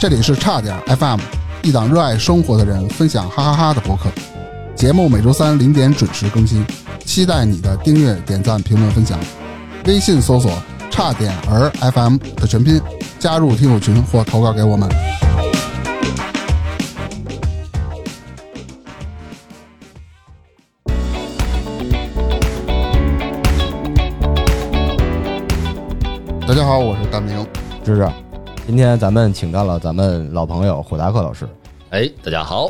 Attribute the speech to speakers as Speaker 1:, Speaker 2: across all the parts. Speaker 1: 这里是差点 FM，一档热爱生活的人分享哈哈哈的博客。节目每周三零点准时更新，期待你的订阅、点赞、评论、分享。微信搜索“差点儿 FM” 的全拼，加入听友群或投稿给我们。大家好，我是大明。
Speaker 2: 芝芝，今天咱们请到了咱们老朋友火达克老师。
Speaker 3: 哎，大家好，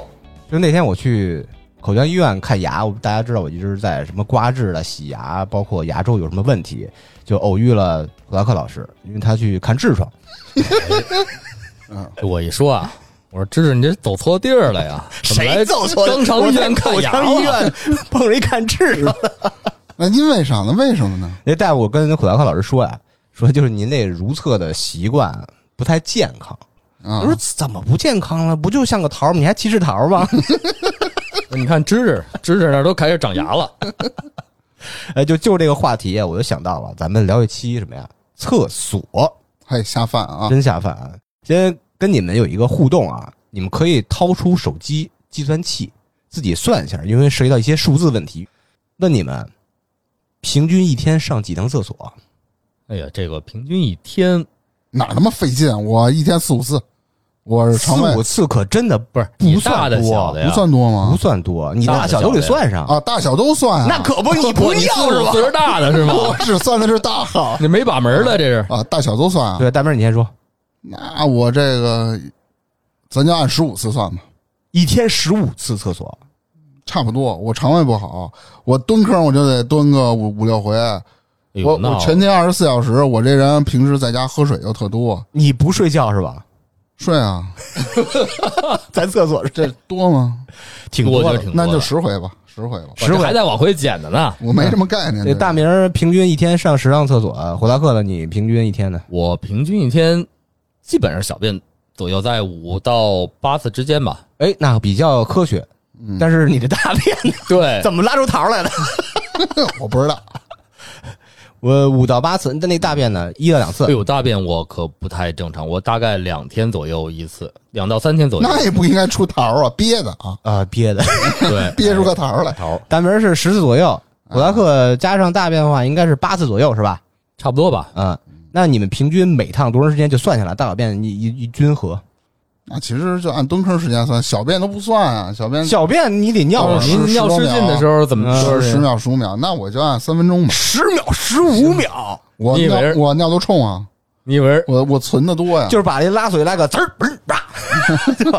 Speaker 2: 就是那天我去口腔医院看牙，我大家知道我一直在什么刮治了、洗牙，包括牙周有什么问题，就偶遇了火达克老师，因为他去看痔疮。
Speaker 3: 我一说啊，我说芝芝，你这走错地儿 了呀？怎么来肛肠医院看
Speaker 2: 我
Speaker 3: 牙
Speaker 2: 在口腔医
Speaker 3: 了？
Speaker 2: 院碰着一看痔疮。
Speaker 1: 那因为啥呢？为什么呢？
Speaker 2: 那大夫跟火达克老师说呀、啊说就是您那如厕的习惯不太健康。
Speaker 1: 啊
Speaker 2: 我，说怎么不健康了？不就像个桃儿吗？你还歧视桃儿吗？
Speaker 3: 你看芝芝，芝芝那儿都开始长牙了。
Speaker 2: 哎，就就这个话题啊，我就想到了，咱们聊一期什么呀？厕所。
Speaker 1: 嘿，下饭啊！
Speaker 2: 真下饭啊！先跟你们有一个互动啊，你们可以掏出手机计算器自己算一下，因为涉及到一些数字问题。问你们，平均一天上几趟厕所？
Speaker 3: 哎呀，这个平均一天
Speaker 1: 哪儿他妈费劲？啊我一天四五次，我是
Speaker 2: 四
Speaker 1: 肠胃
Speaker 2: 五次可真的不是
Speaker 3: 你
Speaker 2: 不
Speaker 3: 大
Speaker 2: 算
Speaker 3: 的小
Speaker 2: 多
Speaker 3: 的，呀？
Speaker 1: 不算多
Speaker 2: 不
Speaker 1: 吗？
Speaker 2: 算多，你
Speaker 3: 大的
Speaker 2: 大小都得
Speaker 3: 小的
Speaker 2: 算上。
Speaker 1: 啊，大小都算啊。
Speaker 2: 那可不，你
Speaker 3: 不
Speaker 2: 不尿是吧？
Speaker 3: 岁数大的 是吗？
Speaker 1: 我只算的是大号
Speaker 3: 你没把门了，这是
Speaker 1: 啊，大小都算啊。
Speaker 2: 对，大明儿你先说，
Speaker 1: 那我这个，咱就按十五次算吧，
Speaker 2: 一天十五次厕所，
Speaker 1: 差不多。我肠胃不好，我蹲坑我就得蹲个五五六回。
Speaker 3: 哎呦
Speaker 1: 我
Speaker 3: 那
Speaker 2: 啊
Speaker 1: 我全天二十四小时，我这人平时在家喝水又特多，
Speaker 2: 你不睡觉是吧？
Speaker 1: 睡啊，
Speaker 2: 在厕所是
Speaker 1: 这多吗？
Speaker 2: 挺
Speaker 3: 我
Speaker 2: 多的
Speaker 3: 觉得。挺多
Speaker 1: 那
Speaker 3: 的
Speaker 1: 就十回吧，十回吧。
Speaker 3: 我
Speaker 2: 十
Speaker 3: 这
Speaker 2: 回
Speaker 3: 还在往回减的呢。
Speaker 1: 我没什么概念。
Speaker 2: 这大明儿平均一天上十趟厕所，火达克呢？你平均一天呢？
Speaker 3: 我平均一天基本上小便左右在五到八次之间 吧。
Speaker 2: 哎，那比较科学。但是你的大便呢
Speaker 3: 嗯对，
Speaker 2: 怎么拉出桃来的？
Speaker 1: 这个我不知道。
Speaker 2: 我五到八次，但那大便呢，一到两
Speaker 3: 哎
Speaker 2: 次。
Speaker 3: 呦，大便我可不太正常，我大概两天左右一次，两到三天左右。
Speaker 1: 那也不应该出桃儿啊，憋的啊，
Speaker 2: 啊、憋的。
Speaker 3: 对，哎
Speaker 1: 憋出个桃儿来。
Speaker 3: 头
Speaker 2: 大明儿是十次左右，果达克加上大便的话，应该是八次左右，是吧？
Speaker 3: 差不多吧。
Speaker 2: 嗯，那你们平均每趟多长时间就算下来，大小便一一一均衡。
Speaker 1: 那其实就按蹲坑时间算，小便都不算啊，小便
Speaker 2: 小便你得尿
Speaker 1: 哦
Speaker 2: 啊，
Speaker 1: 是
Speaker 3: 您尿失禁的时候怎么
Speaker 2: 嗯
Speaker 1: 十
Speaker 3: 说是
Speaker 1: 十？秒十五秒，那我就按三分钟吧。
Speaker 2: 十秒十五秒，
Speaker 1: 我
Speaker 3: 你以
Speaker 1: 尿
Speaker 3: 为是
Speaker 1: 我尿都冲啊，
Speaker 3: 你以为
Speaker 1: 我我存的多呀。
Speaker 2: 就是把这拉锁拉个滋儿，嘣儿啪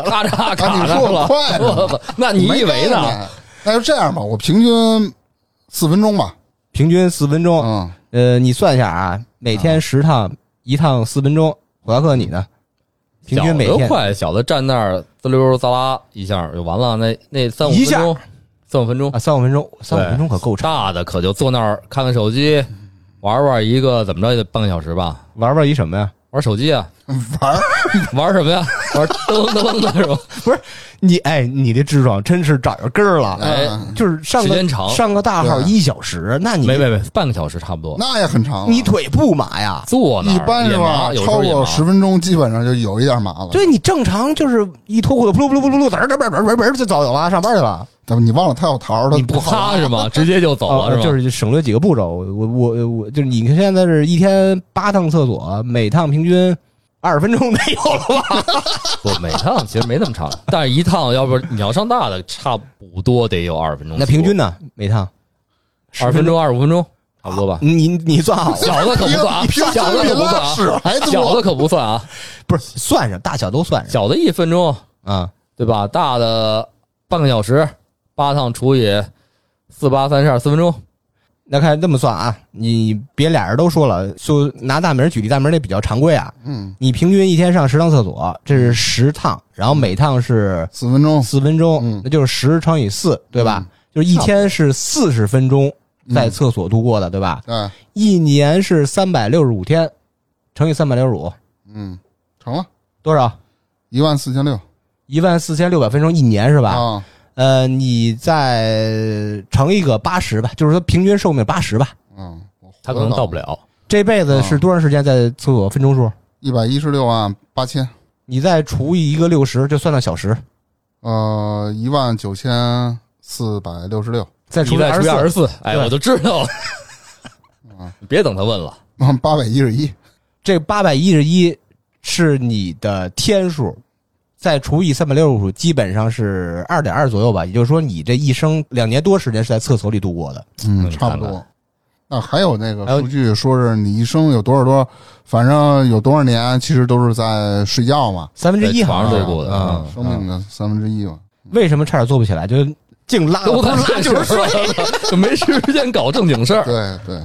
Speaker 3: 咔嚓
Speaker 1: 啊
Speaker 3: 卡
Speaker 1: 你
Speaker 3: 上
Speaker 1: 说
Speaker 3: 了
Speaker 1: 我？快呢
Speaker 3: 不不不那你以为
Speaker 1: 没概
Speaker 3: 呢？
Speaker 1: 念？那就这样吧，我平均四分钟吧。
Speaker 2: 平均四分钟。
Speaker 3: 哦
Speaker 1: 嗯，
Speaker 2: 呃，你算一下啊，每天十趟，一趟四分钟。果达克你呢？平均每
Speaker 3: 小的
Speaker 2: 天
Speaker 3: 快，小的站那儿滋溜滋啦一下就完了，那那三五
Speaker 2: 一
Speaker 3: 分
Speaker 2: 下
Speaker 3: 钟，三五分钟
Speaker 2: 啊，，三五分钟，三五分钟可够长。
Speaker 3: 大的可就坐那儿看看手机，玩玩一个怎么着也得半个小时吧。
Speaker 2: 玩玩一什么呀？
Speaker 3: 玩手机啊，
Speaker 1: 嗯玩儿
Speaker 3: 玩什么呀？玩噔噔噔噔的是吧？
Speaker 2: 你哎，你这痔疮真是长着根儿了，
Speaker 3: 哎
Speaker 1: 嗯
Speaker 2: 就是上
Speaker 3: 时
Speaker 2: 个
Speaker 3: 间长
Speaker 2: 上个大号
Speaker 1: 对
Speaker 2: 一小时，那你
Speaker 3: 没没没，半个小时差不多。
Speaker 1: 那也很长了。啊
Speaker 2: 你腿不麻呀？
Speaker 3: 坐那儿
Speaker 1: 一般是
Speaker 3: 也
Speaker 1: 吧
Speaker 3: 麻，有时
Speaker 1: 超
Speaker 3: 候也
Speaker 1: 过
Speaker 3: 麻
Speaker 1: 十分钟基本上就有一点麻了。
Speaker 2: 对你正常就是一脱裤子，噗噜噗噜噗噜，噔噔噔噔噔噔就走了，上班去了。
Speaker 1: 怎么你忘了他有桃儿，他
Speaker 3: 你不
Speaker 1: 好玩
Speaker 3: 擦是吗？直接就走了
Speaker 1: 啊
Speaker 2: 哦
Speaker 3: 是吗？
Speaker 2: 就是省略几个步骤。我我我，就是你看现在是一天八趟厕所，每趟平均二十分钟得有了 吧？
Speaker 3: 不，每趟其实没那么长， 但是一趟要不你要上大的，差不多得有二十分钟。
Speaker 2: 那平均呢？每趟
Speaker 3: 二十分钟、二十五分钟，差不多吧。
Speaker 2: 你你算好了，
Speaker 3: 小的可不算啊，
Speaker 1: 你平时
Speaker 3: 小的可不算
Speaker 1: 比拉屎还
Speaker 3: 啊，
Speaker 1: 多
Speaker 3: 小的可不算啊，
Speaker 2: 不是算上大小都算上
Speaker 3: 小的一分钟
Speaker 2: 啊？
Speaker 3: 对吧？大的半个小时，八趟除以四八三十二，四分钟。
Speaker 2: 那看这么算啊，你别俩人都说了，就拿大明举例，大明那比较常规啊。
Speaker 1: 嗯，
Speaker 2: 你平均一天上十趟厕所，这是十趟，然后每趟是
Speaker 1: 四分钟
Speaker 2: 四分钟，
Speaker 1: 嗯
Speaker 2: 那就是十乘以四，对吧？就是一天是四十分钟
Speaker 1: 嗯
Speaker 2: 在厕所度过的，对吧？
Speaker 1: 对，
Speaker 2: 一年是三百六十五天，乘以三百六十五
Speaker 1: 嗯，成了，
Speaker 2: 多少？
Speaker 1: 一万四千六
Speaker 2: 一万四千六百分钟一年是吧？
Speaker 1: 啊，
Speaker 2: 呃，你再乘一个八十吧，就是说平均寿命八十吧。
Speaker 1: 嗯，我
Speaker 3: 他可能到不了。
Speaker 1: 啊
Speaker 2: 这辈子是多长时间在厕所分钟数？
Speaker 1: 一百一十六万八千，
Speaker 2: 你再除以一个六十，就算到小时，
Speaker 1: 呃，一万九千四百六十六，
Speaker 2: 再除
Speaker 3: 一
Speaker 2: 以
Speaker 3: 万除以二
Speaker 2: 二
Speaker 3: 十
Speaker 2: 十四，
Speaker 3: 四，哎，
Speaker 2: 对
Speaker 3: 我就知道了。你别等他问了，
Speaker 1: 八百一十一，
Speaker 2: 这八百一十一是你的天数，再除以三百六十五，基本上是二点二左右吧。也就是说，你这一生两年多时间是在厕所里度过的。
Speaker 1: 嗯，
Speaker 3: 嗯
Speaker 1: 差不
Speaker 3: 看
Speaker 1: 多。那还有那
Speaker 2: 还有
Speaker 1: 个数据说是你一生有多少多少，反正有多少年，其实都是在睡觉嘛，
Speaker 2: 三分之一
Speaker 3: 在床
Speaker 2: 好像
Speaker 3: 上
Speaker 2: 是
Speaker 3: 度过的嗯
Speaker 2: 啊
Speaker 1: 生命的三分之一嘛。
Speaker 2: 为什么差点做不起来？就是净拉了
Speaker 3: 我
Speaker 2: 半
Speaker 3: 拉就是睡，就没时间搞正经事儿。
Speaker 1: 对对，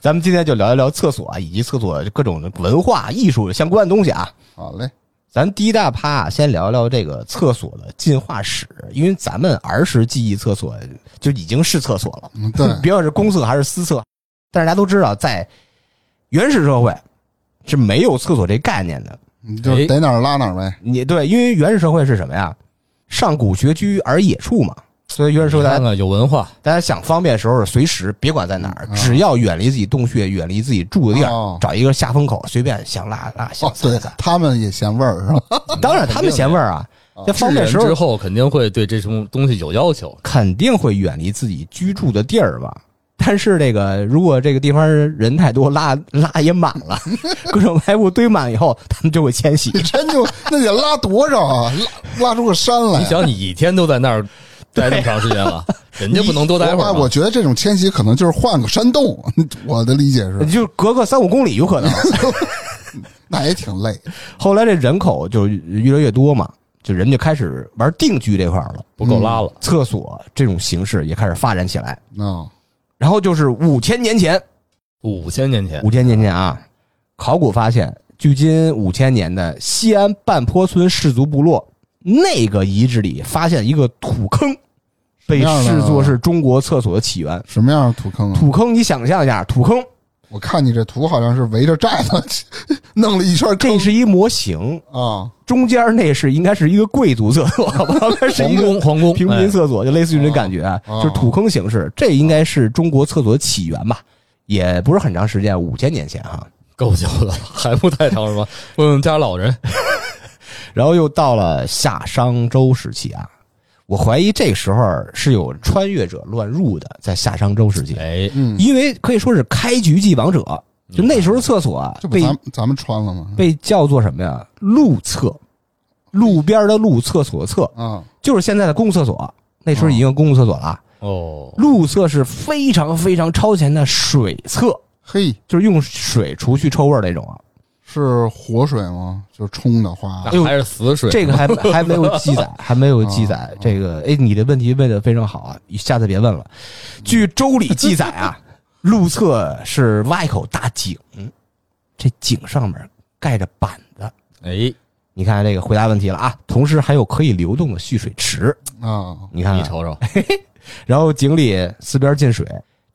Speaker 2: 咱们今天就聊一聊厕所啊，以及厕所各种文化艺术相关的东西啊。
Speaker 1: 好嘞，
Speaker 2: 咱第一大趴啊，先聊聊这个厕所的进化史，因为咱们儿时记忆厕所就已经是厕所了，
Speaker 1: 嗯 对，
Speaker 2: 别管是公厕还是私厕，但是大家都知道，在原始社会是没有厕所这概念的。
Speaker 1: 你
Speaker 3: 哎
Speaker 1: 就逮哪儿拉哪儿呗。
Speaker 2: 你对，因为原始社会是什么呀？上古学居而野畜嘛，所以原始社会大
Speaker 3: 看
Speaker 2: 家
Speaker 3: 看有文化，
Speaker 2: 大家想方便的时候，随时别管在哪儿
Speaker 1: 嗯，
Speaker 2: 只要远离自己洞穴，远离自己住的地
Speaker 1: 哦
Speaker 2: 儿，找一个下风口，随便想拉拉想
Speaker 1: 哦，
Speaker 2: 撒
Speaker 1: 对
Speaker 2: 撒。，
Speaker 1: 他们也嫌味儿是吧？
Speaker 2: 当然，他们嫌味儿啊，
Speaker 1: 嗯
Speaker 2: 在方便的时
Speaker 3: 之
Speaker 2: 候
Speaker 3: 后肯定会对这种东西有要求。
Speaker 2: 肯定会远离自己居住的地儿吧。但是这个，如果这个地方人太多，拉拉也满了，各种外物堆满以后，他们就会迁徙。
Speaker 1: 你 真就那得拉多少啊？拉拉出个山来
Speaker 3: 你。
Speaker 2: 哎
Speaker 3: 想，你一天都在那儿 待那么长时间了，人家不能多待会
Speaker 1: 我哎
Speaker 3: 儿
Speaker 1: 我
Speaker 3: 吗？
Speaker 1: 觉得这种迁徙可能就是换个山洞， 我的理解 是，
Speaker 2: 就是隔个三五公里有可能。
Speaker 1: 那也挺累。
Speaker 2: 后来这人口就越来越多嘛，就人就开始玩定居这块儿了，
Speaker 3: 不够拉了，
Speaker 2: 厕所这种形式也开始发展起来。
Speaker 1: 嗯，
Speaker 2: 然后就是五千年前，
Speaker 3: 五千年前
Speaker 2: 五千年前啊，考古发现，距今五千年的西安半坡村氏族部落那个遗址里发现一个土坑，被视作是中国厕所的起源。
Speaker 1: 什么样的土坑啊？
Speaker 2: 土坑，你想象一下，土坑
Speaker 1: 我看你这图好像是围着寨子 弄了一圈
Speaker 2: 这
Speaker 1: 坑
Speaker 2: 是一模型，
Speaker 1: 啊，
Speaker 2: 中间那是应该是一个贵族厕所，旁边是
Speaker 3: 皇
Speaker 2: 一个
Speaker 3: 宫皇宫
Speaker 2: 平
Speaker 3: 哎
Speaker 2: 民厕所，就类似于这感觉，啊
Speaker 1: 哦
Speaker 2: 就是土坑形式。这应该是中国厕所的起源吧？也不是很长时间，五千年前啊哈、
Speaker 3: 够久了，还不太长是吧？问问家老人，
Speaker 2: 然后又到了夏商周时期啊，我怀疑这时候是有穿越者乱入的，在夏商周时期，
Speaker 3: 哎，
Speaker 1: 嗯，
Speaker 2: 因为可以说是开局既往者。就那时候厕所啊
Speaker 1: 这不
Speaker 2: 被
Speaker 1: 咱咱们穿了吗？
Speaker 2: 被叫做什么呀？路厕，路边的路，厕所的厕，
Speaker 1: 啊，
Speaker 2: 就是现在的公共厕所。那时候已经有公共厕所了。
Speaker 3: 哦，
Speaker 2: 路厕是非常非常超前的水厕，
Speaker 1: 嘿，
Speaker 2: 就是用水除去臭味儿那种啊。
Speaker 1: 是活水吗？就冲的花
Speaker 3: 那还是死水，
Speaker 2: 哎这个还还没有记载，还没有记载。这个，哎，你的问题问的非常好啊，你下次别问了。据《周礼》记载啊，路侧是挖一口大井，这井上面盖着板子。
Speaker 3: 哎，
Speaker 2: 你看这个回答问题了啊，同时还有可以流动的蓄水池。
Speaker 1: 啊，
Speaker 2: 你看啊、
Speaker 3: 你瞅瞅，
Speaker 2: 然后井里四边进水，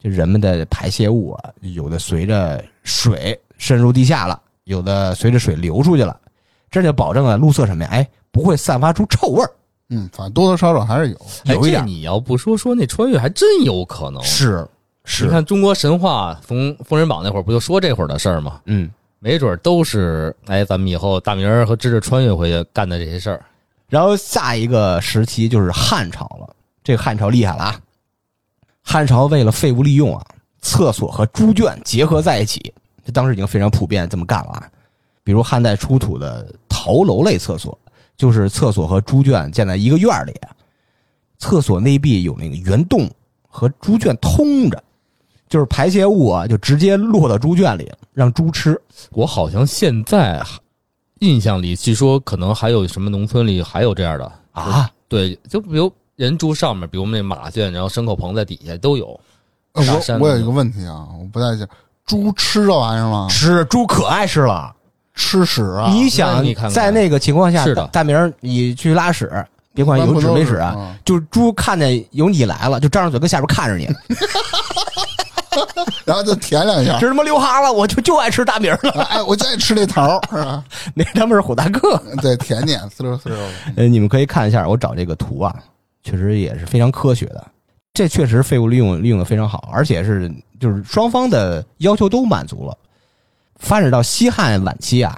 Speaker 2: 这人们的排泄物啊，有的随着水渗入地下了，有的随着水流出去了，这就保证了路侧什么呀？哎，不会散发出臭味儿。
Speaker 1: 嗯，反正多多少少还是有。
Speaker 3: 哎
Speaker 2: 有一点
Speaker 3: 这你要不说说那穿越，还真有可能。
Speaker 2: 是
Speaker 3: 哦你
Speaker 2: 是，
Speaker 3: 看中国神话从《封神榜》那会儿不就说这会儿的事儿吗？
Speaker 2: 嗯，
Speaker 3: 没准儿都是哎，咱们以后大明儿和芝芝穿越回去干的这些事儿。
Speaker 2: 然后下一个时期就是汉朝了，这个汉朝厉害了啊！汉朝为了废物利用啊，厕所和猪圈结合在一起，这当时已经非常普遍这么干了啊。比如汉代出土的陶楼类厕所，就是厕所和猪圈建在一个院儿里，厕所内壁有那个圆洞和猪圈通着，就是排泄物啊就直接落到猪圈里，让猪吃。
Speaker 3: 我好像现在还印象里，据说可能还有什么农村里还有这样的
Speaker 2: 啊？
Speaker 3: 对，就比如人住上面，比如我们那马圈，然后牲口棚在底下都有。
Speaker 1: 呃
Speaker 3: 傻山
Speaker 1: 我我有一个问题啊，我不太清，猪吃这玩意儿
Speaker 3: 嗯
Speaker 1: 吗？
Speaker 2: 吃猪可爱吃了。
Speaker 1: 吃屎啊？
Speaker 2: 你想
Speaker 3: 那你看看
Speaker 2: 在那个情况下，
Speaker 3: 是的
Speaker 2: 大大明儿你去拉屎，别管
Speaker 1: 一般
Speaker 2: 有
Speaker 1: 不
Speaker 2: 屎
Speaker 1: 都
Speaker 2: 没
Speaker 1: 是
Speaker 2: 屎啊，
Speaker 1: 嗯
Speaker 2: 就是猪看见有你来了，就张着嘴跟下边看着你，
Speaker 3: 啊
Speaker 1: 然后就舔两下
Speaker 2: 这。他妈流哈了，我就就爱吃大米儿了。
Speaker 1: 哎，我就爱吃这桃儿，是吧？
Speaker 2: 那他们是虎大个。
Speaker 1: 对，舔舔，呲溜呲溜的。
Speaker 2: 呃，你们可以看一下，我找这个图啊，确实也是非常科学的。这确实废物利用利用的非常好，而且是就是双方的要求都满足了。发展到西汉晚期啊，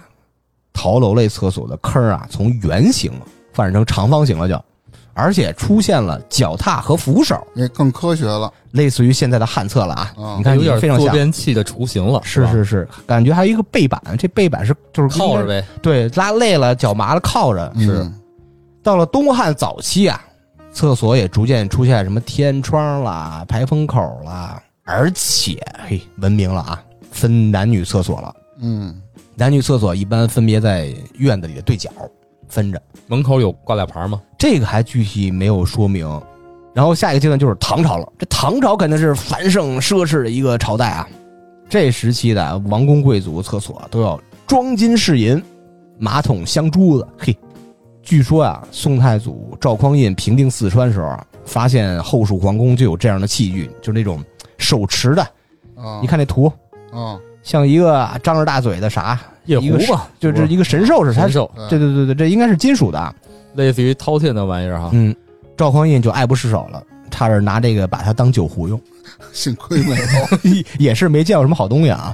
Speaker 2: 桃楼类厕所的坑儿啊，从圆形发展成长方形了就，而且出现了脚踏和扶手，
Speaker 1: 哎，更科学了。
Speaker 2: 类似于现在的旱厕了啊。
Speaker 1: 啊
Speaker 2: 你看，
Speaker 3: 有点
Speaker 2: 非常
Speaker 3: 坐
Speaker 2: 像。
Speaker 3: 便器的雏形了，
Speaker 2: 是
Speaker 3: 吧
Speaker 2: 是是，感觉还有一个背板，这背板是就是
Speaker 3: 靠着，呗，
Speaker 2: 对，拉累了脚麻了靠着。
Speaker 1: 嗯，
Speaker 2: 到了东汉早期啊，厕所也逐渐出现什么天窗啦、排风口啦，而且嘿，文明了啊，分男女厕所了。
Speaker 1: 嗯，
Speaker 2: 男女厕所一般分别在院子里的对角分着，
Speaker 3: 门口有挂俩牌吗？
Speaker 2: 这个还具体没有说明。然后下一个阶段就是唐朝了，这唐朝肯定是繁盛奢侈的一个朝代啊。这时期的王公贵族厕所都要装金饰银，马桶镶珠子。嘿，据说啊，宋太祖赵匡胤平定四川时候啊，发现后蜀皇宫就有这样的器具，就是那种手持的。
Speaker 1: 啊，
Speaker 2: 你看那图，
Speaker 1: 啊，
Speaker 2: 像一个张着大嘴的啥，
Speaker 3: 夜
Speaker 2: 一个
Speaker 3: 壶吧，
Speaker 2: 就是一个神兽似的。它
Speaker 3: 啊神兽，啊
Speaker 2: 对对对对，这应该是金属的啊。
Speaker 3: 类似于饕餮那玩意儿哈。
Speaker 2: 嗯，赵匡胤就爱不释手了，差点拿这个把它当酒壶用，
Speaker 1: 幸亏没有。
Speaker 2: 也是没见过什么好东西啊。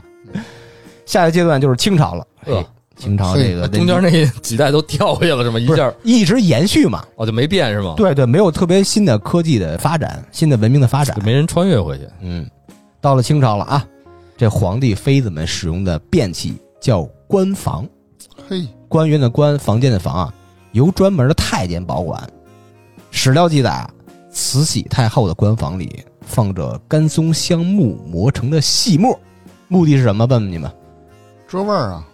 Speaker 2: 下一个阶段就是清朝了，
Speaker 3: 呃
Speaker 2: 嘿，清朝这个
Speaker 3: 中间那 几代都掉下去了，是吗？一
Speaker 2: 不
Speaker 3: 下
Speaker 2: 是一直延续嘛？
Speaker 3: 哦就没变是吗？
Speaker 2: 对对，没有特别新的科技的发展，新的文明的发展
Speaker 3: 就。没人穿越回去。
Speaker 2: 嗯，到了清朝了啊，这皇帝妃子们使用的便器叫官房，
Speaker 1: 嘿，
Speaker 2: 官员的官，房间的房啊，由专门的太监保管。史料记载啊，慈禧太后的官房里放着干松香木磨成的细末，目的是什么？问问你们。
Speaker 1: 这味儿啊，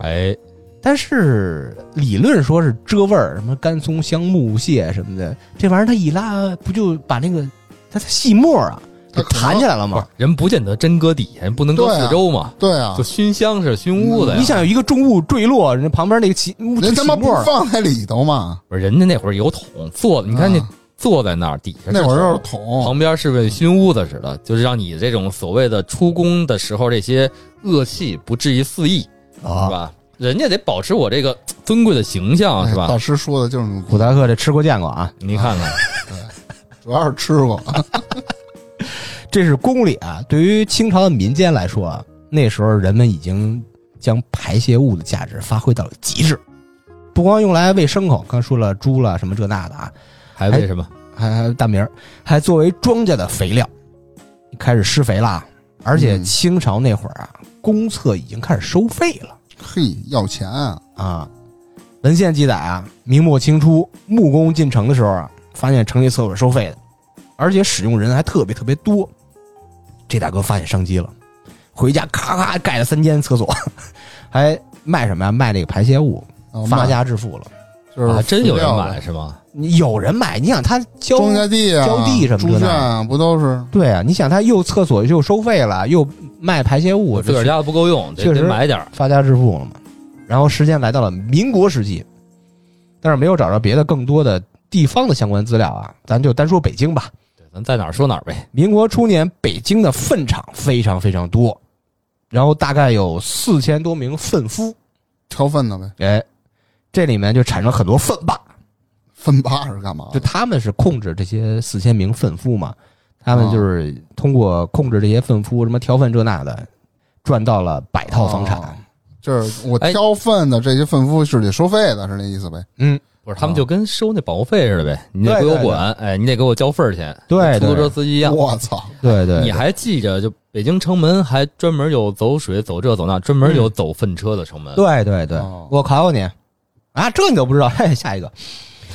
Speaker 3: 哎，
Speaker 2: 但是理论说是遮味儿，什么干松香木屑什么的，这玩意儿它一拉不就把那个它它细末啊
Speaker 1: 它
Speaker 2: 就
Speaker 1: 可能
Speaker 2: 弹起来了
Speaker 3: 不
Speaker 2: 吗
Speaker 3: 是？人不见得真搁底下，人不能搁
Speaker 1: 对啊
Speaker 3: 四周嘛，
Speaker 1: 对啊
Speaker 3: 就，熏香是
Speaker 2: 嗯
Speaker 3: 熏屋子呀。
Speaker 2: 你想有一个重物坠落，人家旁边那个细木
Speaker 1: 人
Speaker 2: 细
Speaker 1: 他妈不
Speaker 2: 末儿，
Speaker 1: 放在里头嘛，
Speaker 3: 不是人家那会儿有桶坐，你看那
Speaker 1: 啊
Speaker 3: 坐在那儿底下是
Speaker 1: 那会儿
Speaker 3: 桶
Speaker 1: 就是桶，
Speaker 3: 旁边是个熏屋子似的，就是让你这种所谓的出宫的时候，这些恶气不至于肆意，
Speaker 2: 啊
Speaker 3: 是吧？人家得保持我这个尊贵的形象，
Speaker 1: 哎
Speaker 3: 是吧
Speaker 1: 大？师说的就是那
Speaker 2: 古
Speaker 1: 种，
Speaker 2: 代客这吃过见过啊，
Speaker 3: 你看看，
Speaker 1: 主要是吃过，
Speaker 2: 这是宫里啊。对于清朝的民间来说啊，那时候人们已经将排泄物的价值发挥到了极致，不光用来喂牲口，刚说了猪了什么这那的啊，
Speaker 3: 还为什么？
Speaker 2: 还还有大名儿，还作为庄稼的肥料，开始施肥啦。而且
Speaker 1: 嗯
Speaker 2: 清朝那会儿啊，公厕已经开始收费了
Speaker 1: 嘿，要钱啊，
Speaker 2: 啊。文献记载啊，明末清初木工进城的时候啊，发现城里厕所收费的，而且使用人还特别特别多。这大哥发现商机了，回家咔咔盖了三间厕所， 还卖什么呀？卖这个排泄物，
Speaker 3: 哦
Speaker 1: 啊
Speaker 2: 发
Speaker 1: 卖
Speaker 2: 家致富了。
Speaker 1: 就是
Speaker 3: 啊，真有人
Speaker 1: 肥料
Speaker 3: 买
Speaker 1: 呗，
Speaker 3: 是吗？
Speaker 2: 你有人买，你想他交
Speaker 1: 庄稼地啊，
Speaker 2: 浇地什么
Speaker 1: 猪
Speaker 2: 的呢
Speaker 1: 圈啊，不都是？
Speaker 2: 对啊，你想他又厕所又收费了，又卖排泄物，
Speaker 3: 我自个儿
Speaker 2: 这
Speaker 3: 家不够用，得
Speaker 2: 确
Speaker 3: 得
Speaker 2: 实
Speaker 3: 买点儿。
Speaker 2: 发家致富了嘛。然后时间来到了民国时期，但是没有找着别的更多的地方的相关资料啊，咱就单说北京吧。
Speaker 3: 咱在哪儿说哪儿呗。
Speaker 2: 民国初年，北京的粪场非常非常多，然后大概有四千多名粪夫，
Speaker 1: 挑粪的呗，
Speaker 2: 哎，这里面就产生很多粪霸，
Speaker 1: 粪巴是干嘛
Speaker 2: 就
Speaker 1: 的？
Speaker 2: 他们是控制这些四千名粪夫嘛，他们
Speaker 1: 啊
Speaker 2: 就是通过控制这些粪夫，什么挑粪这那的，赚到了百套房产。
Speaker 1: 哦就是我
Speaker 3: 哎
Speaker 1: 挑粪的这些粪夫是得收费的，是那意思呗？
Speaker 2: 嗯，
Speaker 3: 不是，他们就跟收那保护费似的呗，你得
Speaker 2: 对
Speaker 3: 归我
Speaker 2: 对
Speaker 3: 管，哎，你得给我交份儿钱，
Speaker 2: 对
Speaker 3: 跟出租
Speaker 2: 对
Speaker 3: 车司机一样。
Speaker 1: 我操，
Speaker 2: 对对，
Speaker 3: 你还记着，就北京城门还专门有走水、走这走那，专门有走粪车的 城门。
Speaker 2: 对对对
Speaker 1: 哦，
Speaker 2: 我考考你啊，这你都不知道？嘿，下一个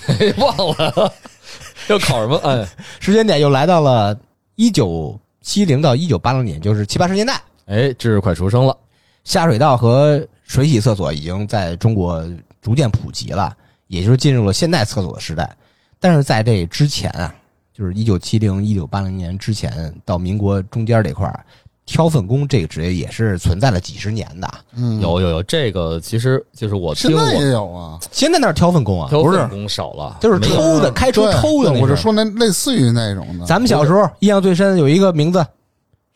Speaker 3: 对，忘了 要考什么？哎，
Speaker 2: 时间点又来到了一九七零到一九八零年，就是七八十年代，
Speaker 3: 哎，知识快出生了，
Speaker 2: 下水道和水洗厕所已经在中国逐渐普及了，也就是进入了现代厕所的时代。但是在这之前啊，就是一九七零、一九八零年之前到民国中间这块儿，挑粪工这个职业也是存在了几十年的啊。
Speaker 1: 嗯，
Speaker 3: 有有有，这个其实就是我
Speaker 1: 现
Speaker 3: 听
Speaker 1: 在
Speaker 3: 我
Speaker 1: 也有啊，
Speaker 2: 现在那是挑粪工啊，
Speaker 3: 挑
Speaker 1: 不是
Speaker 3: 粪工少了，
Speaker 2: 就是
Speaker 3: 没有
Speaker 2: 抽的，开车
Speaker 1: 对
Speaker 2: 抽的那
Speaker 1: 对我
Speaker 2: 是
Speaker 1: 是。说那类似于那种
Speaker 3: 啊
Speaker 1: 的，
Speaker 2: 咱们小时候印象最深有一个名字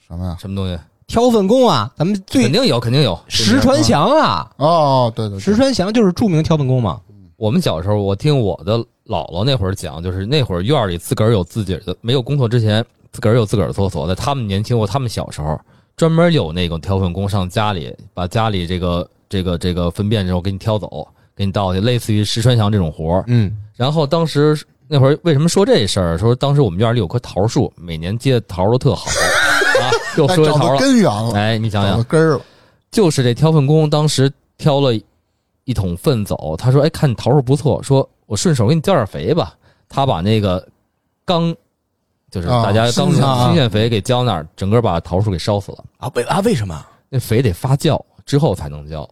Speaker 1: 什么呀？
Speaker 3: 什么东西，
Speaker 2: 挑粪工啊，咱们
Speaker 3: 肯
Speaker 2: 最
Speaker 3: 定有，肯定有。
Speaker 2: 石传祥啊，
Speaker 1: 哦，对对，对
Speaker 2: 石传祥就是著名挑粪工嘛。
Speaker 3: 我们小时候，我听我的姥姥那会儿讲，就是那会儿院里自个儿有自己的，没有工作之前，自个儿有自个儿的厕所。在他们年轻或他们小时候，专门有那种挑粪工上家里，把家里这个这个这个粪便这种给你挑走，给你倒去，类似于石川祥这种活儿。
Speaker 2: 嗯
Speaker 3: 然后当时那会儿为什么说这事儿？说当时我们院里有棵桃树，每年结的桃都特好啊。又
Speaker 1: 哎
Speaker 3: 说
Speaker 1: 找
Speaker 3: 桃
Speaker 1: 到
Speaker 3: 了，
Speaker 1: 根源了，
Speaker 3: 哎，你想
Speaker 1: 找
Speaker 3: 想
Speaker 1: 到，根儿了。
Speaker 3: 就是这挑粪工当时挑了一桶粪走，他说：“哎，看你桃树不错，说我顺手给你浇点肥吧。”他把那个刚，就是
Speaker 1: 啊
Speaker 3: 大家刚
Speaker 1: 新鲜
Speaker 2: 啊
Speaker 3: 新鲜肥给浇那儿，整个把桃树给烧死了。
Speaker 2: 啊为啊为什么？
Speaker 3: 那肥得发酵之后才能浇，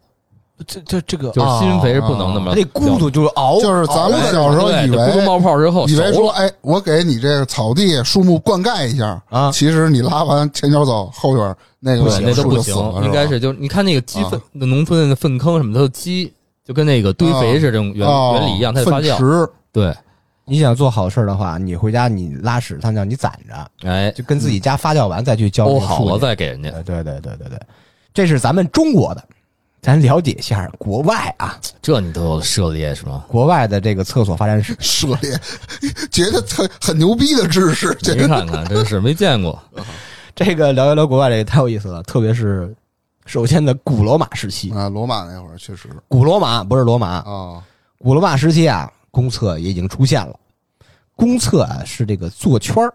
Speaker 2: 这这这个哦
Speaker 3: 就是新肥是不能那
Speaker 1: 啊
Speaker 2: 它
Speaker 3: 么
Speaker 2: 得咕嘟就是熬，
Speaker 1: 就是咱们
Speaker 2: 熬
Speaker 1: 小时候
Speaker 3: 对
Speaker 1: 以
Speaker 3: 就咕嘟
Speaker 1: 为
Speaker 3: 冒泡之后
Speaker 1: 以为
Speaker 3: 熟
Speaker 1: 说，
Speaker 3: 哦了，
Speaker 1: 哎，我给你这个草地树木灌溉一下
Speaker 2: 啊
Speaker 1: 其实你拉完前脚走，后边那个
Speaker 3: 对，那都
Speaker 1: 树
Speaker 3: 不
Speaker 1: 就
Speaker 3: 行
Speaker 1: 死了，吧
Speaker 3: 应该是就是你看那个鸡粪
Speaker 1: 啊，
Speaker 3: 那农村的粪坑什么的，鸡就跟那个堆肥是这种原
Speaker 1: 哦
Speaker 3: 原理一样，它得发
Speaker 1: 粪
Speaker 3: 酵。
Speaker 1: 池
Speaker 3: 对，
Speaker 2: 你想做好事儿的话，你回家你拉屎撒尿你攒着，
Speaker 3: 哎，
Speaker 2: 就跟自己家发酵完再去浇这
Speaker 3: 欧
Speaker 2: 个
Speaker 3: 哦好
Speaker 2: 树
Speaker 3: 了
Speaker 2: 去
Speaker 3: 再给人家，
Speaker 2: 呃对对对对对，这是咱们中国的，咱了解一下国外啊，
Speaker 3: 这你都有涉猎是吗？
Speaker 2: 国外的这个厕所发展史。
Speaker 1: 涉猎， 觉得很很牛逼的知识，这
Speaker 3: 您看看，真是没见 过。
Speaker 2: 这个聊一聊国外这个太有意思了，特别是首先的古罗马时期，
Speaker 1: 啊，罗马那会儿确实
Speaker 2: 古罗马不是罗马，
Speaker 1: 啊，
Speaker 2: 古罗马时期啊，公厕也已经出现了。公厕啊是这个坐圈儿，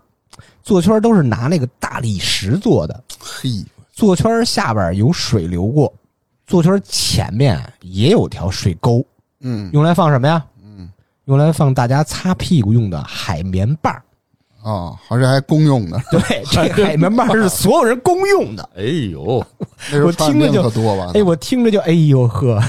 Speaker 2: 坐圈儿都是拿那个大理石做的，
Speaker 1: 嘿，
Speaker 2: 坐圈儿下边有水流过，坐圈儿前面也有条水沟，
Speaker 1: 嗯
Speaker 2: 用来放什么呀？
Speaker 1: 嗯
Speaker 2: 用来放大家擦屁股用的海绵棒儿。
Speaker 1: 啊，而且还公用的，
Speaker 2: 对， 这个海绵棒儿是所有人公用的。
Speaker 3: 哎呦，
Speaker 1: 那时候
Speaker 2: 我
Speaker 1: 传
Speaker 2: 听着
Speaker 1: 染病
Speaker 2: 就
Speaker 1: 可多吧？
Speaker 2: 哎，我听着就哎呦呵，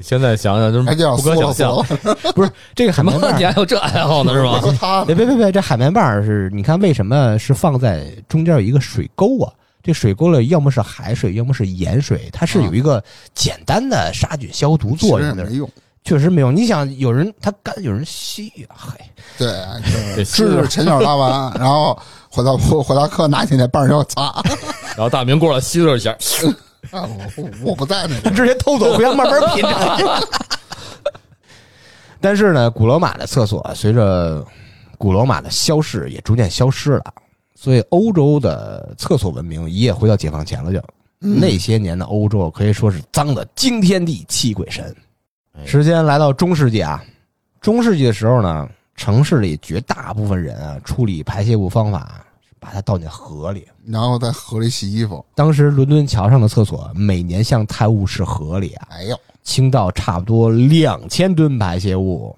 Speaker 3: 现在想想真
Speaker 1: 哎，这样
Speaker 3: 不
Speaker 1: 缩
Speaker 3: 可
Speaker 1: 了
Speaker 3: 想
Speaker 1: 缩
Speaker 3: 象
Speaker 1: 了，，
Speaker 2: 不是这个海
Speaker 3: 什么
Speaker 2: 绵棒
Speaker 3: 你
Speaker 2: 儿。
Speaker 3: 还有这爱好呢是
Speaker 1: 我
Speaker 3: 吧？
Speaker 1: 说他
Speaker 2: 别别别别，这海绵棒儿是，你看为什么是放在中间有一个水沟啊？这水沟里要么是海水，要么是盐水，它是有一个简单的杀菌消毒作
Speaker 1: 其实也
Speaker 2: 用的
Speaker 1: 没，用，
Speaker 2: 确实没用。你想，有人他干，有人吸啊呀，嘿，
Speaker 1: 对，就是
Speaker 3: 得吸
Speaker 1: 知识前脚拉完，然后回到回到课拿起那棒儿要擦，啊
Speaker 3: 然后大明过来吸了一下，
Speaker 1: 我我我不在那
Speaker 2: 他
Speaker 1: 个，
Speaker 2: 直接偷走回家慢慢品尝。 但是呢，古罗马的厕所啊随着古罗马的消逝也逐渐消失了，所以欧洲的厕所文明一夜回到解放前了就。那些年的欧洲可以说是脏的惊天地泣鬼神。时间来到中世纪啊，中世纪的时候呢，城市里绝大部分人啊，处理排泄物方法是把它倒进河里。
Speaker 1: 然后在河里洗衣服，
Speaker 2: 当时伦敦桥上的厕所每年像泰晤士河里啊，
Speaker 1: 哎呦，
Speaker 2: 倾倒差不多两千吨排泄物，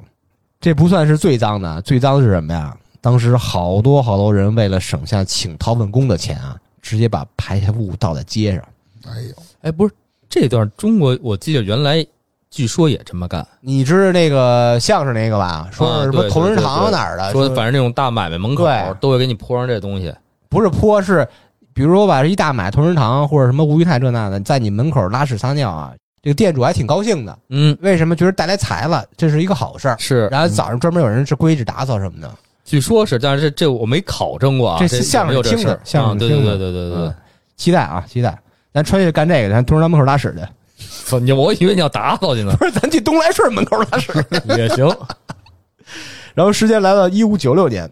Speaker 2: 这不算是最脏的，最脏的是什么呀？当时好多好多人为了省下请掏粪工的钱啊，直接把排泄物倒在街上。
Speaker 1: 哎呦，
Speaker 3: 哎，不是这段中国，我记得原来据说也这么干，
Speaker 2: 你知道那个相声那个吧？说
Speaker 3: 啊
Speaker 2: 是什
Speaker 3: 对
Speaker 2: 么
Speaker 3: 对
Speaker 2: 同仁
Speaker 3: 对
Speaker 2: 堂
Speaker 3: 对
Speaker 2: 哪儿的？
Speaker 3: 说反正那种大买卖门口
Speaker 2: 啊对
Speaker 3: 都会给你泼上这东西，
Speaker 2: 不是泼，是比如说吧，一大买同仁堂或者什么吴裕泰这那的，在你门口拉屎撒尿啊，这个店主还挺高兴的。
Speaker 3: 嗯，
Speaker 2: 为什么？觉得带来财了，这是一个好事儿。
Speaker 3: 是，
Speaker 2: 然后早上专门有人是规制打扫什么的。
Speaker 3: 据说是，但是这这我没考证过啊，
Speaker 2: 这
Speaker 3: 这
Speaker 2: 是相声
Speaker 3: 有没有这
Speaker 2: 听的
Speaker 3: 事儿
Speaker 2: 相声
Speaker 3: 啊对
Speaker 2: 听
Speaker 3: 对
Speaker 2: 的
Speaker 3: 对对对
Speaker 2: 嗯，期待啊，期待。咱穿越干这个，咱东直门口拉屎去，
Speaker 3: 对，
Speaker 2: 嗯
Speaker 3: 你我以为你要打扫去 呢，
Speaker 2: 不是咱去东来顺门口拉屎。
Speaker 3: 也行，
Speaker 2: 然后时间来到一五九六年，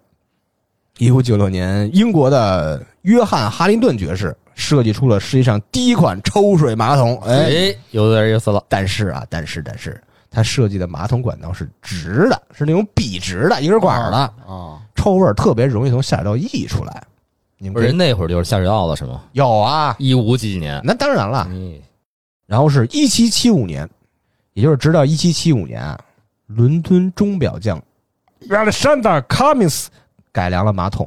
Speaker 2: 一五九六年，英国的约翰·哈林顿爵士设计出了世界上第一款抽水马桶。哎，
Speaker 3: 哎，有点意思了，
Speaker 2: 但是啊，但是但是，他设计的马桶管道是直的，是那种笔直的一根管儿的，
Speaker 1: 啊，
Speaker 2: 臭味儿特别容易从下水道溢出来。你
Speaker 3: 不
Speaker 2: 们可以
Speaker 3: 是人那会儿就是下水道了是吗？
Speaker 2: 有啊？
Speaker 3: 一五几几年？
Speaker 2: 那当然了，
Speaker 3: 嗯，
Speaker 2: 然后是一七七五年，也就是直到一七七五年啊，伦敦钟表匠 Alexander Cummings 改良了马桶，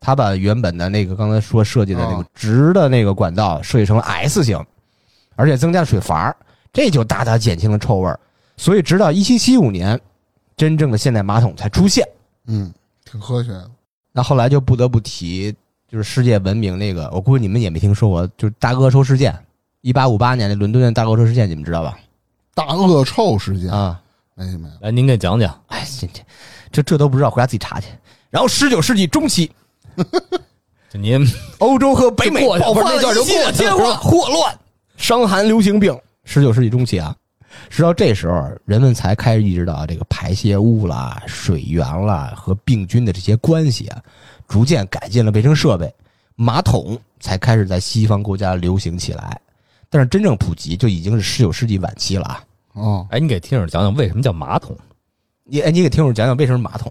Speaker 2: 他把原本的那个刚才说设计的那个
Speaker 1: 哦
Speaker 2: 直的那个管道设计成了 S 型，而且增加了水阀儿，这就大大减轻了臭味儿。所以直到一七七五年，真正的现代马桶才出现。
Speaker 1: 嗯，挺科学的，
Speaker 2: 那后来就不得不提，就是世界文明那个，我估计你们也没听说过，就是大恶臭事件，一八五八年的伦敦的大恶臭事件，你们知道吧？
Speaker 1: 大恶臭事件，
Speaker 2: 啊，
Speaker 1: 没没有，
Speaker 3: 来您给讲讲，
Speaker 2: 哎，这这这这都不知道，回家自己查去。然后，十九世纪中期，
Speaker 3: 就您
Speaker 2: 欧洲和北美
Speaker 3: 就过去
Speaker 2: 爆发
Speaker 3: 不是那
Speaker 2: 了
Speaker 3: 段就
Speaker 2: 一系列
Speaker 3: 过去
Speaker 2: 间
Speaker 3: 了
Speaker 2: 乱、霍乱、伤寒、流行病。十九世纪中期啊，直到这时候，人们才开始意识到这个排泄物啦、水源啦和病菌的这些关系啊，逐渐改进了卫生设备，马桶才开始在西方国家流行起来。但是真正普及就已经是十九世纪晚期了啊。
Speaker 1: 哦，
Speaker 3: 哎，你给听友讲讲为什么叫马桶？
Speaker 2: 你哎，你给听众讲讲为什么马桶？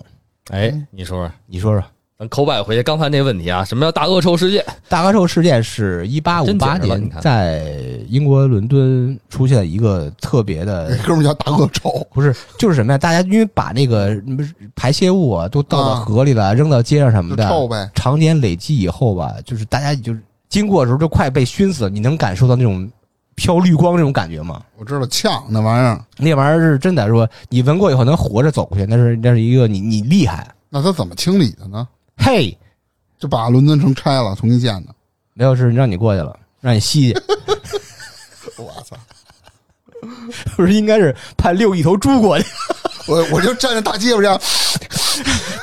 Speaker 3: 哎，你说说，
Speaker 2: 你说说，
Speaker 3: 咱口摆回去刚才那问题啊，什么叫大恶臭世界？
Speaker 2: 大恶兽事件是一八五
Speaker 3: 真
Speaker 2: 八
Speaker 3: 简直了你
Speaker 2: 年
Speaker 3: 看
Speaker 2: 在英国伦敦出现一个特别的
Speaker 1: 那哥们儿叫大恶臭，
Speaker 2: 不是，就是什么呀？大家因为把那个什么排泄物啊都倒到
Speaker 1: 啊
Speaker 2: 河里了，扔到街上什么
Speaker 1: 就
Speaker 2: 的，
Speaker 1: 臭呗。
Speaker 2: 常年累积以后吧，就是大家就是经过的时候就快被熏死了，你能感受到那种飘绿光那种感觉吗？
Speaker 1: 我知道呛那玩意儿，
Speaker 2: 那玩意儿是真的说，你闻过以后能活着走过去，那是那是一个你你厉害，
Speaker 1: 那他怎么清理的呢？
Speaker 2: 嘿，
Speaker 1: 就把伦敦城拆了，重新建的。
Speaker 2: 没有事让你过去了，让你吸去，
Speaker 1: 我操！
Speaker 2: 不是应该是判六亿头猪过去，
Speaker 1: 我我就站在大街上，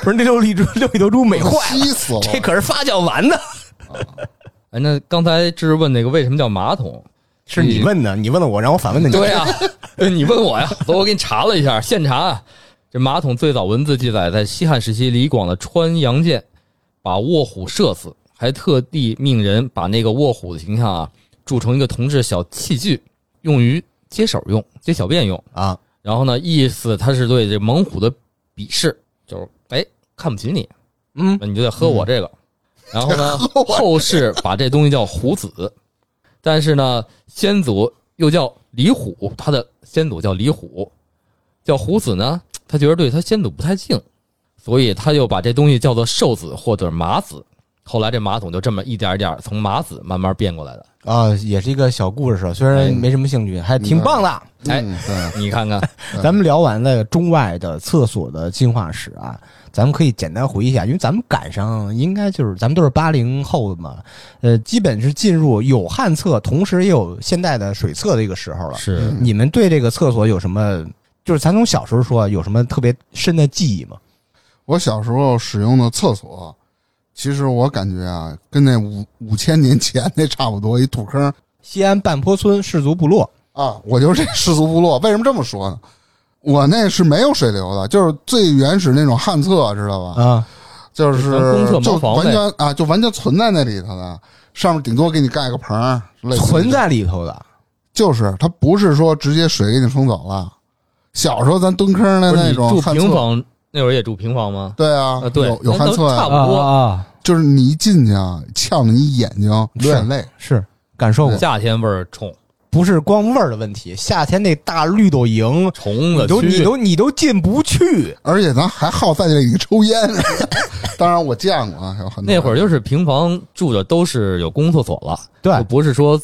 Speaker 2: 不是那六亿猪六亿头猪美坏了，
Speaker 1: 吸死了。
Speaker 2: 这可是发酵完的，
Speaker 3: 哎，那刚才志问那个为什么叫马 桶？
Speaker 2: 是你
Speaker 3: 你
Speaker 2: 问的，你问了我，让我反问的你，
Speaker 3: 对呀、啊，你问我呀，所以我给你查了一下，现查啊。这马桶最早文字记载在西汉时期，李广的穿杨箭把卧虎射死，还特地命人把那个卧虎的形象啊铸成一个铜制小器具，用于接手用、接小便用。
Speaker 2: 啊，
Speaker 3: 然后呢，意思他是对这猛虎的鄙视，就是哎看不起你，
Speaker 2: 嗯，
Speaker 3: 那你就得喝我这个。然后呢，后世把这东西叫虎子，但是呢，先祖又叫李虎，他的先祖叫李虎，叫虎子呢，他觉得对他先祖不太敬，所以他又把这东西叫做瘦子或者马子。后来这马桶就这么一点一点从马子慢慢变过来的。
Speaker 2: 啊，也是一个小故事，虽然没什么兴趣，还挺棒的。
Speaker 3: 哎
Speaker 1: 嗯，对，
Speaker 3: 你看看，
Speaker 1: 嗯
Speaker 2: 咱们聊完了中外的厕所的进化史啊，咱们可以简单回忆一下，因为咱们赶上应该就是咱们都是八零后的嘛，呃，基本是进入有旱厕，同时也有现代的水厕的一个时候了。
Speaker 3: 是
Speaker 1: 嗯
Speaker 2: 你们对这个厕所有什么？就是咱从小时候说啊有什么特别深的记忆吗？
Speaker 1: 我小时候使用的厕所，其实我感觉啊，跟那五五千年前那差不多，一土坑
Speaker 2: 西安半坡村氏族部落
Speaker 1: 啊。我就是这氏族部落，为什么这么说呢？我那是没有水流的，就是最原始那种旱厕，知道吧？
Speaker 2: 啊，
Speaker 1: 就
Speaker 3: 咱公
Speaker 1: 是
Speaker 3: 厕
Speaker 1: 就
Speaker 3: 茅房
Speaker 1: 完
Speaker 3: 呗
Speaker 1: 全啊，就完全存在那里头的，上面顶多给你盖个棚儿，类似于
Speaker 2: 存在里头的。
Speaker 1: 就是它不是说直接水给你冲走了。小时候咱蹲坑的
Speaker 3: 不是
Speaker 1: 那
Speaker 3: 你
Speaker 1: 种
Speaker 3: 住
Speaker 1: 旱
Speaker 3: 平
Speaker 1: 厕，
Speaker 3: 房那会儿也住平房吗？
Speaker 1: 对啊
Speaker 3: 啊，对
Speaker 1: 有有
Speaker 3: 那
Speaker 1: 旱
Speaker 3: 都
Speaker 1: 厕
Speaker 3: 差
Speaker 1: 呀
Speaker 3: 不，多
Speaker 2: 啊，
Speaker 1: 就是你一进去啊，呛得你眼睛
Speaker 2: 对
Speaker 1: 血泪，
Speaker 2: 是感受过，
Speaker 3: 夏天味儿冲
Speaker 2: 不是光味儿的问题，夏天那大绿豆蝇，
Speaker 3: 虫
Speaker 2: 你
Speaker 3: 子
Speaker 2: 都你
Speaker 3: 蛆
Speaker 2: 都你都进不去。
Speaker 1: 而且咱还好在这里抽烟。 当然我见过啊，有很多
Speaker 3: 那会儿就是平房住的都是有公共厕所了，
Speaker 2: 对
Speaker 3: 就不是说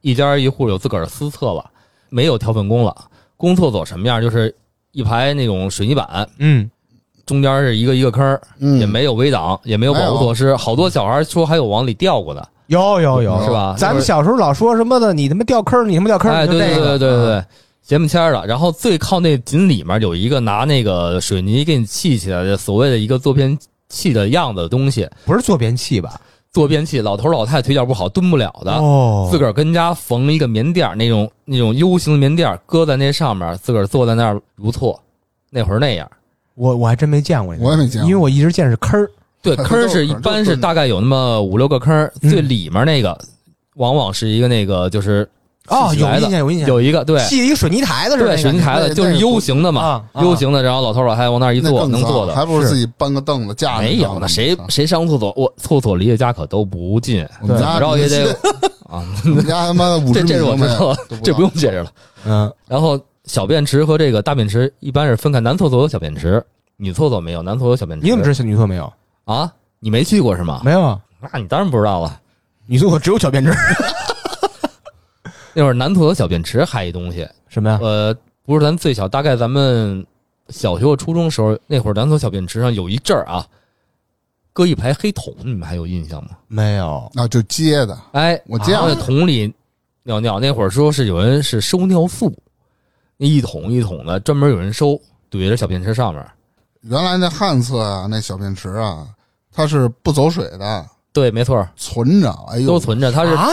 Speaker 3: 一家一户有自个儿私厕了，没有挑粪工了。公厕所什么样？就是一排那种水泥板，
Speaker 2: 嗯，
Speaker 3: 中间是一个一个坑儿，
Speaker 1: 嗯
Speaker 3: 也没有围挡，也没有保护措施。好多小孩说还有往里掉过的，
Speaker 2: 有有有，
Speaker 3: 是吧
Speaker 2: 咱们小时候老说什么的，你他妈掉坑儿，你他妈掉坑儿，
Speaker 3: 哎，
Speaker 2: 你就
Speaker 3: 对对
Speaker 2: 这
Speaker 3: 对
Speaker 2: 个嗯
Speaker 3: 对对对，斜不签儿的。然后最靠那紧里面有一个拿那个水泥给你砌起来的，所谓的一个坐便器的样子的东西，
Speaker 2: 不是坐便器吧？
Speaker 3: 坐便器，老头老太太腿脚不好，蹲不了的。
Speaker 2: 哦
Speaker 3: 自个儿跟家缝一个棉垫儿，那种那种 U 型的棉垫儿，搁在那上面，自个儿坐在那儿如厕。那会儿那样，
Speaker 2: 我我还真没见过，
Speaker 1: 我也没见过
Speaker 2: 因为我一直见是坑儿。
Speaker 3: 对
Speaker 1: 很
Speaker 3: 坑儿
Speaker 1: 多
Speaker 3: 是
Speaker 1: 坑
Speaker 3: 一
Speaker 1: 儿就
Speaker 3: 般
Speaker 1: 是
Speaker 3: 是
Speaker 1: 蹲
Speaker 3: 大概有那么五六个坑儿，
Speaker 2: 嗯
Speaker 3: 最里面那个往往是一个那个就是
Speaker 2: 哦，
Speaker 3: 起
Speaker 2: 有
Speaker 3: 来
Speaker 2: 印
Speaker 3: 的
Speaker 2: 象，有印象，
Speaker 3: 有一个对
Speaker 2: 系一个水泥台子似的那
Speaker 3: 对
Speaker 2: 个，
Speaker 3: 水泥台
Speaker 1: 那
Speaker 3: 子，
Speaker 1: 个
Speaker 3: 就
Speaker 1: 那
Speaker 3: 是
Speaker 1: 个
Speaker 3: U 型的嘛
Speaker 2: 啊啊
Speaker 3: ，U 型的，然后老头老太太往那儿一
Speaker 1: 那
Speaker 3: 坐，
Speaker 1: 更
Speaker 3: 能
Speaker 1: 脏嗯
Speaker 3: 坐的
Speaker 1: 还不如
Speaker 2: 是
Speaker 1: 自己搬个凳子架着
Speaker 3: 没有
Speaker 1: 呢
Speaker 3: 呢，谁谁上厕所？我厕所离这家可都不近，
Speaker 1: 啊我们家
Speaker 3: 怎么着也得啊，
Speaker 1: 我们家他妈的五
Speaker 3: 这
Speaker 1: 十米
Speaker 3: 这是我
Speaker 1: 都
Speaker 3: 知
Speaker 1: 没有
Speaker 3: 道，
Speaker 1: 都
Speaker 3: 这
Speaker 1: 到
Speaker 3: 不用解释了。
Speaker 2: 嗯，
Speaker 3: 然后小便池和这个大便池一般是分开，男厕所有小便池，女厕所没有，男厕所有小便池。
Speaker 2: 你怎么知道小女厕没有？
Speaker 3: 啊？你没去过是吗？
Speaker 2: 没有啊，
Speaker 3: 那你当然不知道了。
Speaker 2: 女厕所只有小便池。
Speaker 3: 那会儿男厕所小便池还一东西，
Speaker 2: 什么呀？
Speaker 3: 呃，不是咱最小，大概咱们小学或初中时候那会儿，男厕所小便池上有一阵儿啊，搁一排黑桶，你们还有印象吗？
Speaker 2: 没有，
Speaker 1: 啊，就接的，
Speaker 3: 哎，
Speaker 1: 我见
Speaker 3: 然后
Speaker 1: 过
Speaker 3: 那桶里尿尿，那会儿说是有人是收尿素，那一桶一桶的，专门有人收，怼着小便池上面。
Speaker 1: 原来那旱厕啊，那小便池啊，它是不走水的，
Speaker 3: 对，没错儿，
Speaker 1: 存着。哎呦，
Speaker 3: 都存着，它是
Speaker 2: 啊，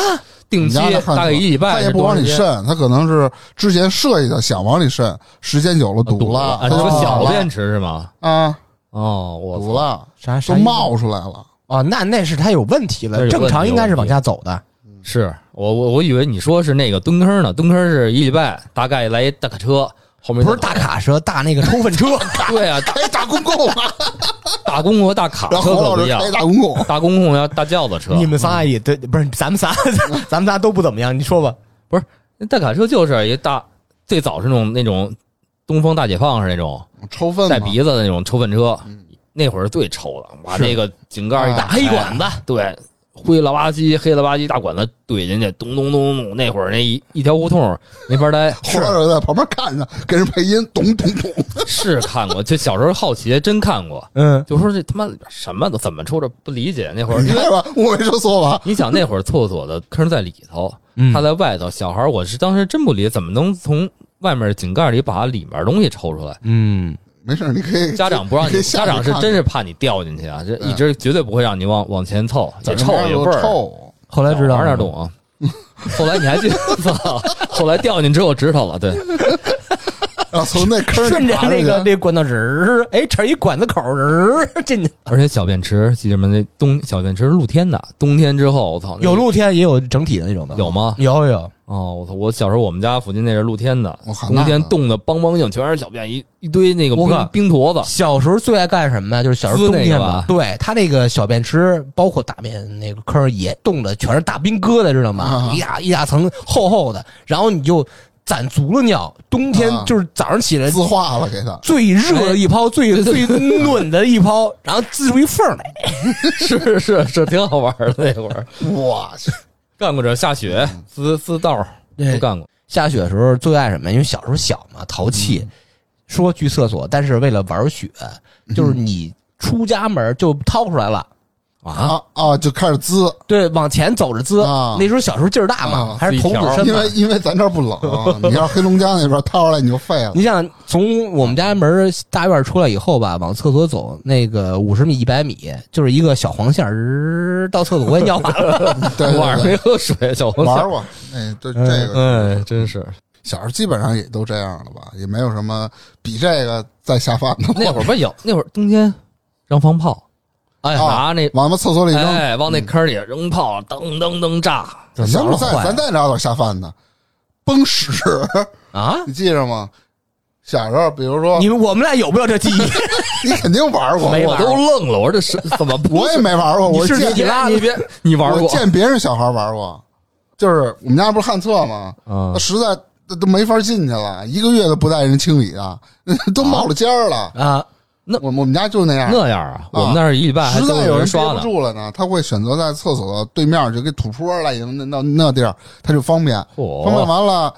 Speaker 3: 定期
Speaker 1: 你家那旱
Speaker 3: 大概
Speaker 1: 厕
Speaker 3: 一礼拜
Speaker 1: 它也
Speaker 3: 是
Speaker 1: 不
Speaker 3: 多
Speaker 1: 往
Speaker 3: 长
Speaker 1: 里
Speaker 3: 时间
Speaker 1: 渗，它可能是之前设计的，想往里渗，时间久了
Speaker 3: 啊堵
Speaker 1: 了，
Speaker 3: 啊
Speaker 1: 它
Speaker 3: 你
Speaker 1: 就
Speaker 3: 说
Speaker 1: 堵
Speaker 3: 小
Speaker 1: 了
Speaker 3: 便池是吗？
Speaker 1: 啊，
Speaker 3: 哦，我
Speaker 1: 堵
Speaker 3: 操！
Speaker 1: 了，
Speaker 2: 啥啥
Speaker 1: 都
Speaker 2: 意思
Speaker 1: 冒出来了。
Speaker 2: 啊？那那是它有问题
Speaker 3: 那
Speaker 2: 了，
Speaker 3: 有问题
Speaker 2: 正常应该是往下走的。
Speaker 3: 是我我我以为你说是那个蹲坑呢，蹲坑是一礼拜大概来一大卡车，后面
Speaker 2: 不是大卡 车，大那个充粪车，
Speaker 3: 对啊，
Speaker 1: 开大公共啊，
Speaker 3: 大公共和大卡
Speaker 1: 然
Speaker 3: 车
Speaker 1: 后侯
Speaker 3: 可
Speaker 1: 老
Speaker 3: 不一
Speaker 1: 师
Speaker 3: 样，
Speaker 1: 开大公共，
Speaker 3: 大公共要大轿子车，
Speaker 2: 你们仨也对，不是咱们仨， 咱们仨都不怎么样。你说吧，
Speaker 3: 那大卡车就是一大，最早是那种那种东风大解放是那种
Speaker 1: 抽粪
Speaker 3: 带
Speaker 1: 嘛
Speaker 3: 鼻子的那种抽粪车
Speaker 1: 啊嗯，
Speaker 3: 那会儿是最臭的，把
Speaker 2: 是
Speaker 3: 那个井盖一打
Speaker 1: 啊
Speaker 3: 黑管子，对，灰了吧唧黑了吧唧大管子怼进去，咚咚咚咚，那会儿那一一条胡同没 法待，
Speaker 1: 侯老师在旁边看着，给人配音，咚咚咚，
Speaker 3: 是看过，就小时候好奇，真看过，
Speaker 2: 嗯，
Speaker 3: 就说这他妈里边什么都怎么抽着不理解那会儿，
Speaker 1: 你
Speaker 3: 因为
Speaker 1: 看吧，我没说错吧？
Speaker 3: 你想那会儿厕所的坑在里头，
Speaker 2: 嗯
Speaker 3: 他在外头，小孩儿我是当时真不理解怎么能从外面井盖里把里面东西抽出来。
Speaker 2: 嗯，
Speaker 1: 没事，你可以
Speaker 3: 家长不让
Speaker 1: 可 以
Speaker 3: 你，
Speaker 1: 下
Speaker 3: 家
Speaker 1: 去
Speaker 3: 长是
Speaker 1: 看嗯
Speaker 3: 真是怕你掉进去啊，这一直绝对不会让你往往前凑，也
Speaker 1: 怎么
Speaker 3: 臭
Speaker 1: 样
Speaker 3: 也
Speaker 1: 都
Speaker 3: 味儿。
Speaker 1: 臭，
Speaker 2: 后来知道
Speaker 3: 哪
Speaker 2: 了
Speaker 3: 哪懂啊？ 后来你还去， 操！后来掉进去之后知道了，对，
Speaker 1: 然后从那坑里
Speaker 2: 顺着
Speaker 1: 爬出
Speaker 2: 那
Speaker 1: 去
Speaker 2: 个那管道人儿，哎，这儿一管子口人 儿进去，
Speaker 3: 而且小便池，记着吗？那冬小便池是露天的，冬天之后，我操，那
Speaker 2: 有露天也有整体的那种的，
Speaker 3: 有吗？
Speaker 2: 有有，
Speaker 3: 哦，我操！我小时候我们家附近那是露天的
Speaker 1: 我，靠
Speaker 3: 冬天
Speaker 1: 那
Speaker 3: 冻的梆梆硬，全是小便，一一堆那个
Speaker 2: 我靠
Speaker 3: 冰冰 坨子，
Speaker 2: 小时候最爱干什么呢？就是小时候
Speaker 3: 啊滋
Speaker 2: 冬
Speaker 3: 那
Speaker 2: 天
Speaker 3: 个
Speaker 2: 嘛
Speaker 3: 吧，
Speaker 2: 对他那个小便池，包括大便那个坑儿也冻的全是大冰疙瘩，知道吗
Speaker 1: 啊？
Speaker 2: 一大一大层厚厚的，然后你就攒足了尿，冬天
Speaker 1: 啊
Speaker 2: 就是早上起来
Speaker 1: 自化了给他，
Speaker 2: 最热的一泡，最最暖的一泡，然后滋出一缝儿来。
Speaker 3: 是是是，挺好玩的 那会儿。
Speaker 1: 哇，
Speaker 3: 干过这下雪
Speaker 1: 嗯
Speaker 3: 滋滋道儿
Speaker 2: 对
Speaker 3: 都干过，
Speaker 2: 下雪的时候最爱什么？因为小时候小嘛，淘气，说去厕所，但是为了玩雪，就是你出家门就掏出来了。
Speaker 3: 啊，
Speaker 1: 啊啊，就开始滋，
Speaker 2: 对，往前走着滋，
Speaker 1: 啊
Speaker 2: 那时候小时候劲儿大嘛，
Speaker 1: 啊
Speaker 2: 还是童子身
Speaker 1: 因
Speaker 2: 嘛
Speaker 1: 为。因为咱这儿不 冷，你要是黑龙江那边掏出来你就废了。
Speaker 2: 你想从我们家门儿大院出来以后吧，往厕所走那个五十米、一百米，就是一个小黄线儿，到厕所我也尿完了。
Speaker 1: 对
Speaker 3: 晚上
Speaker 1: 对
Speaker 3: 没喝水，小
Speaker 1: 对，
Speaker 3: 红
Speaker 1: 玩
Speaker 3: 伞
Speaker 1: 儿。过，哎，这这个
Speaker 3: 哎，真是
Speaker 1: 小时候基本上也都这样了吧，也没有什么比这个再下饭的。
Speaker 3: 那会儿不有那会儿冬天扔放炮，哎，
Speaker 1: 啊
Speaker 3: 拿那
Speaker 1: 往他妈厕所里扔，
Speaker 3: 哎往那坑里扔炮，噔噔噔炸，
Speaker 1: 咱们再
Speaker 2: 坏
Speaker 1: 咱再聊点下饭的，崩屎，
Speaker 2: 啊！
Speaker 1: 你记着吗？小时候，比如说
Speaker 2: 你们我们俩有没有这记忆？
Speaker 1: 你肯定玩过，
Speaker 2: 没
Speaker 1: 我
Speaker 3: 我
Speaker 2: 玩
Speaker 3: 都愣了，我说这是怎么 不
Speaker 1: 我也没玩过，
Speaker 2: 你
Speaker 1: 我
Speaker 2: 是
Speaker 1: 见
Speaker 2: 你拉的
Speaker 3: 你别你玩
Speaker 1: 我
Speaker 3: 过
Speaker 1: 见别人小孩玩过，就是我们家不是旱厕吗？
Speaker 3: 啊
Speaker 1: 那？实在都都没法进去了，一个月都不带人清理的， 都冒了尖儿了。
Speaker 2: 啊，
Speaker 1: 我我们家就那样，
Speaker 3: 那样啊？我们那儿一礼拜还
Speaker 1: 实
Speaker 3: 都
Speaker 1: 在
Speaker 3: 有
Speaker 1: 人憋
Speaker 3: 刷
Speaker 1: 不
Speaker 3: 呢。
Speaker 1: 住了呢，他会选择在厕所对面就给土坡来那那那地儿，他就方便。
Speaker 3: 嚯
Speaker 1: 方便完了，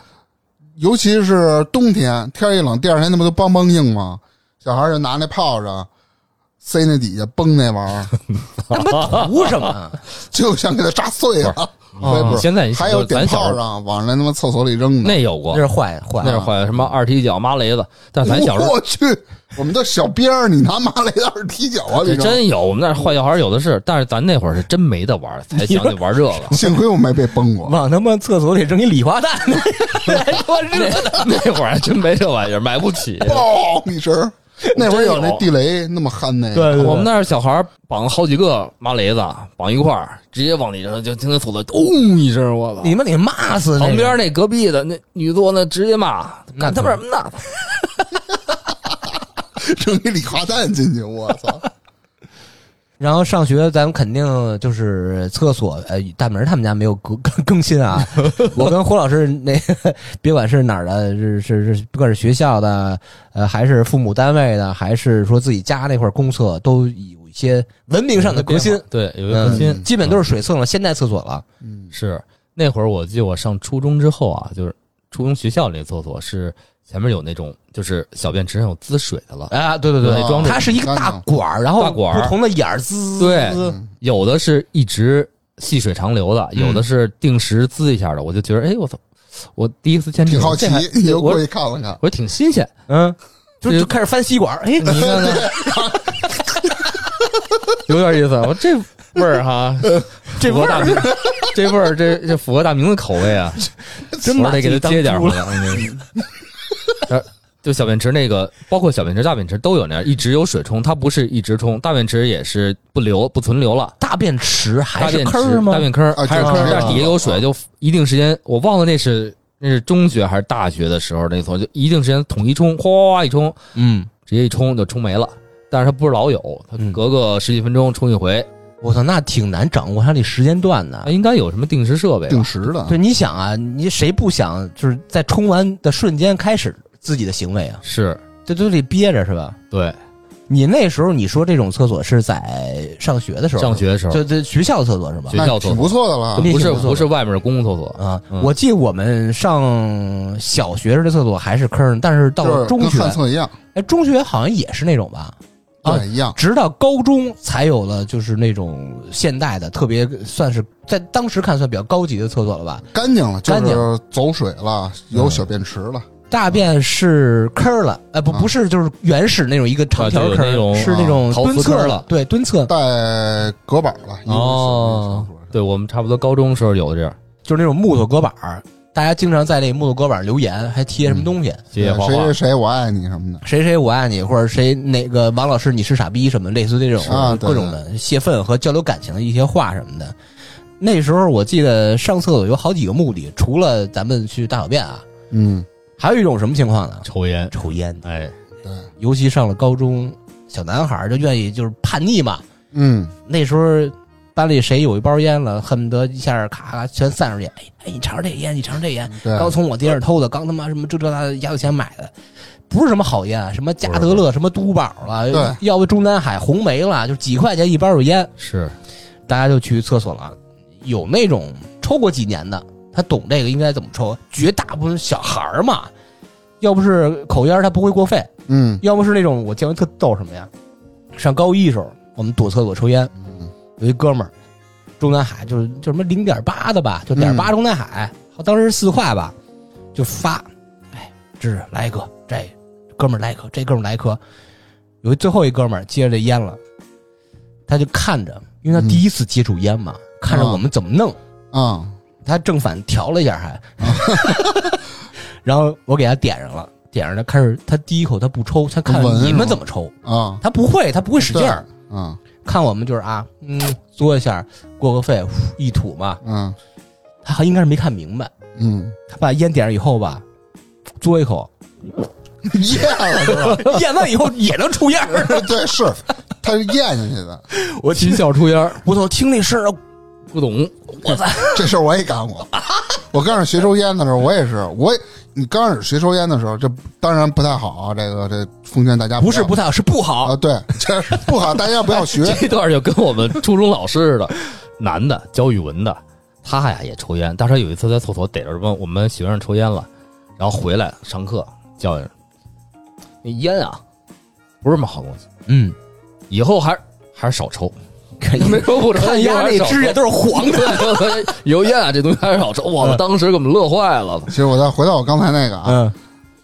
Speaker 1: 尤其是冬天，天一冷，第二天那不都梆梆硬吗？小孩儿就拿那炮仗塞那底下崩那玩意儿，
Speaker 2: 图什么？啊
Speaker 1: 就想给他炸碎了。
Speaker 3: 啊
Speaker 1: 不是
Speaker 3: 现在你
Speaker 1: 还有点
Speaker 3: 咱小
Speaker 1: 炮
Speaker 3: 时候
Speaker 1: 仗往人他妈厕所里扔的，
Speaker 3: 那有过
Speaker 2: 那，是坏坏
Speaker 3: 那是坏什么二踢脚、麻雷子，但咱小时候
Speaker 1: 我去，我们都小边儿，你拿麻雷的二踢脚啊！这
Speaker 3: 这
Speaker 1: 种
Speaker 3: 真有，我们那儿坏小孩有的是，但是咱那会儿是真没得玩，才想起玩这个。
Speaker 1: 幸亏我没被崩过。
Speaker 2: 往他妈厕所里扔一礼花 弹，多热的！
Speaker 3: 那会儿还真没这玩意儿，买不起。
Speaker 1: 嘣一声，那会儿有那地雷那么憨那个，
Speaker 3: 我们那儿小孩儿绑了好几个麻雷子，绑一块儿，直接往里扔，就听那锁子咚一声，我操！
Speaker 2: 你们得骂死那个
Speaker 3: 旁边那隔壁的那女座那直接骂，
Speaker 2: 那
Speaker 3: 干他
Speaker 2: 可
Speaker 3: 妈什么呢？
Speaker 1: 扔一礼花弹进去，我 操！
Speaker 2: 然后上学，咱们肯定就是厕所，呃，大门他们家没有更 更更新 啊。我跟胡老师那， 别管是哪儿的，是是是，不管是学校的，呃，还是父母单位的，还是说自己家那块儿公厕，都有一些文明上的革新。
Speaker 3: 对，有一个
Speaker 2: 嗯
Speaker 3: 革新，
Speaker 2: 基本都是水厕了，现代厕所了。
Speaker 1: 嗯
Speaker 3: 是那会儿，我记得我上初中之后啊，就是初中学校里的厕所是前面有那种就是小便池上有滋水的了，
Speaker 2: 啊，对对
Speaker 3: 对装着
Speaker 2: 它是一个大管儿，然后
Speaker 3: 大管儿
Speaker 2: 不同的眼儿滋，
Speaker 3: 对
Speaker 2: 滋
Speaker 3: 有的是一直细水长流的，有的是定时滋一下的。我就觉得，哎，我操！我第一次见这
Speaker 1: 挺
Speaker 3: 种
Speaker 1: 好奇
Speaker 3: 这还，
Speaker 1: 你就
Speaker 3: 我
Speaker 1: 过去看了看。
Speaker 3: 我挺新鲜。
Speaker 2: 嗯，就
Speaker 3: 这
Speaker 2: 就开始翻吸管儿，哎，
Speaker 3: 你看看，有点意思。啊我这味 儿哈，这符合大名，这味儿这这符合大明的口味啊。
Speaker 2: 真
Speaker 3: 我
Speaker 2: 把
Speaker 3: 得给
Speaker 2: 自己
Speaker 3: 他
Speaker 2: 当
Speaker 3: 接点
Speaker 2: 猪
Speaker 3: 回
Speaker 2: 了。
Speaker 3: 来。嗯嗯就小便池那个，包括小便池、大便池都有那样，一直有水冲，它不是一直冲，大便池也是不流不存流了。
Speaker 2: 大便池还
Speaker 3: 大
Speaker 2: 是
Speaker 3: 便池
Speaker 2: 坑儿吗
Speaker 3: 大？便坑
Speaker 1: 啊
Speaker 3: 还是
Speaker 1: 就
Speaker 3: 坑
Speaker 1: 是
Speaker 3: 儿，
Speaker 1: 这样
Speaker 3: 但是底下有
Speaker 2: 啊
Speaker 3: 水，就一定时间，我忘了那是那是中学还是大学的时候那所，就一定时间统一冲，哗哗哗一冲，
Speaker 2: 嗯，
Speaker 3: 直接一冲就冲没了。但是它不是老有，它
Speaker 2: 嗯
Speaker 3: 隔个十几分钟冲一回，
Speaker 2: 我操，那挺难掌握它这时间段的
Speaker 3: 它。应该有什么定时设备吧
Speaker 1: 定？时的
Speaker 2: 对，你想啊，你谁不想就是在冲完的瞬间开始自己的行为啊？
Speaker 3: 是，
Speaker 2: 这都得憋着是吧？
Speaker 3: 对，
Speaker 2: 你那时候你说这种厕所是在上学的时候，
Speaker 3: 上学的时候
Speaker 2: 就就学校厕所是吧？
Speaker 3: 学
Speaker 1: 那
Speaker 3: 校厕
Speaker 1: 挺
Speaker 3: 所
Speaker 1: 不错的了
Speaker 2: 对。
Speaker 3: 不是
Speaker 2: 那挺不错的
Speaker 3: 不是外面的公共厕所，
Speaker 2: 啊，
Speaker 3: 嗯
Speaker 2: 我记得我们上小学时的厕所还是坑儿，但是到
Speaker 1: 就
Speaker 2: 了
Speaker 1: 是
Speaker 2: 中
Speaker 1: 跟
Speaker 2: 学，
Speaker 1: 旱厕一样，
Speaker 2: 哎，中学好像也是那种吧，啊
Speaker 1: 对，一样。
Speaker 2: 直到高中才有了就是那种现代的，特别算是在当时看算比较高级的厕所了吧。
Speaker 1: 干净了，就
Speaker 2: 干嗯
Speaker 1: 是走水了，有小便池了，
Speaker 2: 大便是坑儿了，呃，不
Speaker 1: 啊
Speaker 2: 不是，就是原始那种一个长条
Speaker 3: 啊
Speaker 2: 坑
Speaker 3: 就有那
Speaker 2: 儿，
Speaker 3: 种
Speaker 2: 是那种
Speaker 3: 啊陶瓷
Speaker 2: 蹲
Speaker 3: 坑
Speaker 2: 厕
Speaker 3: 儿了
Speaker 2: 对，蹲厕
Speaker 1: 带隔板了。一个是
Speaker 3: 哦
Speaker 1: 小便池
Speaker 3: 对我们差不多高中时候有的这样，
Speaker 2: 就是那种木头隔板儿，大家经常在那木头隔板儿留言，还贴什么东西，
Speaker 3: 谢谢花花
Speaker 1: 谁谁谁我爱你什么的，
Speaker 2: 谁谁我爱你，或者谁哪个王老师你是傻逼什么，类似这种、
Speaker 1: 啊对
Speaker 2: 各种的泄愤和交流感情的一些话什么的。那时候我记得上厕所有好几个目的，除了咱们去大小便啊，
Speaker 1: 嗯，
Speaker 2: 还有一种什么情况呢？
Speaker 3: 抽烟，
Speaker 2: 抽烟，
Speaker 3: 哎，
Speaker 1: 对，
Speaker 2: 尤其上了高中，小男孩儿就愿意就是叛逆嘛。
Speaker 1: 嗯，
Speaker 2: 那时候班里谁有一包烟了，恨不得一下咔咔全散出去。哎哎，你尝尝这烟，你尝尝这烟，
Speaker 1: 对，
Speaker 2: 刚从我爹那儿偷的，刚他妈什么这这那的压岁钱买的，不是什么好烟，什么加德乐、什么都宝
Speaker 1: 对
Speaker 2: 了，要不中南海红梅了，就几块钱一包的烟，
Speaker 3: 是
Speaker 2: 大家就去厕所了。有那种抽过几年的，他懂这个应该怎么抽，绝大部分小孩儿嘛，要不是口烟儿他不会过肺，
Speaker 1: 嗯
Speaker 2: 要不是那种我见过特逗什么呀，上高一时候我们躲厕所抽烟，
Speaker 1: 嗯
Speaker 2: 有一哥们儿，中南海就是就什么零点八的吧，就点
Speaker 1: 嗯
Speaker 2: 八中南海，当时是四块吧，就发，哎，这是来一颗，这哥们儿来一颗，这哥们儿来一颗，有一最后一哥们儿接着这烟了，他就看着，因为
Speaker 1: 嗯
Speaker 2: 他第一次接触烟嘛，看着我们怎么弄，
Speaker 1: 啊，
Speaker 2: 他正反调了一下 还，然后我给他点上了，点上他开始，他第一口他不抽，他看
Speaker 1: 闻
Speaker 2: 你
Speaker 1: 是吗
Speaker 2: 们怎么抽，
Speaker 1: 啊，
Speaker 2: 他不会，他不会使劲儿。
Speaker 1: 对，啊
Speaker 2: 看我们就是啊，嗯，嘬一下，过个肺，呼一吐嘛。
Speaker 1: 嗯
Speaker 2: 他还应该是没看明白，
Speaker 1: 嗯，
Speaker 2: 他把烟点上以后吧，嘬一 口，
Speaker 1: 咽了是吧？
Speaker 2: 咽完以后也能出烟儿。
Speaker 1: 对，是，他是咽下去的，
Speaker 2: 我
Speaker 3: 秦笑抽烟，
Speaker 2: 我操，听那声儿，啊
Speaker 3: 不懂，
Speaker 1: 这事儿我也干过。我刚开始学抽烟的时候，我也是，我也你刚开始学抽烟的时候，这当然不太好啊，这个这奉劝大家
Speaker 2: 不是
Speaker 1: 要
Speaker 2: 不太好，是不
Speaker 1: 啊，
Speaker 2: 好。
Speaker 1: 对，这不好，大家不要 学。
Speaker 3: 这段就跟我们初中老师似的，男的教语文的，他呀也抽烟，但是他有一次在厕所逮着什么我们学生抽烟了，然后回来上课教育，那烟啊不是什么好东西，
Speaker 2: 嗯，
Speaker 3: 以后还是还是少抽。
Speaker 2: 看
Speaker 3: 没说不抽，
Speaker 2: 看
Speaker 3: 烟
Speaker 2: 烟那指甲都是黄 的。
Speaker 3: 的，油烟啊这东西还是少抽。我们当时给我们乐坏了，
Speaker 1: 其实我再回到我刚才那个啊，
Speaker 2: 嗯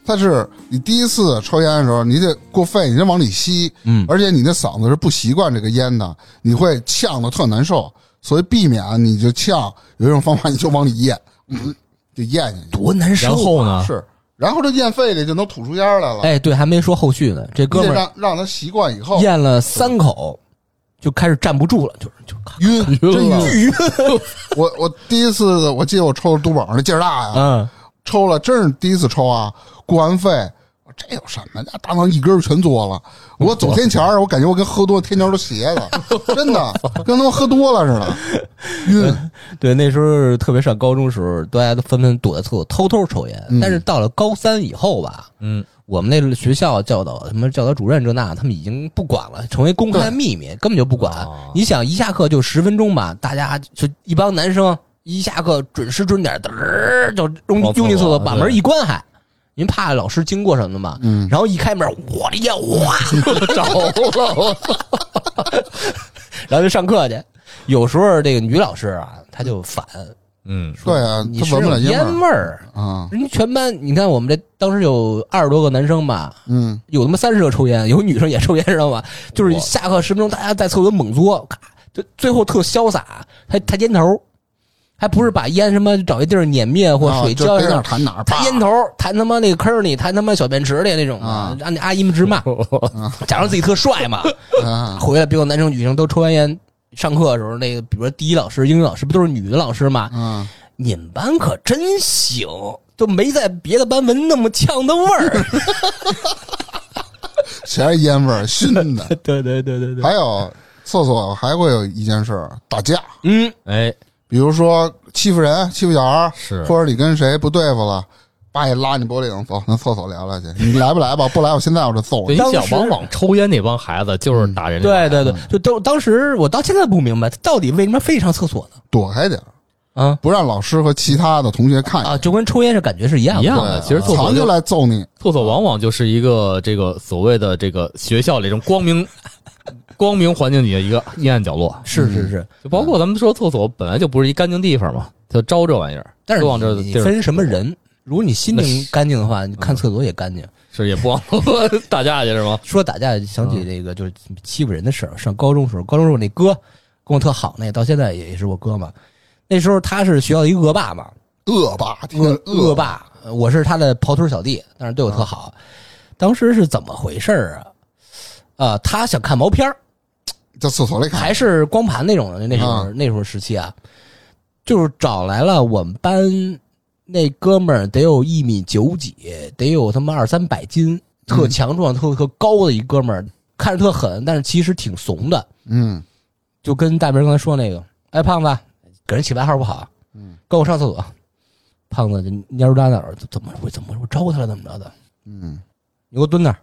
Speaker 1: 它是你第一次抽烟的时候，你得过肺，你得往里吸，
Speaker 2: 嗯，
Speaker 1: 而且你的嗓子是不习惯这个烟的，你会呛的特难受，所以避免啊你就呛，有一种方法你就往里咽，嗯，就咽下去，
Speaker 2: 多难受。啊
Speaker 3: 然后呢？
Speaker 1: 是，然后这咽肺里就能吐出烟来了。
Speaker 2: 哎，对，还没说后续呢。这
Speaker 1: 你
Speaker 2: 哥
Speaker 1: 得
Speaker 2: 们儿
Speaker 1: 让让他习惯以后
Speaker 2: 咽了三口，就开始站不住了，就是就咔
Speaker 1: 晕，真
Speaker 3: 晕了
Speaker 1: 晕。我我第一次我记得我抽的都宝那劲儿大呀，
Speaker 2: 嗯，
Speaker 1: 抽了，真是第一次抽啊！过完肺，我这有什么呀？大脑一根儿全嘬了。我走天桥儿，我感觉我跟喝多了天桥儿都斜了，真的跟他妈喝多了似的，晕。
Speaker 2: 对，那时候特别上高中时候，大家都纷纷躲在厕所偷偷抽烟。但是到了高三以后吧，
Speaker 3: 嗯，
Speaker 2: 我们那学校教导什么教导主任这那，他们已经不管了，成为公开秘密，根本就不管。
Speaker 3: 哦
Speaker 2: 你想一下课就十分钟吧，大家就一帮男生一下课准时准点儿，嘚儿就拥
Speaker 3: 往厕所
Speaker 2: 拥进厕所，把
Speaker 3: 对
Speaker 2: 门一关还。您怕老师经过什么的嘛？
Speaker 1: 嗯
Speaker 2: 然后一开门，我的烟，哇，
Speaker 3: 着了，我操！
Speaker 2: 然后就上课去。有时候这个女老师啊，她就反，
Speaker 3: 嗯，
Speaker 1: 对啊，
Speaker 2: 你
Speaker 1: 他
Speaker 2: 身
Speaker 1: 闻不了
Speaker 2: 上有烟
Speaker 1: 味
Speaker 2: 味儿，
Speaker 1: 儿啊，
Speaker 2: 人家全班，你看我们这当时有二十多个男生吧，
Speaker 1: 嗯，
Speaker 2: 有他妈三十个抽烟，有女生也抽烟，知道吗？就是下课十分钟，大家在厕所猛嘬，咔，就最后特潇洒，还抬肩头，还不是把烟什么找一地儿碾灭或
Speaker 1: 啊
Speaker 2: 水
Speaker 1: 就
Speaker 2: 浇一
Speaker 1: 跟哪
Speaker 2: 下
Speaker 1: 儿，弹哪儿，
Speaker 2: 弹
Speaker 1: 啪
Speaker 2: 烟头，弹他妈那个坑里，弹他妈小便池里那种
Speaker 1: 啊哦
Speaker 2: 让你阿姨们 直骂，假装自己特帅嘛。
Speaker 1: 啊
Speaker 2: 回来，比我男生女生都抽完烟，上课的时候，那个比如说第一老师、英语老师不都是女的老师嘛？
Speaker 1: 啊！
Speaker 2: 你们班可真行，就没在别的班闻那么呛的味 儿。
Speaker 1: 全是烟味儿熏的。
Speaker 2: 对对对对，
Speaker 1: 还有厕所还会有一件事儿打架，
Speaker 2: 嗯，
Speaker 3: 哎，
Speaker 1: 比如说欺负人、欺负小孩儿，
Speaker 3: 是
Speaker 1: 或者你跟谁不对付了，爸也拉你脖领走，那厕所聊 聊去。你来不来吧？不来，我现在我就揍你。
Speaker 3: 对，你
Speaker 2: 当
Speaker 3: 想
Speaker 2: 时嗯
Speaker 3: 往往抽烟那帮孩子就是打人家
Speaker 2: 对
Speaker 3: 孩子，
Speaker 2: 对对，就都当时我到现在不明白，到底为什么非得上厕所呢？
Speaker 1: 躲开点儿，
Speaker 2: 啊
Speaker 1: 不让老师和其他的同学看见。
Speaker 2: 啊，就跟抽烟是感觉是一样的。
Speaker 3: 一样
Speaker 1: 对
Speaker 3: 的。其实厕所
Speaker 1: 藏起
Speaker 3: 就
Speaker 1: 来揍你，
Speaker 3: 厕所往往就是一个这个所谓的这个学校里这种光明光明环境里的一个阴暗角落，
Speaker 2: 是是是，
Speaker 3: 就包括咱们说厕所本来就不是一干净地方嘛，就招这玩意儿，
Speaker 2: 但是
Speaker 3: 就往这
Speaker 2: 你
Speaker 3: 地儿
Speaker 2: 分什么人，如果你心
Speaker 3: 那
Speaker 2: 情
Speaker 3: 是嗯
Speaker 2: 干净的话，你看厕所也干净。
Speaker 3: 是也不往 打架去是吗？
Speaker 2: 说打架，想起这个就是欺负人的事儿。上高中时候，高中时候那哥跟我特好，那到现在也是我哥嘛。那时候他是学校的一个恶霸嘛，
Speaker 1: 恶霸，听着
Speaker 2: 恶恶
Speaker 1: 霸，啊
Speaker 2: 霸，呃我是他的跑腿小弟，但是对我特好。当时是怎么回事儿啊？呃，他想看毛片儿，
Speaker 1: 在厕所里看
Speaker 2: 还是光盘那种的，那时候、
Speaker 1: 啊
Speaker 2: 那时候时期啊，就是找来了我们班那哥们儿，得有一米九几，得有他妈二三百斤，
Speaker 1: 嗯
Speaker 2: 特强壮、特特高的一哥们儿，看着特狠，但是其实挺怂的，
Speaker 1: 嗯，
Speaker 2: 就跟大明刚才说那个，哎，胖子，给人起外号不好，嗯，跟我上厕所。胖子就蔫儿耷哪儿，怎么会怎么我招他了怎么着的？
Speaker 1: 嗯，
Speaker 2: 你给我蹲那儿，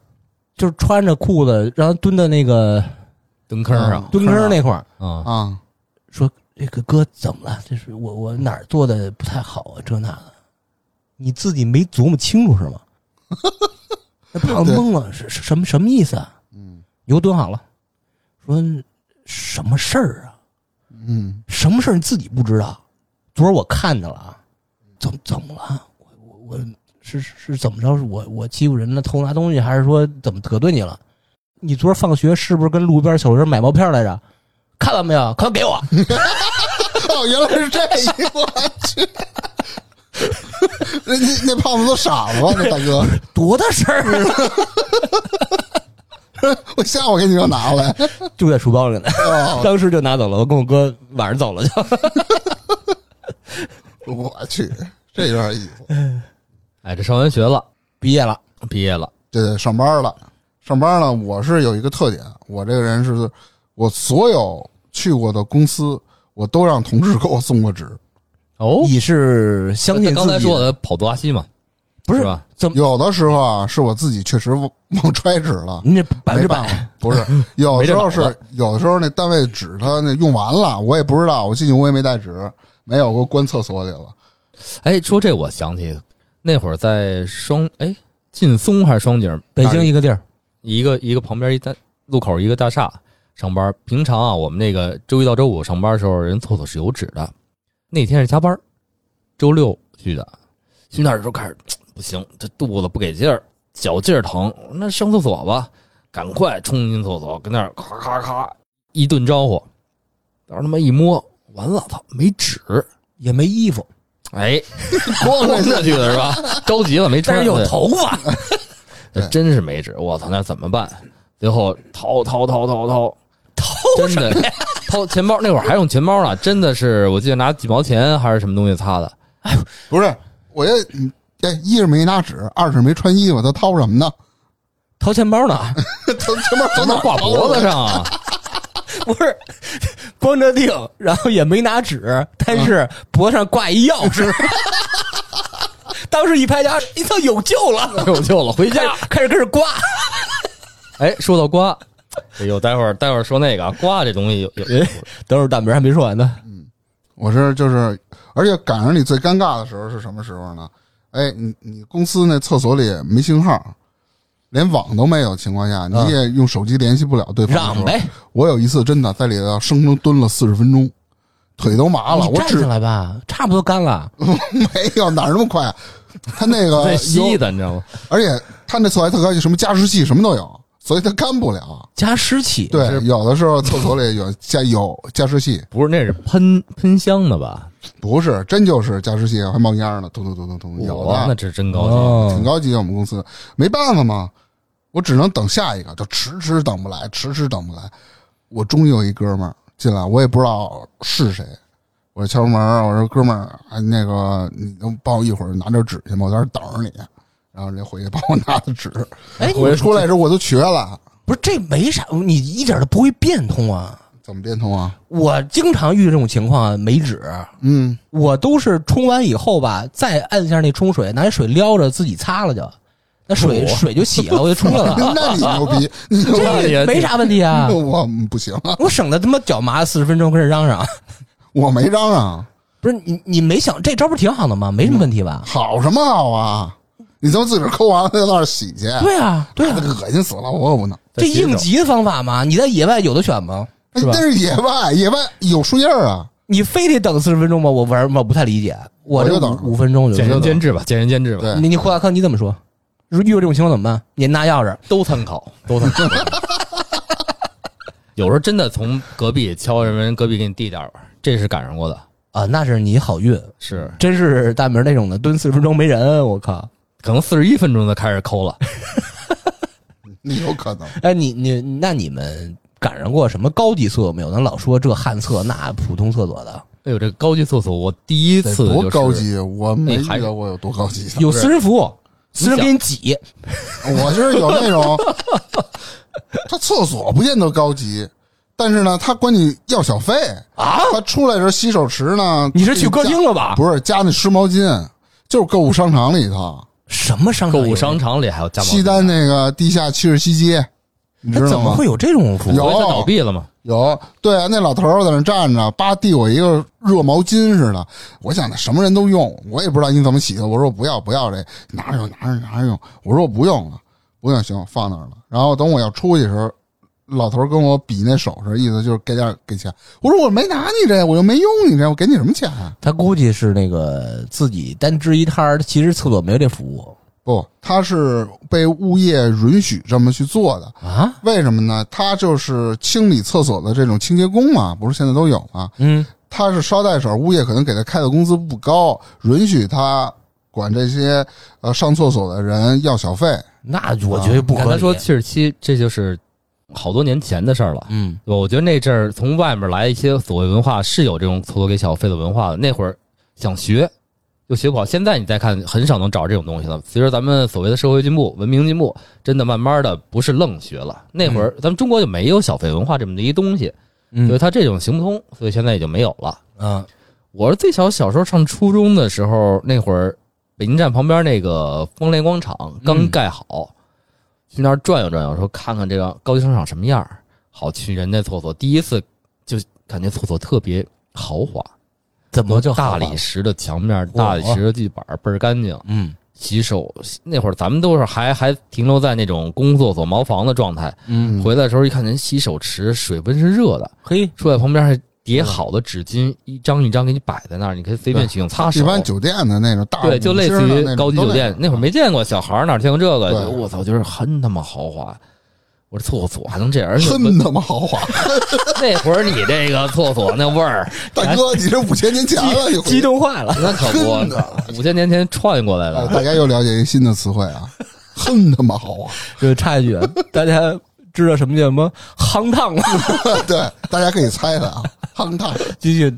Speaker 2: 就是穿着裤子让他蹲在那个
Speaker 3: 蹲坑上
Speaker 2: 蹲哦坑儿那块儿，
Speaker 3: 啊，
Speaker 1: 啊，
Speaker 2: 说这个哥怎么了？这是我我哪儿做的不太好啊？这那的，你自己没琢磨清楚是 吗？那胖子懵了，是是什么什么意思啊？
Speaker 1: 嗯
Speaker 2: 你给我蹲好了，说什么事儿啊？
Speaker 1: 嗯，
Speaker 2: 什么事儿你自己不知道？昨儿我看见了啊，怎么怎么了？我我我是是怎么着？是我我欺负人了，偷拿东西，还是说怎么得罪你了？你昨儿放学是不是跟路边小车买毛片来着？看到没有？快给我！
Speaker 1: 哦，原来是这一我去， 那那那胖子都傻了，那大哥，
Speaker 2: 多大事儿啊！
Speaker 1: 我下午给你又拿过来，
Speaker 2: 就在书包里呢，
Speaker 1: 哦，
Speaker 2: 当时就拿走了。我跟我哥晚上走了就。
Speaker 1: 我去，这有点意思。
Speaker 3: 哎，这上完学了，
Speaker 2: 毕业了，
Speaker 3: 毕业了，
Speaker 1: 对对，上班了，上班了。我是有一个特点，我这个人是，我所有去过的公司，我都让同事给我送过纸。
Speaker 3: 哦，
Speaker 2: 你是相信自己的
Speaker 3: 刚才说的跑多拉西嘛，
Speaker 2: 不是
Speaker 3: 是吧
Speaker 2: 怎么？
Speaker 1: 有的时候啊，是我自己确实忘忘揣纸了。
Speaker 2: 你这百分之
Speaker 1: 没办
Speaker 2: 百
Speaker 1: 法，不是有的时候
Speaker 3: 没这脑
Speaker 1: 是有的时候那单位纸它那用完了，我也不知道，我进去我也没带纸，没有，我关厕所里了。
Speaker 3: 哎，说这我想起那会儿在双哎劲松还是双井，
Speaker 2: 北京一个地儿，
Speaker 3: 一个一个旁边一大路口一个大厦上班。平常啊，我们那个周一到周五上班的时候，人厕所是有纸的。那天是加班，周六去的，去那儿的时候开始不行，这肚子不给劲儿，脚劲儿疼，那上厕所吧，赶快冲进厕所，跟那儿咔咔咔一顿招呼，到时候他妈一摸，完了，操，没纸，
Speaker 2: 也没衣服，
Speaker 3: 哎，
Speaker 1: 光
Speaker 3: 光着去的是吧？着急了没
Speaker 2: 但
Speaker 3: 穿，
Speaker 2: 是有
Speaker 3: 对
Speaker 2: 头发。
Speaker 1: 对
Speaker 3: 真是没纸，我操，那怎么办？最后掏掏掏掏掏掏，真的掏钱包，那会儿还用钱包呢，真的是，我记得拿几毛钱还是什么东西擦的，
Speaker 1: 不是，我这嗯这一是没拿纸，二是没穿衣服，他掏什么呢？
Speaker 2: 掏钱包呢？啊
Speaker 1: 掏前面
Speaker 3: 他
Speaker 1: 掏
Speaker 3: 妈
Speaker 1: 哪
Speaker 3: 挂脖子上啊，
Speaker 2: 不是，光着腚，然后也没拿纸，但是脖子上挂一钥匙。当时一拍家，一操，有救了！
Speaker 3: 有救了，回
Speaker 2: 开
Speaker 3: 家。
Speaker 2: 始开始开始刮，
Speaker 3: 哎，说到瓜，哎呦，待会儿待会儿说那个啊瓜这东西有有有
Speaker 2: 等会儿大明还没说完呢。
Speaker 1: 我是就是，而且赶上你最尴尬的时候是什么时候呢？哎，你你公司那厕所里没信号，连网都没有的情况下，
Speaker 3: 嗯
Speaker 1: 你也用手机联系不了对方的时候。
Speaker 2: 让呗，
Speaker 1: 我有一次真的在里头生生蹲了四十分钟，腿都麻了。
Speaker 2: 你
Speaker 1: 我
Speaker 2: 站起
Speaker 1: 只嗯
Speaker 2: 来吧，差不多干了。
Speaker 1: 没有哪儿那么快、啊，他那个
Speaker 3: 在
Speaker 1: 有
Speaker 3: 吸的，你知道吗？
Speaker 1: 而且他那厕所还特高级，什么加湿器什么都有，所以它干不了。
Speaker 2: 加湿器，
Speaker 1: 对，
Speaker 3: 是
Speaker 1: 有的时候厕所里有加有加湿器，
Speaker 3: 不是那是喷喷香的吧？
Speaker 1: 不是真就是加湿器，还冒烟呢，咚咚咚咚咚，有
Speaker 3: 哇，那
Speaker 1: 的
Speaker 3: 这真高级。
Speaker 2: 哦，
Speaker 1: 挺高级的。我们公司没办法嘛，我只能等下一个，就迟迟等不来，迟迟等不来。我终于有一哥们儿进来，我也不知道是谁。我敲门，我说哥们儿，哎，那个你能帮我一会儿拿点纸去吗？我在这儿等着你。啊然后人家回去帮我拿的 纸，
Speaker 2: 哎，
Speaker 1: 我一出来的时候我都瘸了，
Speaker 2: 不是这没啥，你一点都不会变通啊！
Speaker 1: 怎么变通 啊？
Speaker 2: 我经常遇这种情况，没纸，
Speaker 1: 嗯，
Speaker 2: 我都是冲完以后吧，再按一下那冲水，拿水撩着自己擦了就，那水、
Speaker 3: 哦
Speaker 2: 水就洗了，我就冲 上了，
Speaker 1: 那你牛逼，哎你牛逼，。
Speaker 3: 那也
Speaker 2: 这没啥问题啊
Speaker 1: 我不行啊，
Speaker 2: 我省得他妈脚麻四十分钟跟这嚷嚷，
Speaker 1: 我没嚷啊嚷，
Speaker 2: 不是你你没想这招不挺好的吗？没什么问题吧？
Speaker 1: 好什么好啊？你他妈自个儿抠完了就到那儿洗去，
Speaker 2: 对啊，对 啊，
Speaker 1: 恶心死了，我可不能。
Speaker 2: 这应急的方法嘛，你在野外有的选吗？
Speaker 1: 哎
Speaker 2: 是吧
Speaker 1: 但是野外，野外有树叶儿啊，
Speaker 2: 你非得等四十分钟吗？我玩我不太理解，我这
Speaker 1: 我就等
Speaker 2: 五五分钟就
Speaker 3: 见仁见智吧，见仁见智吧，
Speaker 1: 对，
Speaker 2: 你你胡大康你怎么说？如遇到这种情况怎么办？你拿钥匙，
Speaker 3: 都参考，都参考。有时候真的从隔壁敲人，人隔壁给你递点儿，这是赶上过的，
Speaker 2: 啊，那是你好运，
Speaker 3: 是
Speaker 2: 真是大明那种的，蹲四十分钟没人，我靠！
Speaker 3: 可能四十一分钟就开始抠了。
Speaker 1: 你有可能。
Speaker 2: 哎，你你那你们赶上过什么高级厕所没有？咱老说这旱厕那普通厕所的，
Speaker 3: 哎呦，这高级厕所，我第一
Speaker 1: 得
Speaker 3: 次就
Speaker 1: 多
Speaker 3: 是
Speaker 1: 高级，我没
Speaker 3: 那还
Speaker 1: 遇到过有多高级的。
Speaker 2: 有私人服务，私人给你挤，
Speaker 1: 我就是有那 种，他厕所不见得高级，但是呢，他管你要小费啊。他出来的时候洗手池呢，
Speaker 2: 你是去歌
Speaker 1: 加
Speaker 2: 厅了啊吧？
Speaker 1: 不是加那湿毛巾，就是购物商场里头，
Speaker 2: 什么商
Speaker 3: 购
Speaker 2: 场有
Speaker 3: 物商场里还有加盟
Speaker 1: 西单那个地下七十七街，你
Speaker 2: 它
Speaker 1: 知
Speaker 2: 哎怎
Speaker 1: 道
Speaker 2: 么
Speaker 1: 吗
Speaker 2: 会？有这种服务？
Speaker 1: 有
Speaker 3: 所以他倒闭了嘛？
Speaker 1: 有，对啊，那老头儿在那站着，叭递我一个热毛巾似的。我想那什么人都用，我也不知道你怎么洗的。我说我不要不要这，拿着用拿着拿着用。我说我不用了，不用行，放那儿了。然后等我要出去的时候，老头儿跟我比那手势，意思就是给点儿给钱。我说我没拿你这，我又没用你这，我给你什么钱啊？
Speaker 2: 他估计是那个自己单支一摊儿，其实厕所没有这服务
Speaker 1: 不，他是被物业允许这么去做的。
Speaker 2: 啊。
Speaker 1: 为什么呢？他就是清理厕所的这种清洁工嘛，不是现在都有啊吗？
Speaker 2: 嗯，
Speaker 1: 他是捎带手，物业可能给他开的工资不高，允许他管这些呃上厕所的人要小
Speaker 3: 啊
Speaker 1: 费。
Speaker 2: 那我觉得不
Speaker 3: 你看
Speaker 2: 合
Speaker 3: 他
Speaker 2: 理。
Speaker 3: 说七十七，这就是好多年前的事儿了。
Speaker 2: 嗯，
Speaker 3: 对吧我觉得那阵儿从外面来一些所谓文化是有这种厕所给小费的文化的。那会儿想学，又学不好。现在你再看，很少能找着这种东西了。随着咱们所谓的社会进步、文明进步，真的慢慢的不是愣学了。那会儿咱们中国就没有小费文化这么的一东西，
Speaker 2: 嗯
Speaker 3: 所以它这种行不通，所以现在也就没有了。
Speaker 2: 啊，
Speaker 3: 我是最小小时候上初中的时候，那会儿北京站旁边那个丰联广场刚盖好，去那儿转悠转悠，说看看这个高级商场什么样儿，好去人家厕所。第一次就感觉厕所特别豪华，
Speaker 2: 怎么就
Speaker 3: 大
Speaker 2: 好了
Speaker 3: 理石的墙面，
Speaker 2: 哇
Speaker 3: 大理石的地板倍儿干净。
Speaker 2: 嗯
Speaker 3: 洗手那会儿咱们都是还 还停留在那种公厕所茅房的状态，
Speaker 2: 嗯，
Speaker 3: 回来的时候一看人洗手池水温是热的，
Speaker 2: 嘿，
Speaker 3: 出来旁边还叠好的纸巾，一张一张给你摆在那儿，你可以随便取用擦手。
Speaker 1: 一般酒店的那啊种大
Speaker 3: 对，就类似于高级酒店，那会儿
Speaker 1: 没
Speaker 3: 没见过，小孩儿哪见过这个？
Speaker 1: 对
Speaker 3: 就我操，就是很他妈豪华。我说厕所还能这样，而且
Speaker 1: 真啊他妈豪华。
Speaker 3: 那会儿你这个厕所那 味儿，
Speaker 1: 大哥，你这五千年前了，你回
Speaker 2: 激动坏了。
Speaker 3: 那可
Speaker 1: 真的
Speaker 3: 不，五千年前串过
Speaker 1: 哎
Speaker 3: 来的。
Speaker 1: 大家又了解一新的词汇啊， 哼啊他妈豪华。
Speaker 2: 就插一句，啊大家知道什么叫什么夯烫吗？ 啊
Speaker 1: 对，大家可以猜猜啊，夯烫。
Speaker 2: 继续，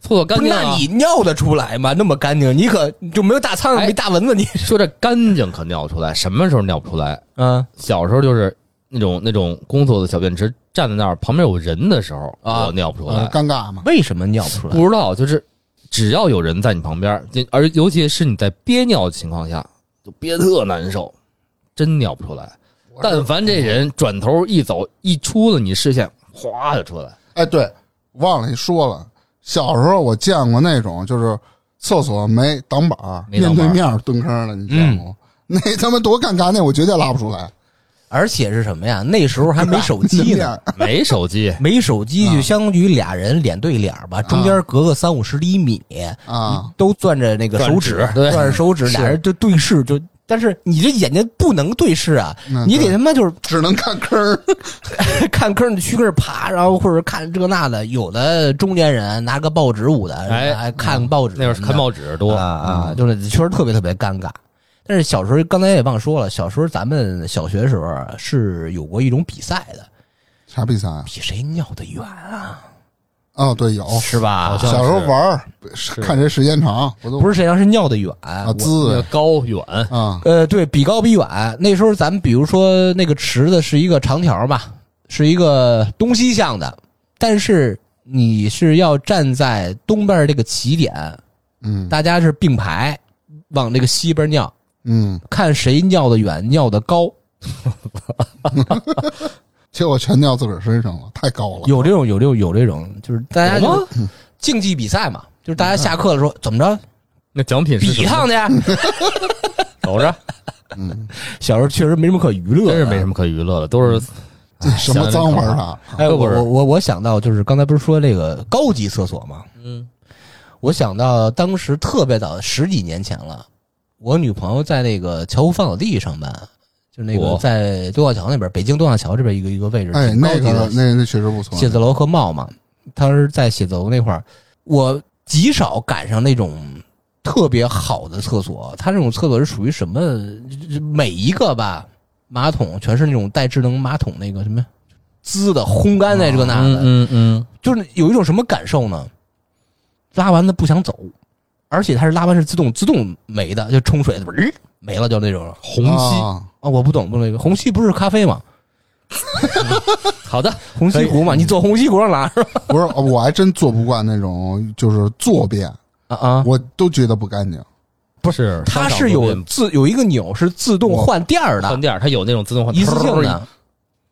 Speaker 3: 厕所干
Speaker 2: 不是
Speaker 3: 净 啊，
Speaker 2: 那你尿得出来吗？那么干净，你可就没有大苍蝇，
Speaker 3: 哎
Speaker 2: 没大蚊子，你
Speaker 3: 说这干净可尿不出来，什么时候尿不出来？
Speaker 2: 嗯
Speaker 3: 小时候就是那种那种工作的小便池，站在那儿旁边有人的时候，
Speaker 2: 啊
Speaker 3: 我尿不出来
Speaker 1: 呃，。尴尬嘛。
Speaker 2: 为什么尿不出来？
Speaker 3: 不知道，就是只要有人在你旁边，就而尤其是你在憋尿的情况下，就憋特难受，真尿不出来。但凡这人转头一走，一出了你视线，哗就 出来。
Speaker 1: 哎，对，忘了说了，小时候我见过那种就是厕所没挡板儿，
Speaker 3: 没挡
Speaker 1: 面
Speaker 3: 板
Speaker 1: 对
Speaker 3: 儿
Speaker 1: 面蹲坑的，你
Speaker 2: 嗯
Speaker 1: 见过吗？ 那他妈多尴尬，那我绝对拉不出来。
Speaker 2: 而且是什么呀？那时候还没手机
Speaker 1: 面
Speaker 2: 呢，，
Speaker 1: 对
Speaker 3: 没手机
Speaker 2: 没手机
Speaker 1: 啊
Speaker 2: 就相当于俩人脸对脸吧，中间隔个三五十厘米，
Speaker 1: 面啊，
Speaker 2: 嗯都攥着那个手指，
Speaker 3: 攥指对
Speaker 2: 攥着手指，俩人就对视，就但是你这眼睛不能对视啊，
Speaker 1: 嗯
Speaker 2: 你得
Speaker 1: 对
Speaker 2: 他妈就是
Speaker 1: 只能看坑儿。
Speaker 2: 看坑儿的去坑儿爬，然后或者看这那的，有的中年人拿个报纸捂的，
Speaker 3: 哎
Speaker 2: 还看报纸，
Speaker 3: 那会儿看报纸嗯多
Speaker 2: 啊，啊，就是确实特别特别尴尬。但是小时候，刚才也忘说了，小时候咱们小学时候是有过一种比赛的，
Speaker 1: 啥比赛啊？
Speaker 2: 比谁尿的远啊，
Speaker 1: 哦，对，有
Speaker 2: 是吧
Speaker 3: 好？像
Speaker 1: 小时候玩儿，看谁时间长，我都
Speaker 2: 不是谁尿是尿的远，
Speaker 1: 啊，
Speaker 2: 我
Speaker 3: 那个
Speaker 1: 滋
Speaker 3: 高远
Speaker 1: 啊，
Speaker 2: 呃，对比高比远。那时候咱们比如说那个池子是一个长条嘛，是一个东西向的，但是你是要站在东边这个起点，
Speaker 1: 嗯
Speaker 2: 大家是并排往这个西边尿，
Speaker 1: 嗯，
Speaker 2: 看谁尿得远，尿得高，
Speaker 1: 结果全尿自个儿身上了，太高了。
Speaker 2: 有这种有这种有这种，就是大家
Speaker 3: 有吗
Speaker 2: 就竞技比赛嘛，就是大家下课的时候怎么着
Speaker 3: 那奖品是
Speaker 2: 比一
Speaker 3: 什么？
Speaker 2: 趟去，
Speaker 3: 瞅着，
Speaker 1: 嗯，
Speaker 2: 小时候确实没什么可娱乐，
Speaker 3: 真是没什。么可娱乐的，都是
Speaker 2: 嗯
Speaker 1: 这什么脏玩意儿啊？
Speaker 2: 哎，我
Speaker 3: 胳膊儿
Speaker 2: 我我我想到就是刚才不是说这个高级厕所吗？
Speaker 3: 嗯
Speaker 2: 我想到当时特别早，十几年前了，我女朋友在那个侨湖芳草地上班，就是那个
Speaker 3: 我
Speaker 2: 在东小桥那边，北京东小桥这边一个一个位置，
Speaker 1: 哎，
Speaker 2: 挺高
Speaker 1: 那
Speaker 2: 级的
Speaker 1: 个那那确实不错。
Speaker 2: 写字楼和茂嘛，当时在写字楼那块儿，我极少赶上那种特别好的厕所。它这种厕所是属于什么？每一个吧，马桶全是那种带智能马桶那个什么滋的烘干在这个那的，
Speaker 3: 嗯嗯嗯，
Speaker 2: 就是有一种什么感受呢？拉完了不想走，而且它是拉完是自动自动没的，就冲水呃没了就那种了
Speaker 3: 虹吸，
Speaker 1: 啊，
Speaker 2: 啊！我不懂不懂那个虹吸不是咖啡吗？
Speaker 3: 好的，
Speaker 2: 虹吸壶嘛，你坐虹吸壶上拉是吧？
Speaker 1: 不是，我还真做不惯那种就是坐便，
Speaker 2: 啊啊！
Speaker 1: 我都觉得不干净。
Speaker 3: 不是
Speaker 2: 它是有自有一个钮是自动换垫儿
Speaker 3: 换
Speaker 2: 的，
Speaker 3: 垫儿，它有那种自动换
Speaker 2: 一次性的，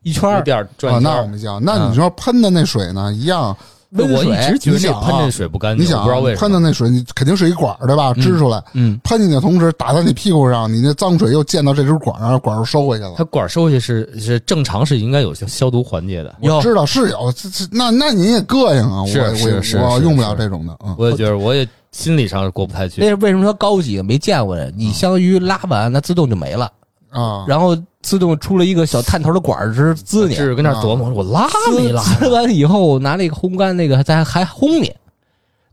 Speaker 2: 一圈
Speaker 3: 那
Speaker 2: 儿
Speaker 3: 垫儿转
Speaker 1: 啊，
Speaker 3: 一圈
Speaker 1: 那我
Speaker 3: 儿。
Speaker 1: 没见过。那你说喷的那水呢？一样，
Speaker 2: 温
Speaker 3: 我一直
Speaker 2: 水。
Speaker 3: 觉得
Speaker 1: 你想
Speaker 3: 那
Speaker 1: 啊
Speaker 3: 喷这水不干
Speaker 1: 你
Speaker 3: 净，
Speaker 1: 想
Speaker 3: 我不知道为
Speaker 1: 啊
Speaker 3: 什
Speaker 1: 喷
Speaker 3: 么。
Speaker 1: 的那水，你肯定是一管儿对吧？支出来，
Speaker 2: 嗯，
Speaker 1: 喷进去的同时打到你屁股上，你那脏水又溅到这根管儿上，管儿又收回去了。
Speaker 3: 它管儿收回去是是正常是应该有消消毒环节的，
Speaker 2: 有
Speaker 1: 我知道是有，这这那那您也膈应啊！我
Speaker 3: 是是
Speaker 1: 我
Speaker 3: 是
Speaker 1: 我
Speaker 3: 是
Speaker 1: 用不
Speaker 3: 是
Speaker 1: 了这种的啊。
Speaker 3: 我也觉得我也心理上过不太去。
Speaker 2: 那为什么说高级？没见过人，你相当于拉完，它自动就没了，
Speaker 1: 啊，
Speaker 2: 然后自动出了一个小探头的管儿，是滋你
Speaker 3: 只。是跟
Speaker 1: 啊
Speaker 3: 那儿琢磨，我拉啊没
Speaker 2: 滋
Speaker 3: 拉呀？
Speaker 2: 滋完以后，拿那个烘干那个，咱还烘你，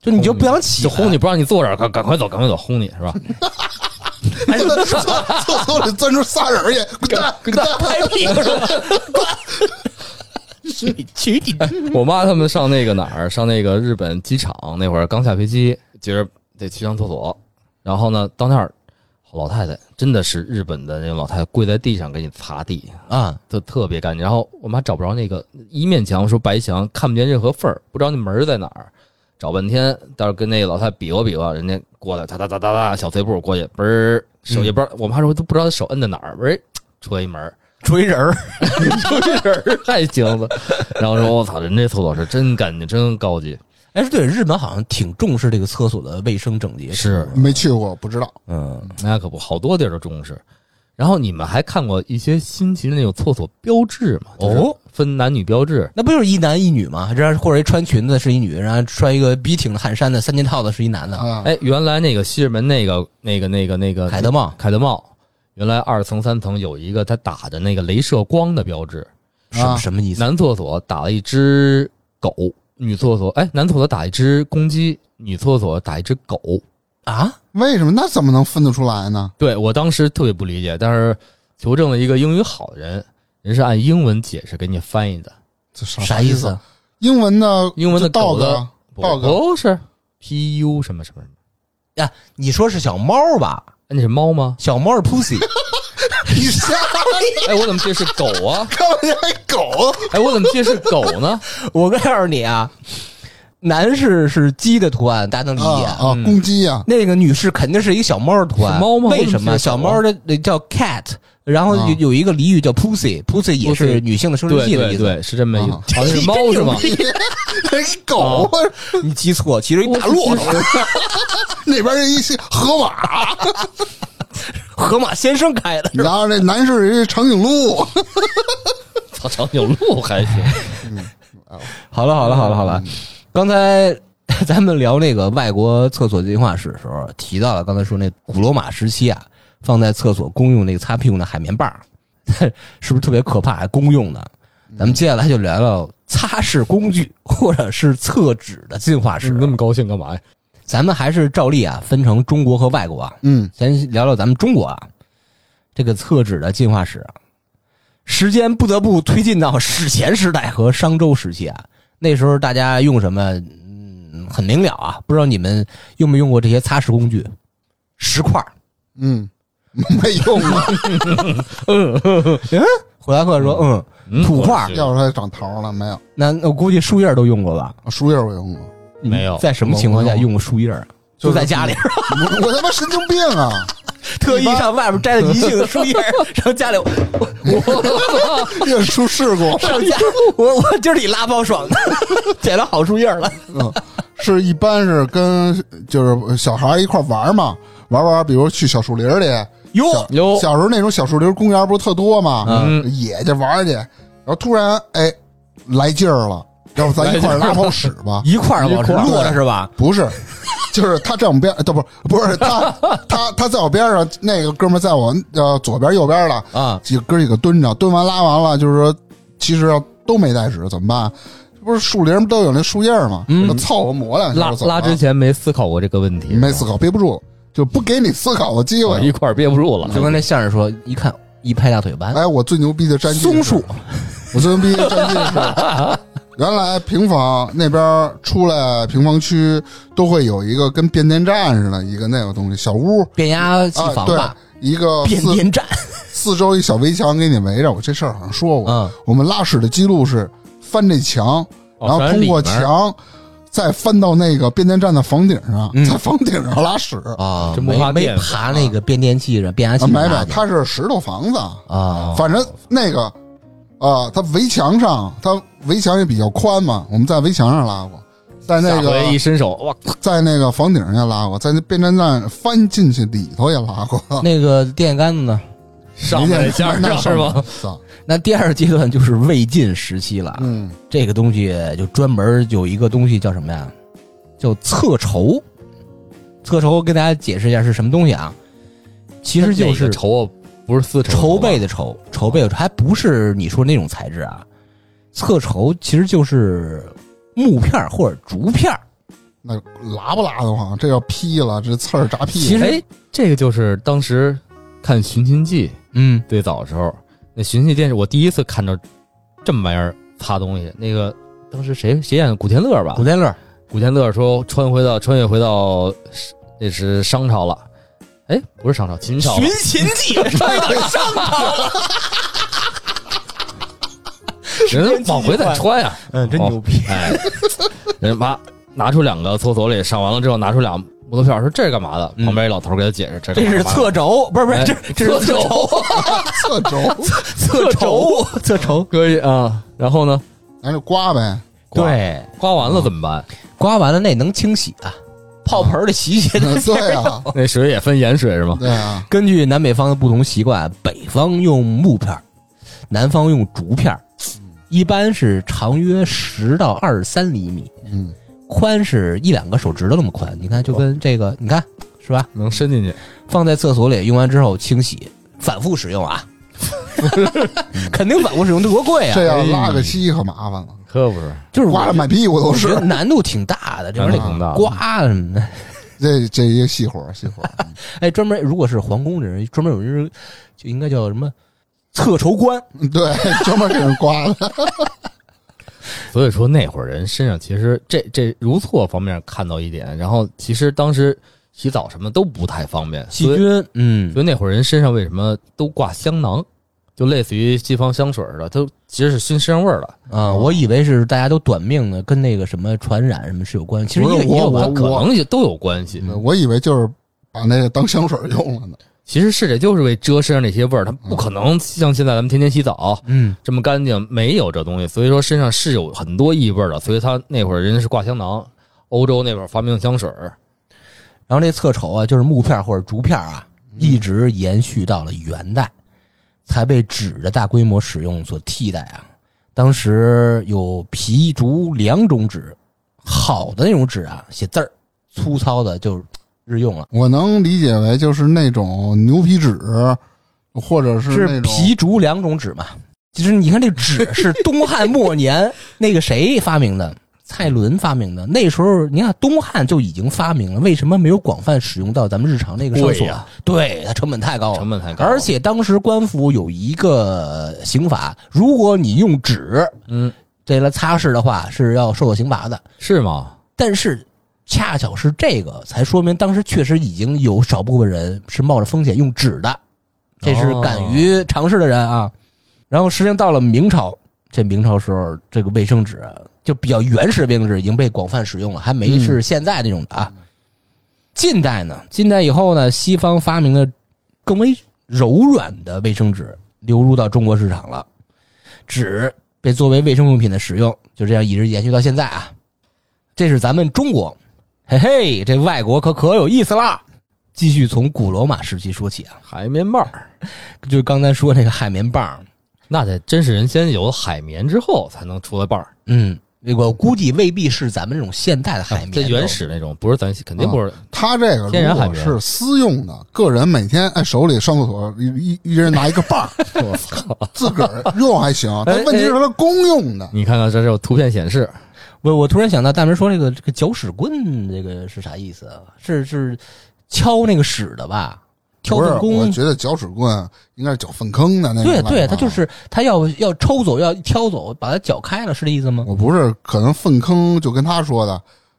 Speaker 2: 就你就不想起，
Speaker 3: 就轰你，。不让你坐这儿，赶赶快走，赶快走，轰你是吧？
Speaker 1: 厕厕所里钻出仨人儿去，滚蛋滚蛋！
Speaker 2: 拍屁股上， 你去你！
Speaker 3: 我妈他们上那个哪儿，上那个日本机场那会儿刚下飞机，觉着得去趟厕所，然后呢，到那儿老太太真的是日本的那种老太太，跪在地上给你擦地，
Speaker 2: 啊！
Speaker 3: 就特别干净。然后我妈找不着那个一面墙，说白墙看不见任何缝儿，不知道那门儿在哪儿，找半天，到时候跟那个老太太比划比划，人家过来哒哒哒哒哒，小碎步过去，嘣儿手一嘣儿，我妈说都不知道她手摁在哪儿，喂，出来一门儿。
Speaker 2: 锤人儿，
Speaker 3: 这人儿太精了。然后说：“我操，人这厕所是真干净，真高级。
Speaker 2: 哎，对，日本好像挺重视这个厕所的卫生整洁，
Speaker 3: 是
Speaker 2: 吧
Speaker 1: 没去过，不知道。
Speaker 2: 嗯，
Speaker 3: 那可不，好多地儿都重视。然后你们还看过一些新奇的那种厕所标志吗？就是
Speaker 2: 哦，
Speaker 3: 分男女标志。
Speaker 2: 那不就是一男一女吗？这样或者一穿裙子的是一女，然后穿一个笔挺的汗衫的三件套的是一男的，
Speaker 1: 啊，
Speaker 3: 哎，原来那个西直门那个那个那个那个
Speaker 2: 凯德帽
Speaker 3: 凯德茂，原来二层三层有一个它打着那个镭射光的标志。
Speaker 2: 什么
Speaker 1: 啊
Speaker 2: 什么意思？
Speaker 3: 男厕所打了一只狗，女厕所哎，男厕所打一只公鸡，女厕所打一只狗。
Speaker 2: 啊？
Speaker 1: 为什么？那怎么能分得出来呢？
Speaker 3: 对我当时特别不理解，但是求证了一个英语好的人，人是按英文解释给你翻译的。
Speaker 1: 这啥
Speaker 2: 啥
Speaker 1: 意
Speaker 2: 意思？？
Speaker 1: 英文的
Speaker 3: 英文的
Speaker 1: 道
Speaker 3: 狗的
Speaker 1: 格道
Speaker 3: 不
Speaker 1: 格
Speaker 3: 不是 P U 什么什么什么？
Speaker 2: 呀，你说是小猫吧？？
Speaker 3: 哎，你是猫吗
Speaker 2: 小猫是 pussy，
Speaker 1: 你瞎
Speaker 3: 哎，我怎么记得是狗啊？
Speaker 1: 看人家狗
Speaker 3: 哎，我怎么记得是狗呢？
Speaker 2: 我告诉你啊，男士是鸡的图案，大家能理
Speaker 1: 啊
Speaker 2: 解。
Speaker 1: 啊，公鸡呀
Speaker 2: 那个女士肯定是一个小猫的图案，
Speaker 3: 是猫吗
Speaker 2: 为什
Speaker 3: 我怎么记
Speaker 2: 么
Speaker 3: 得
Speaker 2: 小
Speaker 3: 小
Speaker 2: 猫
Speaker 3: 猫
Speaker 2: 的那叫 cat，然后有
Speaker 1: 啊
Speaker 2: 有一个俚语叫 pussy，pussy 也是
Speaker 3: pussy
Speaker 2: 女性的生殖
Speaker 3: 对
Speaker 2: 器的
Speaker 3: 对
Speaker 2: 意思。
Speaker 3: 对，是这么一个，
Speaker 1: 啊
Speaker 3: 好像是猫是吗？
Speaker 1: 那狗啊
Speaker 2: 你记错，其实一大骆驼，
Speaker 1: 嗯 那边一些河马，
Speaker 2: 河马先生开的。
Speaker 1: 然后这男士是长颈鹿，
Speaker 3: 操，长颈鹿 还行。
Speaker 2: 好了，好了，好了，好了。
Speaker 3: 嗯
Speaker 2: 刚才咱们聊那个外国厕所进化史的时候，提到了刚才说那古罗马时期啊，放在厕所公用那个擦屁股那海绵棒儿， 是不是特别可怕？公用的，
Speaker 3: 嗯
Speaker 2: 咱们接下来就聊聊擦拭工具或者是厕纸的进化
Speaker 1: 啊
Speaker 2: 史。
Speaker 3: 嗯你那么高兴干嘛呀？
Speaker 2: 咱们还是照例啊，分成中国和外国啊。
Speaker 1: 嗯，
Speaker 2: 先聊聊咱们中国啊，这个厕纸的进化史啊，时间不得不推进到史前时代和商周时期啊。那时候大家用什么，嗯，很明了啊。不知道你们用没用过这些擦拭工具？石块儿。
Speaker 1: 嗯，没用啊，
Speaker 2: 回答课说，嗯，
Speaker 3: 嗯
Speaker 2: 土块儿
Speaker 3: 我是
Speaker 1: 要是它长桃了没有？
Speaker 2: 那那我估计树叶都用过吧？
Speaker 1: 啊树叶我用过，
Speaker 2: 你们
Speaker 3: 没有
Speaker 2: 在什么情况下用过树叶啊？
Speaker 1: 就
Speaker 2: 就是在家里，
Speaker 1: 我我他妈神经病啊！
Speaker 2: 特意上外面摘了一性的树叶，然后家里
Speaker 1: 也出事故，
Speaker 2: 上家，我我今儿里拉包爽的，捡到好树叶了。
Speaker 1: 嗯，是一般是跟就是小孩儿一块儿玩儿嘛，玩儿玩儿，比如去小树林儿里，
Speaker 2: 哟，
Speaker 3: 有
Speaker 1: 小时候那种小树林公园不是特多嘛，
Speaker 3: 嗯
Speaker 1: 野去玩儿去，然后突然哎来劲儿了，要不咱一块儿拉泡屎 吧？
Speaker 2: 一块儿往这
Speaker 1: 一块儿
Speaker 2: 落着是吧？
Speaker 1: 不是，就是他在我们边，呃都不是不是他他他在我边上，那个哥们儿在我呃左边右边了，
Speaker 2: 啊，
Speaker 1: 几个哥几个蹲着，蹲完拉完了，就是说其实要都没带纸怎么办？这不是树林不都有那树叶儿吗？
Speaker 2: 嗯
Speaker 1: 就凑合磨两下
Speaker 3: 拉
Speaker 1: 就走了
Speaker 3: 拉之前没思考过这个问题，
Speaker 1: 没思考，啊憋不住，就不给你思考的机
Speaker 3: 我
Speaker 1: 会
Speaker 3: 一。块儿憋不住了。
Speaker 2: 就跟那相声说，一看一拍大腿弯，
Speaker 1: 哎，我最牛逼的战绩是
Speaker 2: 松树，
Speaker 1: 我最牛逼的战绩是，原来平房那边出来平房区都会有一个跟变电站似的，一个那个东西小屋
Speaker 2: 变压器
Speaker 1: 啊，
Speaker 2: 房
Speaker 1: 对
Speaker 2: 吧，，
Speaker 1: 一个
Speaker 2: 变
Speaker 1: 四
Speaker 2: 电站，
Speaker 1: 四周一小围墙给你围着。我这事儿好像说过，
Speaker 2: 嗯，
Speaker 1: 我们拉屎的记录是翻这墙，
Speaker 3: 哦
Speaker 1: 然后通过，
Speaker 3: 反正里面
Speaker 1: 墙再翻到那个变电站的房顶上，
Speaker 2: 嗯
Speaker 1: 在房顶上拉屎。
Speaker 2: 啊，
Speaker 3: 真不
Speaker 2: 没
Speaker 3: 怕
Speaker 2: 没
Speaker 3: 电
Speaker 2: 爬那个变电器上变压器
Speaker 1: 啊，
Speaker 2: 上
Speaker 1: 没
Speaker 2: 爬
Speaker 1: 没，
Speaker 2: 去
Speaker 1: 它是石头房子，
Speaker 2: 啊，
Speaker 3: 哦
Speaker 1: 反正那个，啊，它围墙上，它围墙也比较宽嘛，我们在围墙上拉过，在那
Speaker 3: 下回一
Speaker 1: 个
Speaker 3: 伸手，哇，
Speaker 1: 在那个房顶上也拉过，在那变电站翻进去里头也拉过，
Speaker 2: 那个电线杆子呢？
Speaker 3: 上
Speaker 1: 没
Speaker 3: 面
Speaker 1: 见
Speaker 3: 下
Speaker 1: 那
Speaker 3: 上 是啊吗？？
Speaker 1: 操
Speaker 2: 那第二阶段就是魏晋时期了，
Speaker 1: 嗯，
Speaker 2: 这个东西就专门有一个东西叫什么呀？叫侧筹。侧筹跟大家解释一下是什么东西啊？其实就
Speaker 3: 那
Speaker 2: 是
Speaker 3: 个筹啊，不是丝
Speaker 2: 筹
Speaker 3: 吧
Speaker 2: 备的筹，筹备的筹还不是你说那种材质啊。侧筹其实就是木片儿或者竹片儿，
Speaker 1: 那拉不拉得慌？这要劈了，这刺儿扎屁
Speaker 2: 其
Speaker 1: 了。
Speaker 2: 实
Speaker 3: 哎，这个就是当时看《寻秦记
Speaker 2: 嗯》
Speaker 3: 最早的时候，那《寻秦记》是我第一次看到这么玩意儿擦东西。那个当时谁谁演的？古天乐吧
Speaker 2: 啊古？天乐
Speaker 3: 古天乐说穿回到穿越回到那是商朝了，哎，不是商朝，秦朝了。
Speaker 2: 秦记》摔到上头了，
Speaker 3: 人往回再穿呀、
Speaker 2: 嗯，真牛逼，
Speaker 3: 哎， 人妈拿出两个厕所里上完了之后，拿出俩摩托票，说这是干嘛的？
Speaker 2: 嗯
Speaker 3: 旁边一老头给他解释，这
Speaker 2: 这是
Speaker 3: 是干嘛的
Speaker 2: 侧轴，不是不是，
Speaker 3: 哎
Speaker 2: 这这是侧 筹，
Speaker 1: 侧轴，
Speaker 2: 侧 筹，侧筹，
Speaker 3: 可以啊。然后呢，
Speaker 1: 咱就刮 呗。
Speaker 3: 刮
Speaker 2: 对，
Speaker 3: 刮完了怎么办？
Speaker 2: 刮完了那能清洗啊，泡盆儿的洗洗。
Speaker 1: 对啊，
Speaker 3: 那水也分盐水是吗？
Speaker 1: 对啊，
Speaker 2: 根据南北方的不同习惯，北方用木片儿，南方用竹片儿，一般是长约十到二十三厘米，
Speaker 1: 嗯，
Speaker 2: 宽是一两个手指头那么宽。你看，就
Speaker 1: 哦
Speaker 2: 跟这个，你看是吧？
Speaker 3: 能伸进去。
Speaker 2: 放在厕所里，用完之后清洗，反复使用 啊，肯定反复使用，这多贵啊
Speaker 1: 这！要拉个稀可麻烦了，
Speaker 3: 可不是，
Speaker 2: 就是
Speaker 1: 刮
Speaker 2: 我
Speaker 1: 着满屁股都
Speaker 2: 我觉
Speaker 1: 是
Speaker 2: 得。难度挺大的，这玩意
Speaker 3: 力
Speaker 2: 儿
Speaker 3: 挺大
Speaker 2: 得。刮什么的。
Speaker 1: 这这一个细活儿，细活儿。
Speaker 2: 哎，专门如果是皇宫的人，专门有人就应该叫什么侧筹官，
Speaker 1: 嗯对，专门给人刮的。
Speaker 3: 所以说那会儿人身上其实这这如厕方面看到一点，然后其实当时洗澡什么都不太方便，
Speaker 2: 细
Speaker 3: 所以
Speaker 2: 菌，嗯，
Speaker 3: 所以那会儿人身上为什么都挂香囊，就类似于西方香水似的，都其实是熏身上味儿了。
Speaker 2: 啊，我以为是大家都短命的，跟那个什么传染什么是有关系。其实
Speaker 1: 不是
Speaker 2: 也
Speaker 1: 我
Speaker 2: 也有啊嗯
Speaker 1: 我
Speaker 2: 关
Speaker 3: 它可能也都有关系。
Speaker 1: 我以为就是把那个当香水用了呢。
Speaker 3: 其实是得就是为遮身上那些味儿，它不可能像现在咱们天天洗澡
Speaker 2: 嗯，
Speaker 3: 这么干净，没有这东西，所以说身上是有很多异味儿的。所以他那会儿人是挂香囊，欧洲那会儿发明香水儿，
Speaker 2: 然后这侧筹啊，就是木片或者竹片啊，
Speaker 1: 嗯
Speaker 2: 一直延续到了元代，才被纸的大规模使用所替代啊。当时有皮竹两种纸，好的那种纸啊，写字儿，粗糙的就是日用了，
Speaker 1: 我能理解为就是那种牛皮纸，或者是那
Speaker 2: 是
Speaker 1: 种
Speaker 2: 皮竹两种纸嘛。就是你看这纸是东汉末年那个谁发明的？蔡伦发明的。那时候你看东汉就已经发明了，为什么没有广泛使用到咱们日常那个生
Speaker 3: 贵
Speaker 2: 所？
Speaker 3: 呀
Speaker 2: 对，它成本太高了，
Speaker 3: 成本太高了
Speaker 2: 哦而且当时官府有一个刑法，如果你用纸
Speaker 3: 嗯，
Speaker 2: 为了擦拭的话，是要受到刑罚的。
Speaker 3: 是吗？
Speaker 2: 但是恰巧是这个，才说明当时确实已经有少部分人是冒着风险用纸的，这是
Speaker 3: 哦
Speaker 2: 敢于尝试的人啊。然后实际上到了明朝，这明朝时候，这个卫生纸啊就比较原始的卫生纸已经被广泛使用了，还没
Speaker 1: 嗯
Speaker 2: 是现在这种的啊。近代呢，近代以后呢，西方发明了更为柔软的卫生纸流入到中国市场了，纸被作为卫生用品的使用，就这样一直延续到现在啊。这是咱们中国，嘿嘿，这外国可可有意思啦！继续从古罗马时期说起啊，
Speaker 3: 海绵棒儿，
Speaker 2: 就是刚才说那个海绵棒儿，
Speaker 3: 那得真是人先有海绵之后才能出来棒儿，
Speaker 2: 嗯，我估计未必是咱们这种现代的海绵，
Speaker 3: 啊这原始那种不是咱肯
Speaker 2: 哦
Speaker 3: 定不是。
Speaker 1: 他这个
Speaker 3: 天然
Speaker 1: 如
Speaker 3: 海
Speaker 1: 果
Speaker 3: 绵
Speaker 1: 是私用的，个人每天哎手里上厕所一一一人拿一个 棒儿，我操，自个儿用还
Speaker 3: 哎
Speaker 1: 行，但问题是它公用的，
Speaker 3: 你看看这这有图片显示，
Speaker 2: 我我突然想到，大明说这个这个搅屎棍，这个是啥意思啊？是是敲那个屎的吧？挑
Speaker 1: 不是
Speaker 2: 粪？
Speaker 1: 我
Speaker 2: 工？
Speaker 1: 觉得搅屎棍应该是搅粪坑的那种
Speaker 2: 对
Speaker 1: 玩意儿。
Speaker 2: 对，他就是他要要抽走，要挑走，把它搅开了，是这意思吗？
Speaker 1: 啊我不是，可能粪坑就跟他说的，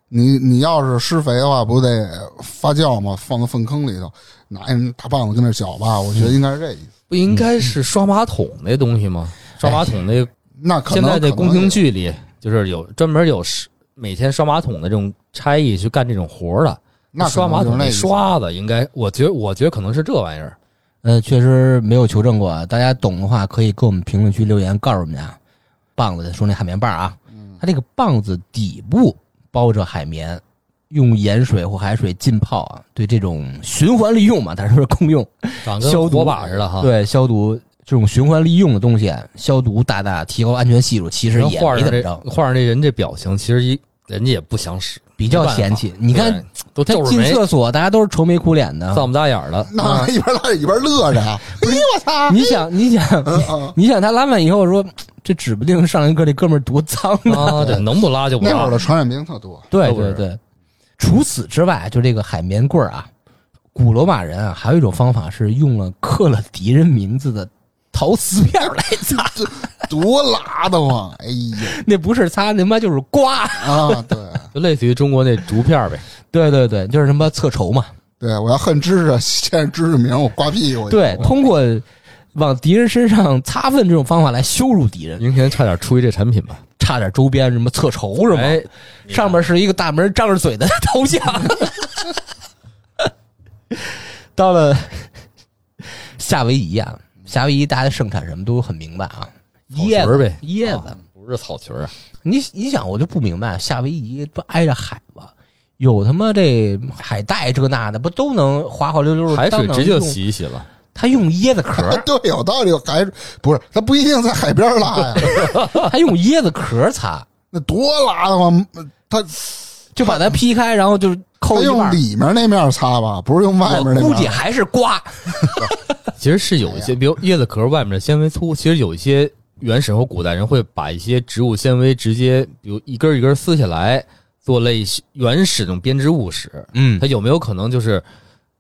Speaker 1: 你你要是施肥的话，不得发酵吗？放到粪坑里头，拿一大棒子跟那儿搅吧，我觉得应该是这意思。
Speaker 3: 不应该是刷马桶那东西吗？刷马桶那
Speaker 1: 那可
Speaker 3: 现
Speaker 1: 能
Speaker 3: 在这宫廷
Speaker 1: 剧
Speaker 3: 剧里就是有专门有是每天刷马桶的这种差役去干这种活儿的。
Speaker 1: 那可
Speaker 3: 刷
Speaker 1: 能
Speaker 3: 马
Speaker 1: 就是
Speaker 3: 桶
Speaker 1: 那
Speaker 3: 那
Speaker 1: 意思，
Speaker 3: 刷子应该，我觉得我觉得可能是这玩意儿。
Speaker 2: 呃，确实没有求证过，啊大家懂的话可以给我们评论区留言告诉我们啊。棒子说那海绵棒啊，
Speaker 3: 嗯
Speaker 2: 它这个棒子底部包着海绵，用盐水或海水浸泡啊，对这种循环利用嘛，它是公用，
Speaker 3: 长跟
Speaker 2: 消毒
Speaker 3: 火把似的哈，，
Speaker 2: 对消毒这种循环利用的东西，啊消毒大大提高安全系数，其实也
Speaker 3: 画
Speaker 2: 没怎
Speaker 3: 上
Speaker 2: 么
Speaker 3: 这
Speaker 2: 着，
Speaker 3: 画上这人这表情，其实一人家也不想使。
Speaker 2: 比较嫌弃。你看
Speaker 3: 对，都
Speaker 2: 他
Speaker 3: 皱着
Speaker 2: 进
Speaker 3: 眉，
Speaker 2: 厕所，大家都是愁眉苦脸的。
Speaker 3: 丧不大眼儿的。
Speaker 1: 那一边拉着一边乐着 啊！哎呦我操！
Speaker 2: 你想，你想，
Speaker 1: 嗯嗯，
Speaker 2: 你想，他拉完以后说，这指不定上一课这哥们儿多脏啊！
Speaker 3: 啊，对，能不拉就不
Speaker 1: 那会
Speaker 3: 拉
Speaker 1: 儿。的传染病特多，
Speaker 2: 对
Speaker 3: 都不
Speaker 2: 对
Speaker 3: 是
Speaker 2: 对，除此之外，就这个海绵棍儿啊，古罗马人啊，还有一种方法是用了刻了敌人名字的陶瓷片儿来 擦，
Speaker 1: 多拉的慌！哎呀
Speaker 2: 那不是擦，那他妈就是刮。
Speaker 1: 啊，对
Speaker 3: 就类似于中国那竹片儿呗，
Speaker 2: 对对对，就是他妈测仇嘛。
Speaker 1: 对，我要恨知识，现在知识名我刮屁
Speaker 3: 哎
Speaker 1: 股去。
Speaker 2: 对，通过往敌人身上擦粪这种方法来羞辱敌人，
Speaker 3: 明天差点出一这产品吧。
Speaker 2: 差点周边什么测仇是吗？
Speaker 3: 哎，
Speaker 2: 上面是一个大门张着嘴的 头像。到了夏威夷啊，夏威夷大家的盛产什么都很明白啊，
Speaker 3: 草
Speaker 2: 椰
Speaker 3: 裙
Speaker 2: 子
Speaker 3: 儿呗
Speaker 2: 椰子。
Speaker 3: 啊不是草裙儿啊，
Speaker 2: 你你想，我就不明白，夏威夷不挨着海吗？有他妈这海带这那的，不都能滑滑溜溜？
Speaker 3: 海水
Speaker 2: 当能
Speaker 3: 直接就
Speaker 2: 用
Speaker 3: 洗一洗了。
Speaker 2: 他用椰子壳儿，
Speaker 1: 对，有道理，还是不是？他不一定在海边拉 呀，
Speaker 2: 他用椰子壳儿擦，
Speaker 1: 那多拉的慌！他
Speaker 2: 就把它劈开，然后就
Speaker 1: 他
Speaker 2: 扣一半
Speaker 1: 用
Speaker 2: 儿。
Speaker 1: 里面那面擦吧，不是用外面
Speaker 2: 我
Speaker 1: 那面。
Speaker 2: 估计还是刮，
Speaker 3: 其实是有一些，比如椰子壳外面的纤维粗，其实有一些原始或古代人会把一些植物纤维直接，比如一根一根撕下来，做类似原始那种编织物使。
Speaker 2: 嗯
Speaker 3: 它，有没有可能就是，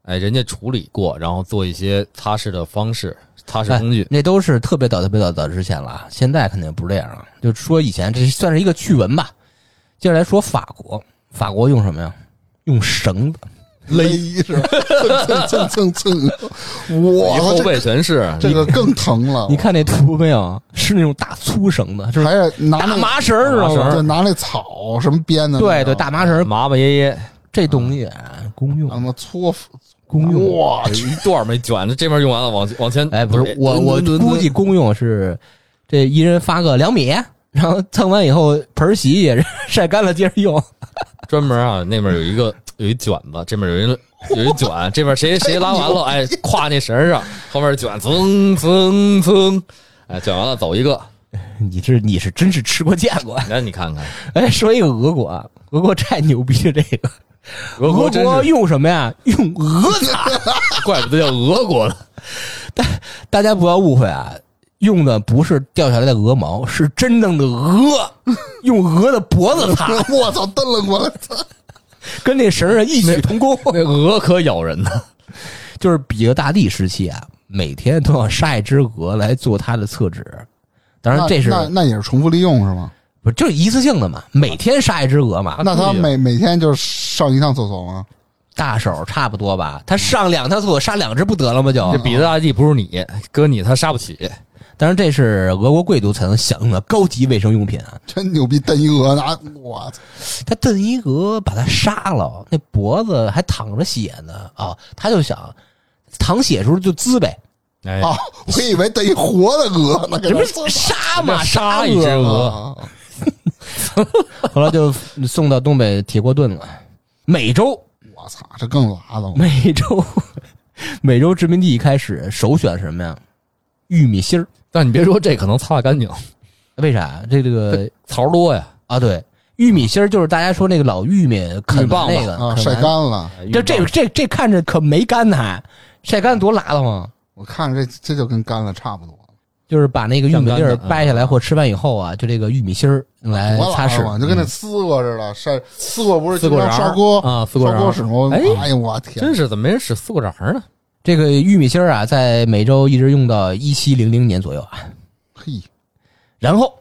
Speaker 3: 哎，人家处理过，然后做一些擦拭的方式、擦拭工具？
Speaker 2: 哎那都是特别早、特别早、早之前了啊，现在肯定不是这样了。就说以前，这算是一个趣闻吧。接着来说法国，法国用什么呀？用绳子，
Speaker 1: 勒是吧？蹭蹭蹭蹭蹭，
Speaker 3: 以后
Speaker 1: 我这
Speaker 3: 背全是，
Speaker 1: 这个更疼了。
Speaker 2: 你看那图没有？是那种大粗绳子，哦就是
Speaker 1: 还是拿
Speaker 2: 大
Speaker 1: 那
Speaker 2: 麻绳儿，知嗯道
Speaker 3: 大麻绳
Speaker 2: 吗？
Speaker 1: 对拿那草什么编的那种，
Speaker 2: 对对，大麻绳儿，
Speaker 3: 麻麻耶耶，
Speaker 2: 这东西啊公
Speaker 1: 让
Speaker 2: 用
Speaker 1: 他搓
Speaker 2: 公用。
Speaker 1: 哇，
Speaker 3: 一段没卷，这边用完了，往往前，
Speaker 2: 哎，不是我，
Speaker 3: 抡
Speaker 2: 我
Speaker 3: 抡抡抡
Speaker 2: 估计公用是这一人发个两米，然后蹭完以后盆儿洗也是 晒干了接着用。
Speaker 3: 专门啊，那边有一 个有一卷子，这边有一有一卷，这边谁谁拉完了，哎，挎那绳上，后面卷，噌噌噌，哎，卷完了走一个，
Speaker 2: 你这你是真是吃过见过。
Speaker 3: 那你看看，
Speaker 2: 啊哎，说一个俄国，啊，俄国太牛逼了，这个
Speaker 3: 俄国真是
Speaker 2: 用什么呀？用俄产。
Speaker 3: 怪不得叫俄国了。
Speaker 2: 大家不要误会啊，用的不是掉下来的鹅毛，是真正的鹅， 用鹅的脖子擦，
Speaker 1: 我操，蹬了我操！
Speaker 2: 跟那绳儿异曲同工。
Speaker 3: 那俄可咬人呢，
Speaker 2: 就是彼得大帝时期啊，每天都要杀一只鹅来做他的厕纸。当然，
Speaker 1: 那
Speaker 2: 这是
Speaker 1: 那那也是重复利用是吗？
Speaker 2: 不就是一次性的嘛？每天杀一只鹅嘛，
Speaker 1: 那他
Speaker 3: 对呀
Speaker 1: 每每天就上一趟厕所吗？
Speaker 2: 大手差不多吧？他上两趟厕所杀两只不得了吗？就
Speaker 3: 这彼得大帝不是你，搁你他杀不起。
Speaker 2: 当然，这是俄国贵族才能享用的高级卫生用品啊。
Speaker 1: 真牛逼，蹬一鹅拿，我操！
Speaker 2: 他邓伊格把他杀了，那脖子还淌着血呢啊！他就想淌血的时候就滋呗，
Speaker 3: 哎，
Speaker 1: 啊，我以为蹬一活的鹅呢，
Speaker 2: 这
Speaker 1: 这
Speaker 2: 不是杀嘛，
Speaker 3: 那杀一
Speaker 2: 鹅
Speaker 3: 只
Speaker 2: 嘛
Speaker 3: 鹅
Speaker 2: 后来就送到东北铁锅炖了。美洲，
Speaker 1: 我操，这更拉倒了。
Speaker 2: 美 洲，美洲殖民地一开始首选什么呀？玉米芯儿。
Speaker 3: 但你别说，这可能擦得干 净，
Speaker 2: 为啥？这这个
Speaker 3: 槽儿多呀。
Speaker 2: 啊，对，玉米芯儿就是大家说那个老玉米啃完那个
Speaker 1: 啊，
Speaker 2: 啃
Speaker 1: 晒
Speaker 2: 完
Speaker 1: 干了，
Speaker 2: 这这这这看着可没干呢，还晒干多拉倒啊！
Speaker 1: 我看着这这就跟干了差不多了，
Speaker 2: 就是把那个玉米粒儿
Speaker 3: 晾干的嗯
Speaker 2: 掰下来或吃完以后啊，就这个玉米芯儿用来
Speaker 1: 我
Speaker 2: 哎擦嗯
Speaker 1: 了嘛，
Speaker 2: 拭，
Speaker 1: 啊就跟那丝瓜似的，晒丝瓜不是
Speaker 3: 丝瓜
Speaker 1: 经常
Speaker 3: 瓤儿
Speaker 1: 烧锅
Speaker 3: 啊丝瓜
Speaker 1: 烧
Speaker 3: 瓤儿
Speaker 1: 锅使吗？
Speaker 3: 哎
Speaker 1: 哎呀，我天，
Speaker 3: 真是怎么没人使丝瓜瓤儿呢？
Speaker 2: 这个玉米芯儿啊，在美洲一直用到一七零零年左右啊，
Speaker 1: 嘿，
Speaker 2: 然后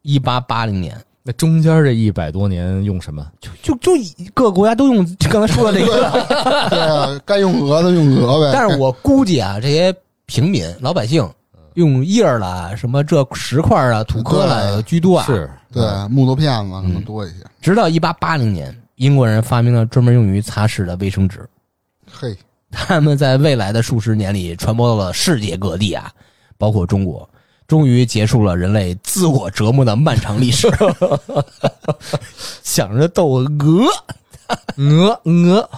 Speaker 2: 一八八零年
Speaker 3: 那中间这一百多年用什么？
Speaker 2: 就就就以各个国家都用刚才说的 这个，
Speaker 1: 对啊，该用鹅的用鹅呗。
Speaker 2: 但是我估计 啊，这些平民老百姓用叶儿啦、什么这石块儿啊、土坷啦
Speaker 1: 对
Speaker 2: 居多啊。，
Speaker 3: 是
Speaker 1: 对木头片子可能多一些。
Speaker 2: 直到一八八零年，英国人发明了专门用于擦拭的卫生纸，
Speaker 1: 嘿，
Speaker 2: 他们在未来的数十年里传播到了世界各地啊，包括中国。终于结束了人类自我折磨的漫长历 史，想着斗鹅，
Speaker 3: 鹅鹅。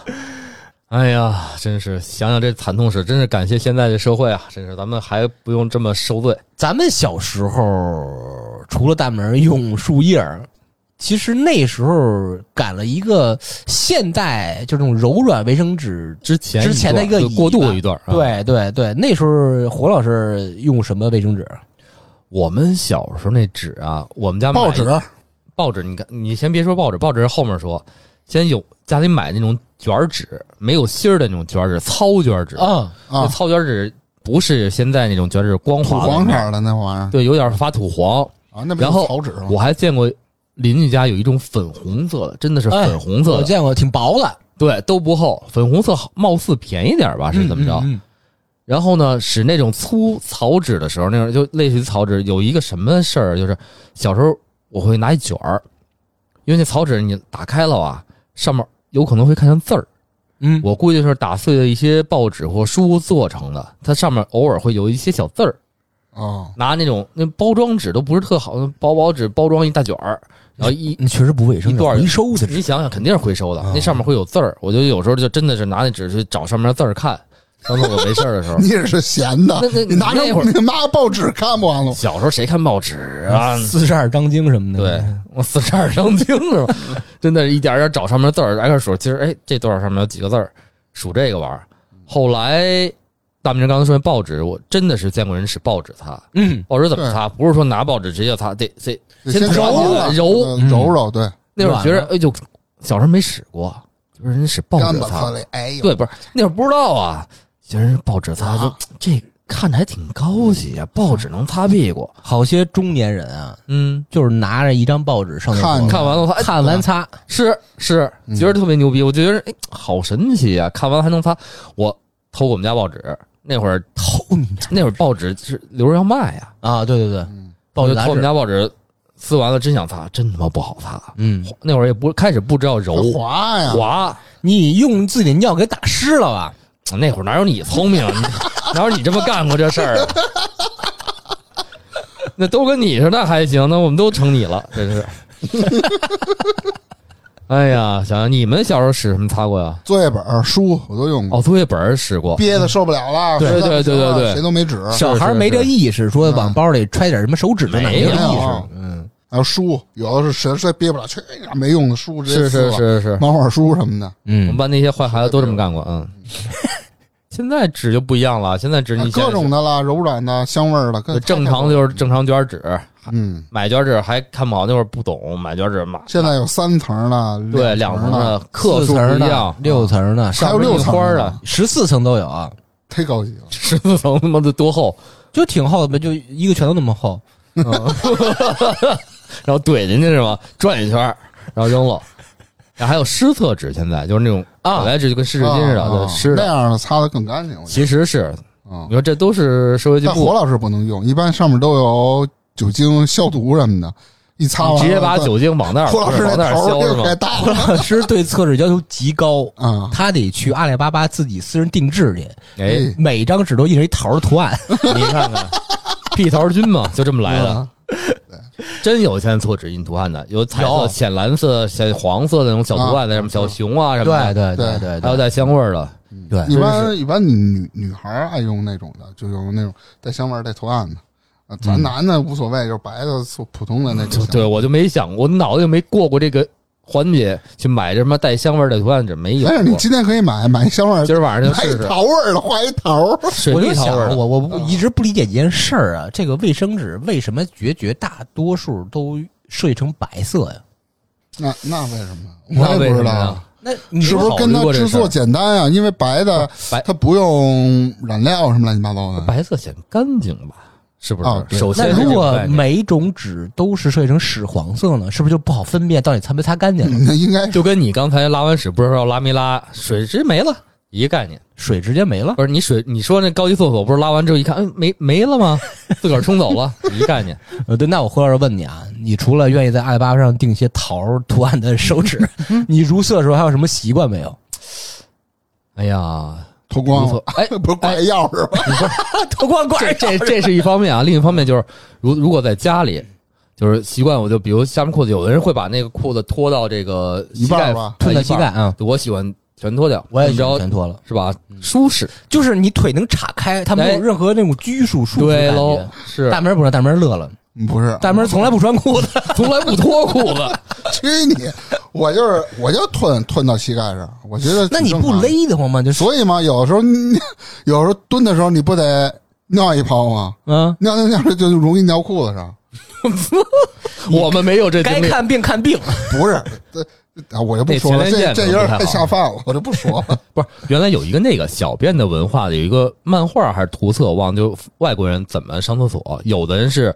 Speaker 3: 哎呀，真是想想这惨痛史，真是感谢现在这社会啊！真是咱们还不用这么受罪。
Speaker 2: 咱们小时候除了大门用树叶儿，其实那时候赶了一个现代就这种柔软卫生纸。
Speaker 3: 之前
Speaker 2: 之前的一
Speaker 3: 段
Speaker 2: 个
Speaker 3: 就过
Speaker 2: 遗
Speaker 3: 渡的
Speaker 2: 憾
Speaker 3: 一段，啊，
Speaker 2: 对对对，那时候胡老师用什么卫生纸？
Speaker 3: 我们小时候那纸啊，我们家买
Speaker 1: 报纸，
Speaker 3: 报纸，你看，你先别说报纸，报纸后面说，先有家里买那种卷儿纸，没有芯儿的那种卷儿纸，糙卷儿纸。
Speaker 2: 啊，
Speaker 3: 那
Speaker 1: 啊，
Speaker 3: 糙卷儿纸不是现在那种卷儿纸光
Speaker 1: 土
Speaker 3: 滑的
Speaker 1: 黄
Speaker 3: 那
Speaker 1: 色
Speaker 3: 种，
Speaker 1: 儿的那玩意儿
Speaker 3: 对，有点发土黄。
Speaker 1: 啊，那不就
Speaker 3: 然后
Speaker 1: 草纸吗？
Speaker 3: 我还见过邻居家有一种粉红色的，真的是
Speaker 2: 哎
Speaker 3: 粉红色
Speaker 2: 我
Speaker 3: 的，
Speaker 2: 见过，挺薄的，
Speaker 3: 对，都不厚，粉红色好貌似便宜点儿吧，是怎么着？
Speaker 2: 嗯？嗯
Speaker 3: 然后呢，使那种粗草纸的时候，那种就类似于草纸，有一个什么事儿，就是小时候我会拿一卷儿，因为那草纸你打开了啊，上面有可能会看见字儿，
Speaker 2: 嗯，
Speaker 3: 我估计是打碎的一些报纸或书做成的，它上面偶尔会有一些小字儿。
Speaker 1: 哦，。
Speaker 3: 拿那种那包装纸都不是特好，薄薄纸包装一大卷儿，然后一
Speaker 2: 你确实不卫生，
Speaker 3: 一段儿
Speaker 2: 回收的
Speaker 3: 你想想肯定是回收的，那上面会有字儿，我就有时候就真的是拿那纸去找上面的字儿看，当做我没事儿的时候
Speaker 1: 你也是闲的
Speaker 3: 那那，
Speaker 1: 你拿着
Speaker 3: 那会儿
Speaker 1: 你拿报纸看不完了吗？
Speaker 3: 小时候谁看报纸啊？
Speaker 2: 四十二章经什么的
Speaker 3: 对。我四十二章经是吧？ 真的，一点儿点儿找上面字儿挨个数。其实，哎，这段上面有几个字儿，数这个玩儿。后来，大明刚才说那报纸，我真的是见过人使报纸擦。
Speaker 2: 嗯，
Speaker 3: 报纸怎么擦？不是说拿报纸直接擦，得得
Speaker 1: 得
Speaker 3: 先揉
Speaker 1: 揉
Speaker 3: 揉。
Speaker 2: 嗯
Speaker 1: 揉揉，对，
Speaker 3: 那会儿觉
Speaker 2: 软
Speaker 3: 得，哎呦，小时候没使过，就是人使报
Speaker 1: 干
Speaker 3: 纸
Speaker 1: 巴
Speaker 3: 擦
Speaker 1: 擦。嘞，哎呦，
Speaker 3: 对，不是那会儿不知道啊，觉得人报纸擦，
Speaker 1: 啊
Speaker 3: 就这看着还挺高级啊，报纸能擦屁股。
Speaker 2: 好些中年人啊，
Speaker 3: 嗯，
Speaker 2: 就是拿着一张报纸上厕所
Speaker 1: 看
Speaker 3: 看完了，他
Speaker 2: 嗯
Speaker 3: 哎
Speaker 2: 看完擦，嗯
Speaker 3: 是是，觉得特别牛逼，我就觉得哎，好神奇啊！看完还能擦，我偷我们家报纸，那会儿
Speaker 2: 偷你的
Speaker 3: 那会儿报纸是留着要卖呀、
Speaker 2: 啊！对对对，报
Speaker 3: 我
Speaker 2: 纸
Speaker 3: 就
Speaker 2: 杂
Speaker 3: 偷我们
Speaker 2: 志，
Speaker 3: 家报纸，撕完了真想擦，真他妈不好擦。
Speaker 2: 嗯，
Speaker 3: 那会儿也不开始不知道揉
Speaker 1: 滑
Speaker 2: 啊
Speaker 1: 呀，
Speaker 3: 滑，
Speaker 2: 你用自己的尿给打湿了吧？
Speaker 3: 那会儿哪有你聪明，啊你 哪有你这么干过这事儿啊？ 那都跟你似的还行，那我们都成你了，真是。哎呀，想想你们小时候使什么擦过呀？
Speaker 1: 作业本儿、书我都用过，
Speaker 3: 哦，作业本儿使过，
Speaker 1: 憋的受不了了，
Speaker 3: 对
Speaker 1: 实在不
Speaker 3: 对对
Speaker 1: 行了
Speaker 3: 对对
Speaker 2: 啊
Speaker 1: 谁都没纸，
Speaker 2: 小孩儿没这意识，说往包里揣点什么手指头呢，
Speaker 3: 没
Speaker 2: 这意
Speaker 3: 有啊
Speaker 1: 没
Speaker 2: 识
Speaker 1: 有，
Speaker 2: 嗯，
Speaker 1: 还有书，有的是实在憋不了，去哎呀没用的书直接
Speaker 3: 是是
Speaker 1: 撕了
Speaker 3: 是是，
Speaker 1: 漫画书什么的，
Speaker 3: 我们
Speaker 2: 嗯，
Speaker 3: 班那些坏孩子都这么干过， 嗯。现在纸就不一样了，现在纸
Speaker 1: 啊
Speaker 3: 你
Speaker 1: 各种
Speaker 3: 的
Speaker 1: 的啦，柔软的、香味儿的，各
Speaker 3: 正常就是正常卷纸，
Speaker 1: 嗯，
Speaker 3: 买卷纸还看不好，那会儿不懂买卷纸买
Speaker 1: 现在有三层的，
Speaker 3: 对两
Speaker 1: 两
Speaker 3: 层
Speaker 1: 的，
Speaker 3: 的克
Speaker 2: 四
Speaker 3: 数不
Speaker 2: 层
Speaker 3: 一样
Speaker 2: 的，，啊六层的，
Speaker 1: 还
Speaker 2: 上
Speaker 1: 有
Speaker 2: 面
Speaker 1: 六
Speaker 2: 印
Speaker 1: 层
Speaker 2: 花儿
Speaker 1: 的
Speaker 2: 的，十四层都有啊，
Speaker 1: 忒高级了。
Speaker 3: 十四层他妈的多厚，
Speaker 2: 就挺厚的呗，就一个拳头那么厚。
Speaker 3: 然后怼进去是吧？转一圈儿，然后扔了。然后还有湿厕纸，现在就是那种
Speaker 2: 啊
Speaker 3: 本来纸就跟湿纸巾似
Speaker 1: 啊
Speaker 3: 的，对，
Speaker 1: 啊
Speaker 3: 湿
Speaker 1: 那
Speaker 3: 的。
Speaker 1: 样的擦的更干净。我觉
Speaker 3: 其实是
Speaker 1: 得啊
Speaker 3: 你，说这都是社会进
Speaker 1: 但
Speaker 3: 步
Speaker 1: 火，老师不能用，一般上面都有酒精消毒什么的，一擦
Speaker 3: 你
Speaker 1: 完
Speaker 3: 直接把
Speaker 1: 了
Speaker 3: 酒精往那儿
Speaker 1: 火老师
Speaker 3: 往那
Speaker 1: 那
Speaker 3: 儿
Speaker 1: 头
Speaker 3: 消
Speaker 1: 儿
Speaker 3: 是
Speaker 1: 就该
Speaker 3: 吗？
Speaker 1: 大 了
Speaker 2: 老师对厕纸要求极高，
Speaker 1: 啊！
Speaker 2: 他得去阿里巴巴自己私人定制去，
Speaker 3: 哎，
Speaker 2: 每张纸都印着一桃儿图案。
Speaker 3: 你看看，屁桃菌嘛，就这么来的。
Speaker 1: 啊
Speaker 3: 真有现在厕纸印图案的，有彩色、
Speaker 2: 有
Speaker 3: 浅蓝色、浅黄色的那种小图案的，什么小熊啊什么
Speaker 2: 对
Speaker 3: 的，
Speaker 2: 对
Speaker 1: 对
Speaker 2: 对
Speaker 3: 还有
Speaker 2: 对
Speaker 3: 带香味儿的。
Speaker 2: 对，
Speaker 1: 一般一般女女孩儿爱用那种的，就用那种带香味儿、带图案的。啊，咱男的无所谓，就是白的、普通的那种。
Speaker 3: 对，我嗯就没想过，我脑子就没过过这个环节去买这什么带香味儿的图案纸，没有
Speaker 1: 但是哎你
Speaker 3: 过。
Speaker 1: 今天可以买买一香味儿，
Speaker 3: 今儿晚上就
Speaker 1: 买
Speaker 3: 试
Speaker 1: 一
Speaker 3: 试
Speaker 1: 桃味儿的，画一桃 儿。
Speaker 3: 水
Speaker 2: 我
Speaker 3: 蜜
Speaker 2: 就想
Speaker 3: 桃味儿，的。
Speaker 2: 我我不一直不理解一件事儿啊，这个卫生纸为什么绝绝大多数都设计成白色呀？
Speaker 1: 那那为什么？
Speaker 3: 那
Speaker 1: 我也
Speaker 3: 为
Speaker 1: 不
Speaker 3: 什
Speaker 1: 知
Speaker 3: 么
Speaker 1: 道啊
Speaker 3: 呀。
Speaker 2: 那你
Speaker 1: 是不是跟它制作简单啊？因为白的
Speaker 3: 白
Speaker 1: 它不用染料什么乱七八糟的。
Speaker 3: 白色显干净吧？是不是？
Speaker 1: 啊对
Speaker 3: 首先
Speaker 2: 那
Speaker 3: 是
Speaker 2: 如
Speaker 3: 这个
Speaker 2: 果
Speaker 3: 概念
Speaker 2: 每种纸都是设计成屎黄色呢，是不是就不好分辨到底擦没擦干净了？
Speaker 1: 那应该
Speaker 3: 就跟你刚才拉完屎不知道拉没拉，水直接没了。一个概念，
Speaker 2: 水直接没了。
Speaker 3: 不是你水，你说那高级厕所不是拉完之后一看，嗯，没没了吗？自个儿冲走了，一概念。
Speaker 2: 呃，对，那我回头问你啊，你除了愿意在阿里巴巴上订一些桃儿图案的手纸，你如厕的时候还有什么习惯没有？
Speaker 3: 哎呀，
Speaker 1: 脱
Speaker 3: 不
Speaker 1: 光
Speaker 3: 错
Speaker 1: 了，，
Speaker 3: 哎，
Speaker 1: 不是挂一钥匙吗？
Speaker 2: 脱光
Speaker 3: 这这这是一方面啊，另一方面就是，如如果在家里，就是习惯，我就比如下面裤子，有的人会把那个裤子脱到这个
Speaker 1: 一
Speaker 3: 膝
Speaker 1: 半
Speaker 3: 盖
Speaker 1: 儿吧
Speaker 2: 吞到膝，
Speaker 3: 哎一半
Speaker 2: 盖啊，
Speaker 3: 儿我喜欢全脱嗯掉，
Speaker 2: 我也
Speaker 3: 你知道
Speaker 2: 全脱了，
Speaker 3: 是吧？舒适，
Speaker 2: 就是你腿能岔开，它没
Speaker 3: 哎
Speaker 2: 有任何那种拘束束缚
Speaker 3: 对
Speaker 2: 的感
Speaker 3: 喽
Speaker 2: 觉。，
Speaker 3: 是啊
Speaker 2: 大明儿不是，大明儿乐了，
Speaker 3: 哎
Speaker 1: 嗯 不 是，
Speaker 2: 大明儿从来不穿裤子，
Speaker 3: 从来不脱裤子，
Speaker 1: 去你！我就是我就吞吞到膝盖上，我觉得
Speaker 2: 那你
Speaker 1: 挺正
Speaker 2: 不
Speaker 1: 常的？
Speaker 2: 勒得慌吗？就是
Speaker 1: 所以嘛，有时候 有时候蹲的时候，你不得尿一泡吗？
Speaker 3: 嗯
Speaker 2: 啊，
Speaker 1: 尿尿尿就容易尿裤子上。
Speaker 3: 我们没有这
Speaker 2: 该
Speaker 3: 经历。
Speaker 2: 看病看病，
Speaker 1: 不是，这啊我就不
Speaker 3: 那
Speaker 1: 说了，
Speaker 3: 前
Speaker 1: 这
Speaker 3: 列腺
Speaker 1: 这
Speaker 3: 可
Speaker 1: 有点太
Speaker 3: 不太好
Speaker 1: 下饭了，我就不说 了。
Speaker 3: 不是，原来有一个那个小便的文化的，有一个漫画还是图册，我忘了，就外国人怎么上厕所，有的人是，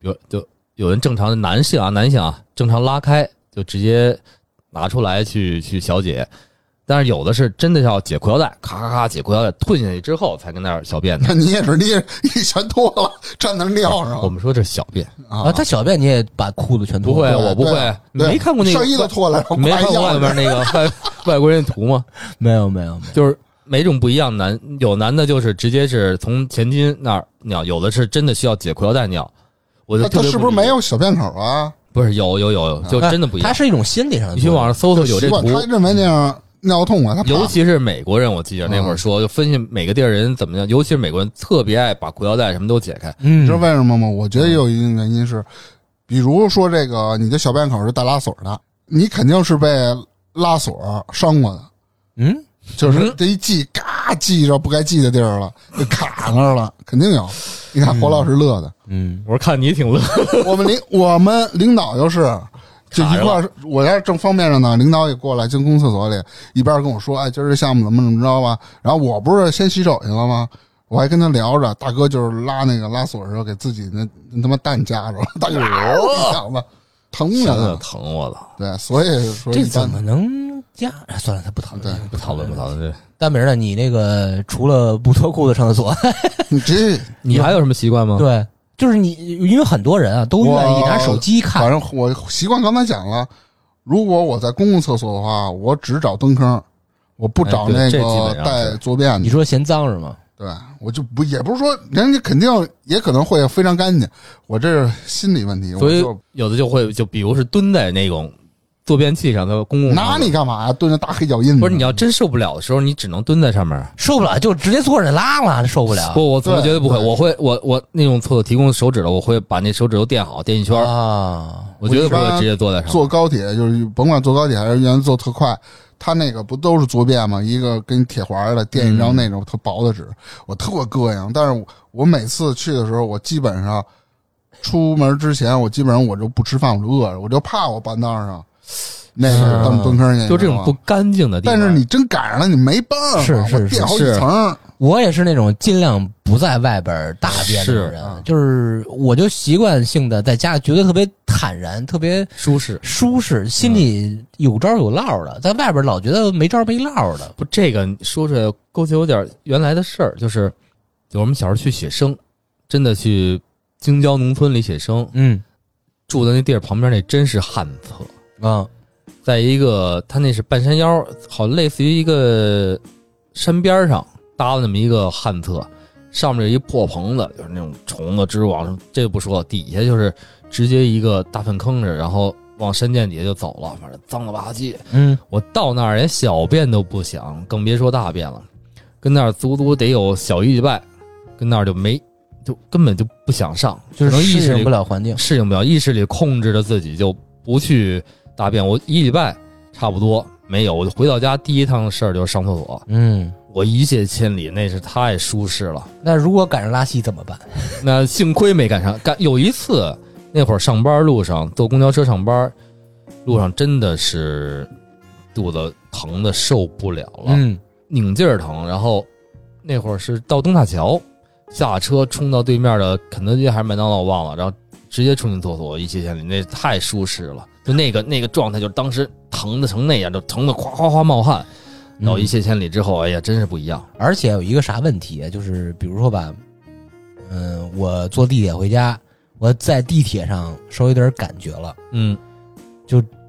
Speaker 3: 有就有人正常的男性啊，男性啊，正常拉开就直接拿出来去去小解，但是有的是真的要解裤腰带，咔咔咔解裤腰带，吞下去之后才跟那儿小便 的。
Speaker 1: 那你也是，你也你全脱了，站那儿尿上
Speaker 3: 我
Speaker 1: 了
Speaker 3: 们说这是小便，
Speaker 2: 啊，他小便你也把裤子全
Speaker 3: 不
Speaker 2: 脱
Speaker 3: 会，啊
Speaker 2: 了，
Speaker 1: 对
Speaker 3: 我不会
Speaker 1: 对，
Speaker 3: 你没看过那个
Speaker 1: 上衣都脱了，然后
Speaker 3: 你没
Speaker 1: 挂一
Speaker 3: 看过
Speaker 1: 钥
Speaker 3: 外
Speaker 1: 匙
Speaker 3: 面那个外外国人的图吗？
Speaker 2: 没有没有没有，
Speaker 3: 就是每种不一样男，有男的就是直接是从前襟那儿尿，有的是真的需要解裤腰带尿。我就
Speaker 1: 那
Speaker 3: 特
Speaker 1: 他
Speaker 3: 别
Speaker 1: 是不是
Speaker 3: 理解
Speaker 1: 没？有小便口啊？
Speaker 3: 不是有有有有，就真的不 一
Speaker 2: 它
Speaker 3: 样。
Speaker 2: 是一种心理上的，
Speaker 3: 你去网上，搜搜有这
Speaker 1: 习惯
Speaker 3: 图
Speaker 1: 他，认为那样尿痛啊，他怕
Speaker 3: 尤其是美国人，我记得那会
Speaker 1: 嗯
Speaker 3: 儿说，就分析每个地儿人怎么样，尤其是美国人特别爱把裤腰带什么都解开。
Speaker 1: 你
Speaker 2: 嗯
Speaker 1: 知道为什么吗？我觉得也有一定原因是，比如说这个你的小便口是带拉锁的，你肯定是被拉锁伤过的，
Speaker 2: 嗯，
Speaker 1: 就是
Speaker 3: 嗯
Speaker 1: 这一系，嘎系着不该系的地儿了，就卡那儿了，肯定有。你看侯老师乐的，
Speaker 2: 嗯，
Speaker 3: 我说看你挺乐，
Speaker 1: 我们领我们领导就是，就一块儿，我要是正方便着呢，领导也过来进公厕所里，一边跟我说，哎，今儿这项目怎么怎么着吧。然后我不是先洗手去了吗？我还跟他聊着，大哥就是拉那个拉锁的时候给自己那那他妈蛋夹着了，大哥一下子疼
Speaker 3: 想想
Speaker 1: 的，
Speaker 3: 疼我了。
Speaker 1: 对，所以说
Speaker 2: 这
Speaker 1: 一
Speaker 2: 怎
Speaker 1: 般
Speaker 2: 么能加？哎算了，他不讨论这个，
Speaker 3: 不讨论不讨论这个，
Speaker 2: 大明儿呢？你那个除了不脱裤子上厕所，
Speaker 3: 啊
Speaker 1: 你 这
Speaker 3: 你还有什么习惯吗？
Speaker 2: 对，就是你，因为很多人啊都愿意拿手机看
Speaker 1: 反，
Speaker 3: 啊
Speaker 1: 正我习惯刚才讲了，如果我在公共厕所的话，我只找蹲坑，我不找
Speaker 3: 哎
Speaker 1: 那
Speaker 3: 对这基
Speaker 1: 个
Speaker 3: 本上
Speaker 1: 带
Speaker 3: 是
Speaker 1: 坐便
Speaker 2: 你
Speaker 1: 的。
Speaker 2: 说嫌脏是吗？
Speaker 1: 对，我就不也不是说人家肯定也可能会非常干净，我这是心理问题。我
Speaker 3: 所以
Speaker 1: 就
Speaker 3: 有的就会就比如是蹲在那种坐便器上的公共
Speaker 1: 拿
Speaker 3: 场所
Speaker 1: 你干嘛呀？蹲着大黑脚印子。
Speaker 3: 不是你要真受不了的时候，你只能蹲在上面。
Speaker 4: 受不了就直接坐着拉了，受不了
Speaker 3: 不，我我
Speaker 1: 对
Speaker 3: 绝对不会，
Speaker 1: 对
Speaker 3: 我会我我那种厕所提供手指的，我会把那手指头垫好，垫一圈儿，
Speaker 4: 啊！
Speaker 3: 我绝对不
Speaker 1: 我一般
Speaker 3: 会直接坐在上面。
Speaker 1: 坐高铁就是甭管坐高铁还是原来坐特快，他那个不都是坐便吗？一个跟铁环儿的垫一
Speaker 3: 嗯
Speaker 1: 张那种特薄的纸，我特膈应。但是我我每次去的时候，我基本上出门之前，我基本上我就不吃饭，我就饿着，我就怕我半道上那个蹬蹲坑去，
Speaker 3: 就这种不
Speaker 1: 你知道吗。
Speaker 3: 干净的地
Speaker 1: 但
Speaker 3: 方，
Speaker 1: 是你真赶上了，你没办法，
Speaker 4: 是是
Speaker 1: 我垫好几
Speaker 4: 是
Speaker 1: 层儿，
Speaker 2: 我也是那种尽量不在外边大便的
Speaker 3: 是啊
Speaker 2: 人，就是我就习惯性的在家觉得特别坦然，特别
Speaker 3: 舒适。
Speaker 2: 舒适，心里有招有落
Speaker 3: 嗯
Speaker 2: 的，在外边老觉得没招没落的。
Speaker 3: 不，这个说出来勾起有点原来的事儿，就是就我们小时候去写生，真的去京郊农村里写生，
Speaker 2: 嗯
Speaker 3: 住的那地儿旁边那真是旱厕，
Speaker 2: 啊
Speaker 3: 在一个它那是半山腰，好类似于一个山边上搭了那么一个旱厕，上面有一破棚子，就是那种虫子、蜘蛛网什么，这不说，底下就是直接一个大粪坑子，然后往山涧底下就走了，反正脏了吧唧。
Speaker 2: 嗯
Speaker 3: 我到那儿连小便都不想，更别说大便了。跟那儿足足得有小一礼拜，跟那儿就没，就根本就不想上，
Speaker 2: 就是
Speaker 3: 只能意
Speaker 2: 适
Speaker 3: 识
Speaker 2: 应
Speaker 3: 里
Speaker 2: 不了环境。
Speaker 3: 适应不了，意识里控制着自己就不去大便。我一礼拜差不多没有，我就回到家第一趟事儿就是上厕所，
Speaker 2: 嗯，
Speaker 3: 我一泻千里，那是太舒适了。
Speaker 2: 那如果赶上拉稀怎么办？
Speaker 3: 那幸亏没赶上，赶有一次那会儿上班路上坐公交车上班，路上真的是肚子疼的受不了了，
Speaker 2: 嗯
Speaker 3: 拧劲儿疼。然后那会儿是到东大桥，下车冲到对面的肯德基还是麦当劳，我忘了，然后直接冲进厕所，一泻千里，那太舒适了。就那个那个状态，就是当时疼的成那样，就疼的哗哗哗冒汗。然后一泻千里之后，哎呀，真是不一样。
Speaker 2: 而且有一个啥问题，啊就是比如说吧，嗯、我坐地铁回家，我在地铁上稍微有点感觉了，
Speaker 3: 嗯，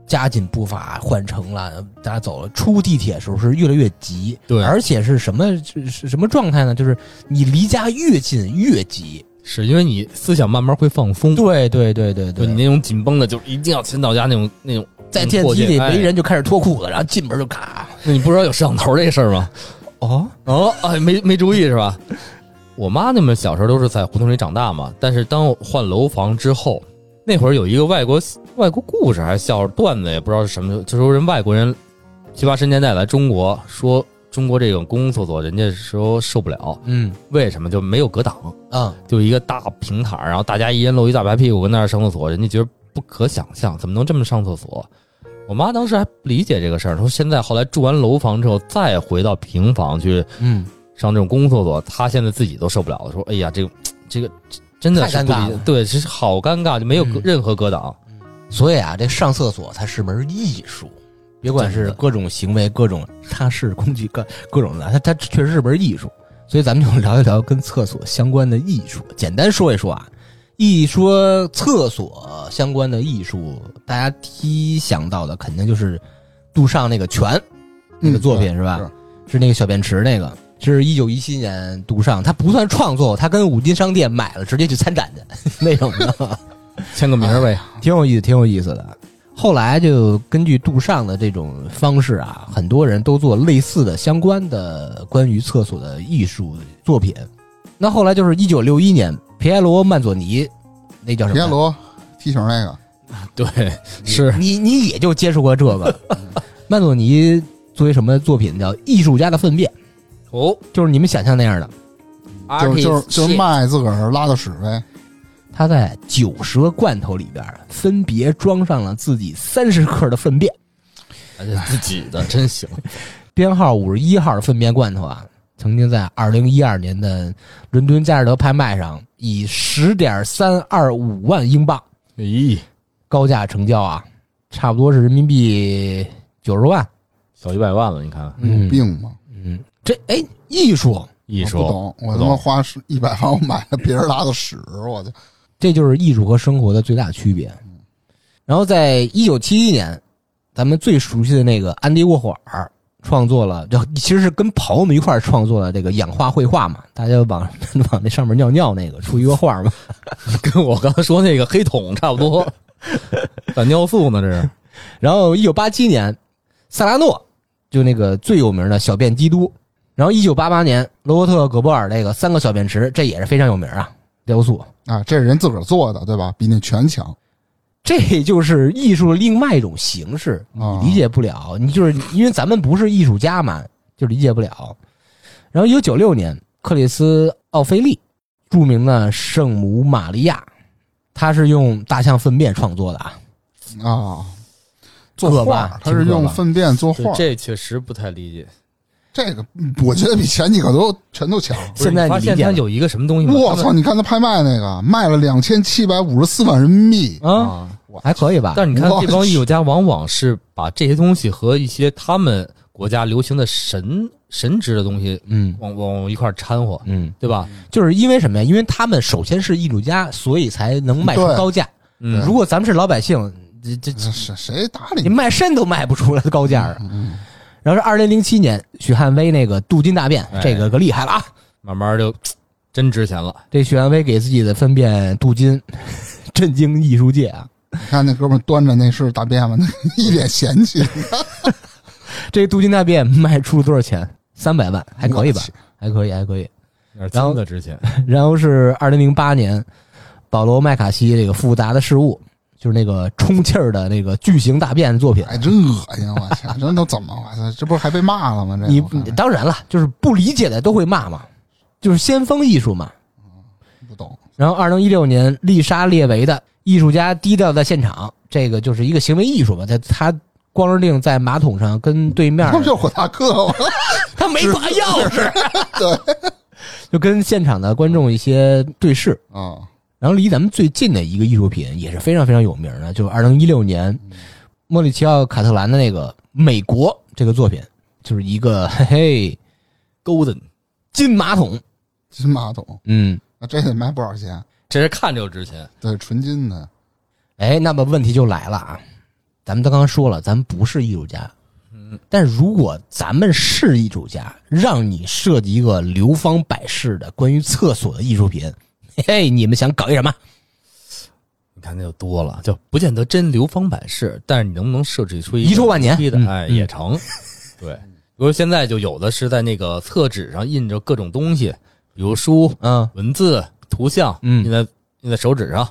Speaker 2: 加紧步伐换乘了，大家走了。出地铁的时候是越来越急，
Speaker 3: 对，
Speaker 2: 而且是什么是是什么状态呢？就是你离家越近越急。
Speaker 3: 是因为你思想慢慢会放松。
Speaker 2: 对对对对
Speaker 3: 就
Speaker 2: 对，
Speaker 3: 你那种紧绷的，就是一定要先到家那种那种，
Speaker 2: 在电梯里
Speaker 3: 过去
Speaker 2: 没人就开始脱裤子，然后进门就咔。
Speaker 3: 那你不知道有摄像头这事儿吗？
Speaker 2: 哦，
Speaker 3: 哦，哎，没没注意是吧？我妈那么小时候都是在胡同里长大嘛，但是当我换楼房之后，那会儿有一个外国外国故事还是笑话段子，也不知道是什么，就说人外国人七八十年代来中国，说中国这种公共厕所人家说受不了，
Speaker 2: 嗯
Speaker 3: 为什么就没有隔挡？
Speaker 2: 啊，
Speaker 3: 就一个大平坦儿，然后大家一人露一大白屁股跟那儿上厕所，人家觉得不可想象，怎么能这么上厕所？我妈当时还不理解这个事儿，说现在后来住完楼房之后，再回到平房去
Speaker 2: 嗯，
Speaker 3: 上这种公共厕所，她现在自己都受不了了，说哎呀，这个这个真的是
Speaker 2: 太尴
Speaker 3: 不
Speaker 2: 尬
Speaker 3: 理
Speaker 2: 了
Speaker 3: 解，对，是好尴尬，就没有
Speaker 2: 嗯
Speaker 3: 任何隔挡。
Speaker 2: 所以啊，这上厕所它是门艺术，别管
Speaker 3: 真
Speaker 2: 是
Speaker 3: 的
Speaker 2: 各种行为、各种擦拭工具、各各种的，它它确实是门艺术。所以咱们就聊一聊跟厕所相关的艺术，简单说一说啊。一说厕所相关的艺术，大家第一想到的肯定就是杜尚那个泉那个
Speaker 1: 嗯
Speaker 2: 作品、
Speaker 1: 对
Speaker 2: 是吧？是那个小便池那个，是一九一七年杜尚，他不算创作，他跟五金商店买了直接去参展去 那种的。
Speaker 3: 签个名儿呗，
Speaker 2: 挺有意思，挺有意思的。后来就根据杜尚的这种方式啊，很多人都做类似的相关的关于厕所的艺术作品。那后来就是一九六一年，皮埃罗曼佐尼，那啊叫什么？
Speaker 1: 皮耶罗踢球那个，
Speaker 3: 对，是
Speaker 2: 你你也就接触过这个。曼佐尼作为什么作品叫《艺术家的粪便
Speaker 3: 哦，》，
Speaker 2: 就是你们想象那样的。
Speaker 1: 就是就是
Speaker 3: artist
Speaker 1: 就是卖自个儿拉的屎呗。
Speaker 2: 他在九十个罐头里边分别装上了自己三十克的粪便，
Speaker 3: 哎呀自己的真行，
Speaker 2: 编号五十一号的粪便罐头啊，曾经在二零一二年的伦敦佳士得拍卖上以十点三二五万英镑
Speaker 3: 咦，
Speaker 2: 高价成交啊，差不多是人民币九十万。
Speaker 3: 小一百万了，你看，
Speaker 1: 有病吗？
Speaker 2: 嗯，这哎，艺术，
Speaker 3: 艺
Speaker 1: 我不
Speaker 3: 术
Speaker 1: 懂，我
Speaker 3: 不
Speaker 1: 他妈
Speaker 3: 懂
Speaker 1: 花一百万我买了别人拉的屎，我操！
Speaker 2: 这就是艺术和生活的最大区别。然后在一九七一年，咱们最熟悉的那个安迪沃霍尔创作了，就其实是跟朋友们一块儿创作了这个氧化绘画嘛，大家往往那上面尿尿那个出一个画嘛。
Speaker 3: 跟我刚才说那个黑桶差不多，反尿素呢这是，
Speaker 2: 然后一九八七年，萨拉诺就那个最有名的小便基督。然后一九八八年，罗伯特·戈博尔那个三个小便池，这也是非常有名啊，雕塑。
Speaker 1: 啊，这是人自个儿做的，对吧？比那全强。
Speaker 2: 这就是艺术的另外一种形式，
Speaker 1: 啊
Speaker 2: 你理解不了。你就是因为咱们不是艺术家嘛，就理解不了。然后一九九六年，克里斯·奥菲利，著名的圣母玛利亚，她是用大象粪便创作的啊。
Speaker 1: 啊，
Speaker 2: 恶
Speaker 1: 做
Speaker 2: 霸
Speaker 1: 画，他是
Speaker 2: 挺恶
Speaker 1: 用
Speaker 2: 霸
Speaker 1: 粪便做画
Speaker 3: 对，，这确实不太理解。
Speaker 1: 这个嗯我觉得比前几个都全都强。
Speaker 3: 不是
Speaker 2: 现在
Speaker 3: 你发
Speaker 2: 你理
Speaker 3: 现
Speaker 2: 解
Speaker 3: 他
Speaker 2: 了
Speaker 3: 有一个什么东西吗？
Speaker 1: 我
Speaker 3: 嗯他
Speaker 1: 操！
Speaker 3: 们
Speaker 1: 你看他拍卖那个，卖了两千七百五十四万人民币，
Speaker 2: 啊，
Speaker 3: 啊！
Speaker 2: 还可以吧？
Speaker 3: 但是你看
Speaker 1: 我
Speaker 3: 这帮艺术家往往是把这些东西和一些他们国家流行的神神职的东西
Speaker 2: 嗯
Speaker 3: 往往一块儿掺和，
Speaker 2: 嗯，
Speaker 3: 对吧？
Speaker 2: 就是因为什么呀？因为他们首先是艺术家，所以才能卖出
Speaker 1: 对
Speaker 2: 高价。
Speaker 3: 嗯
Speaker 2: 如果咱们是老百姓，这这
Speaker 1: 这是谁搭理你？
Speaker 2: 你卖肾都卖不出来高价啊。
Speaker 1: 嗯，
Speaker 2: 然后是二零零七年，许汉威那个镀金大便，
Speaker 3: 哎
Speaker 2: 这个可厉害了啊！
Speaker 3: 慢慢就真值钱了。
Speaker 2: 这许汉威给自己的粪便镀金， 震惊艺术界啊！
Speaker 1: 你看那哥们儿端着那是大便吗？ 一脸嫌弃，
Speaker 2: 这镀金大便卖出了多少钱？三百万，还可以吧
Speaker 1: 我去？
Speaker 2: 还可以，还可以。
Speaker 3: 然
Speaker 2: 然
Speaker 3: 后
Speaker 2: 后
Speaker 3: 的值钱，
Speaker 2: 然后是二零零八年，保罗麦卡锡这个复杂的事物，就是那个充气儿的那个巨型大便作品。
Speaker 1: 哎，真恶心！我去，这都怎么？我操，这不是还被骂了吗？这
Speaker 2: 你
Speaker 1: 我看
Speaker 2: 当然了，就是不理解的都会骂嘛，就是先锋艺术嘛。
Speaker 1: 不懂
Speaker 2: 然后，二零一六年丽莎列维的《艺术家低调在现场》，这个就是一个行为艺术吧。他他光着腚在马桶上跟对面儿，
Speaker 1: 不就火大哥吗？
Speaker 2: 他没拔钥 匙，
Speaker 1: 对
Speaker 2: 就跟现场的观众一些对视。
Speaker 1: 啊，
Speaker 2: 然后离咱们最近的一个艺术品也是非常非常有名的，就是二零一六年莫里奇奥·卡特兰的那个《美国》这个作品，就是一个嘿嘿
Speaker 3: Golden，
Speaker 2: 金马桶，
Speaker 1: 金马桶，
Speaker 2: 嗯，
Speaker 1: 那这得卖不少钱？
Speaker 3: 这是看着就值钱。
Speaker 1: 对，纯金的。
Speaker 2: 哎，那么问题就来了啊，咱们刚刚说了，咱们不是艺术家，嗯，但如果咱们是艺术家，让你设计一个流芳百世的关于厕所的艺术品，嘿嘿，你们想搞一什么？
Speaker 3: 你看那就多了，就不见得真流芳百世，但是你能不能设计出一
Speaker 2: 遗臭万年
Speaker 3: 牛逼的
Speaker 2: 嗯
Speaker 3: 哎
Speaker 2: 嗯
Speaker 3: 也成。对， 比如现在就有的是在那个厕纸上印着各种东西，比如书、
Speaker 2: 嗯
Speaker 3: 文字、图像，
Speaker 2: 嗯
Speaker 3: 印在印在手指上，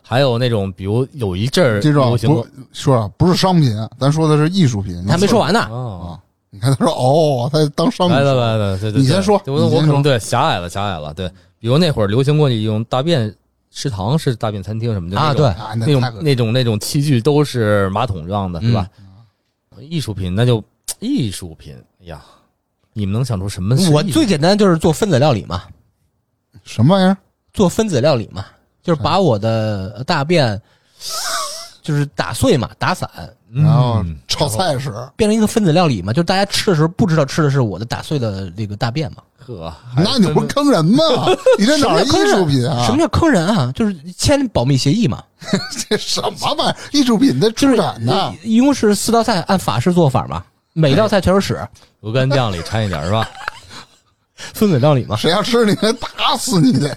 Speaker 3: 还有那种比如有一阵儿
Speaker 1: 记住啊，
Speaker 3: 流行
Speaker 1: 不说啊，不是商品，咱说的是艺术品。
Speaker 2: 还没说
Speaker 1: 完，
Speaker 2: 完呢，
Speaker 3: 哦，
Speaker 1: 你看他说哦，他当商品
Speaker 3: 来
Speaker 1: 说，
Speaker 3: 来来来，对对，
Speaker 1: 啊你先
Speaker 3: 对
Speaker 1: 说
Speaker 3: 我
Speaker 1: 你先
Speaker 3: 我可
Speaker 1: 说
Speaker 3: 能对狭隘了，狭隘了。对，比如那会儿流行过一种大便食堂是大便餐厅什么的
Speaker 2: 啊
Speaker 3: 那种
Speaker 2: 对
Speaker 1: 啊，
Speaker 3: 那
Speaker 1: 那太恶
Speaker 3: 种那种那种器具都是马桶状
Speaker 1: 嗯
Speaker 3: 的，是吧？艺术品那就艺术品哎呀，你们能想出什么是艺术品？
Speaker 2: 我最简单就是做分子料理嘛，
Speaker 1: 什么玩意儿？
Speaker 2: 做分子料理嘛，就是把我的大便就是打碎嘛，打散，
Speaker 3: 嗯
Speaker 1: 然后炒菜时，
Speaker 2: 变成一个分子料理嘛，就是大家吃的时候不知道吃的是我的打碎的这个大便嘛。
Speaker 3: 呵，还
Speaker 1: 那你不 是坑人吗？ 你这哪是艺术品啊？
Speaker 2: 什么叫坑人啊？就是签保密协议嘛，
Speaker 1: 这什么玩意儿？艺术品在
Speaker 2: 就
Speaker 1: 出
Speaker 2: 是
Speaker 1: 展呢？
Speaker 2: 一共是四道菜，按法式做法嘛，每道菜全是 屎，
Speaker 3: 鹅肝酱里掺一点儿是吧？
Speaker 2: 分子料理嘛，
Speaker 1: 谁要吃你，打死你得！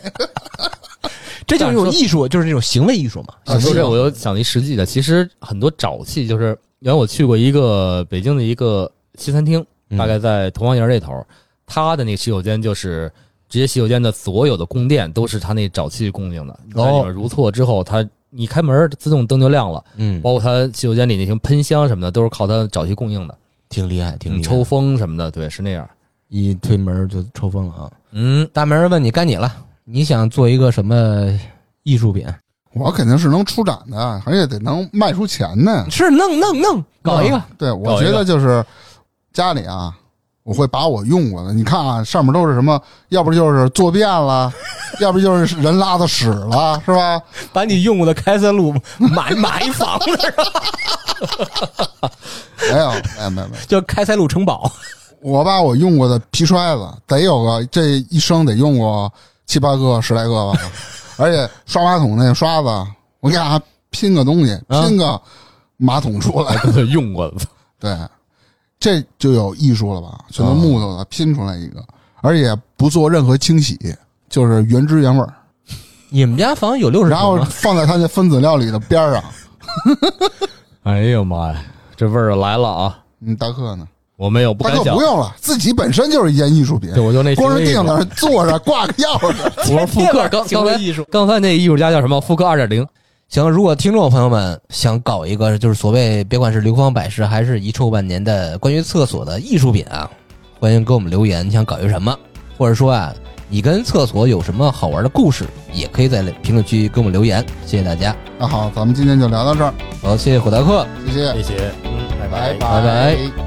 Speaker 2: 这就是一种艺术，就是那种行为艺术嘛。
Speaker 1: 啊
Speaker 3: 你
Speaker 1: 是
Speaker 3: 说
Speaker 1: 啊
Speaker 3: 这我又想了一实际的，其实很多沼气就是，原来我去过一个北京的一个西餐厅，
Speaker 2: 嗯
Speaker 3: 大概在同安营这头，它的那洗手间就是直接洗手间的所有的供电都是它那沼气供应的，
Speaker 1: 哦
Speaker 3: 在里面如厕之后，它你开门自动灯就亮了，
Speaker 2: 嗯，
Speaker 3: 包括它洗手间里那些喷香什么的都是靠它沼气供应的，
Speaker 2: 挺厉害，挺
Speaker 3: 嗯
Speaker 2: 厉害。
Speaker 3: 抽风什么的，对，是那样。
Speaker 2: 一推门就抽风了啊！
Speaker 3: 嗯，
Speaker 2: 大门问你该你了，你想做一个什么艺术品？
Speaker 1: 我肯定是能出展的，而且得能卖出钱呢。嗯
Speaker 2: 是弄弄弄，哦搞一个。
Speaker 1: 对，我
Speaker 3: 搞一
Speaker 1: 觉
Speaker 3: 个
Speaker 1: 得就是家里啊，我会把我用过的，你看啊，上面都是什么？要不就是坐便了，要不就是人拉的屎了，是吧？
Speaker 2: 把你用过的开塞露买买一房子，
Speaker 1: 没有，没有，没有，没有。
Speaker 2: 叫开塞露城堡。
Speaker 1: 我把我用过的皮揣子，得有个这一生得用过七八个、十来个吧。而且刷马桶那刷子，我给它拼个东西，
Speaker 2: 啊
Speaker 1: 拼个马桶出来。
Speaker 3: 用过 的，
Speaker 1: 对，这就有艺术了吧？全都
Speaker 3: 嗯
Speaker 1: 木头的拼出来一个，而且不做任何清洗，就是原汁原味儿。
Speaker 2: 你们家房有六十
Speaker 1: 然
Speaker 2: 平
Speaker 1: 后
Speaker 2: 吗？
Speaker 1: 放在他那分子料理的边儿上，
Speaker 3: 哎呦妈呀，这味儿来了啊！
Speaker 1: 嗯，大克呢？
Speaker 3: 我没有不
Speaker 1: 大
Speaker 3: 敢
Speaker 1: 克
Speaker 3: 想
Speaker 1: 不，用了，自己本身就是一件艺术品
Speaker 3: 对，，我就那
Speaker 1: 光是
Speaker 3: 行为
Speaker 1: 定
Speaker 3: 艺术
Speaker 1: 那儿坐着挂个 钥匙，
Speaker 3: 我说复刻刚刚才
Speaker 2: 艺术。
Speaker 3: 刚才那艺术家叫什么？复刻二点零，
Speaker 2: 行，如果听众朋友们想搞一个，就是所谓别管是流芳百世还是遗臭万年的关于厕所的艺术品啊，欢迎给我们留言，你想搞一个什么，或者说啊，你跟厕所有什么好玩的故事，也可以在评论区给我们留言。谢谢大家，
Speaker 1: 那好，咱们今天就聊到这儿，
Speaker 3: 哎
Speaker 2: 好，谢谢火达克。
Speaker 1: 谢谢，
Speaker 5: 谢谢，嗯，拜
Speaker 1: 拜
Speaker 2: 拜
Speaker 1: 拜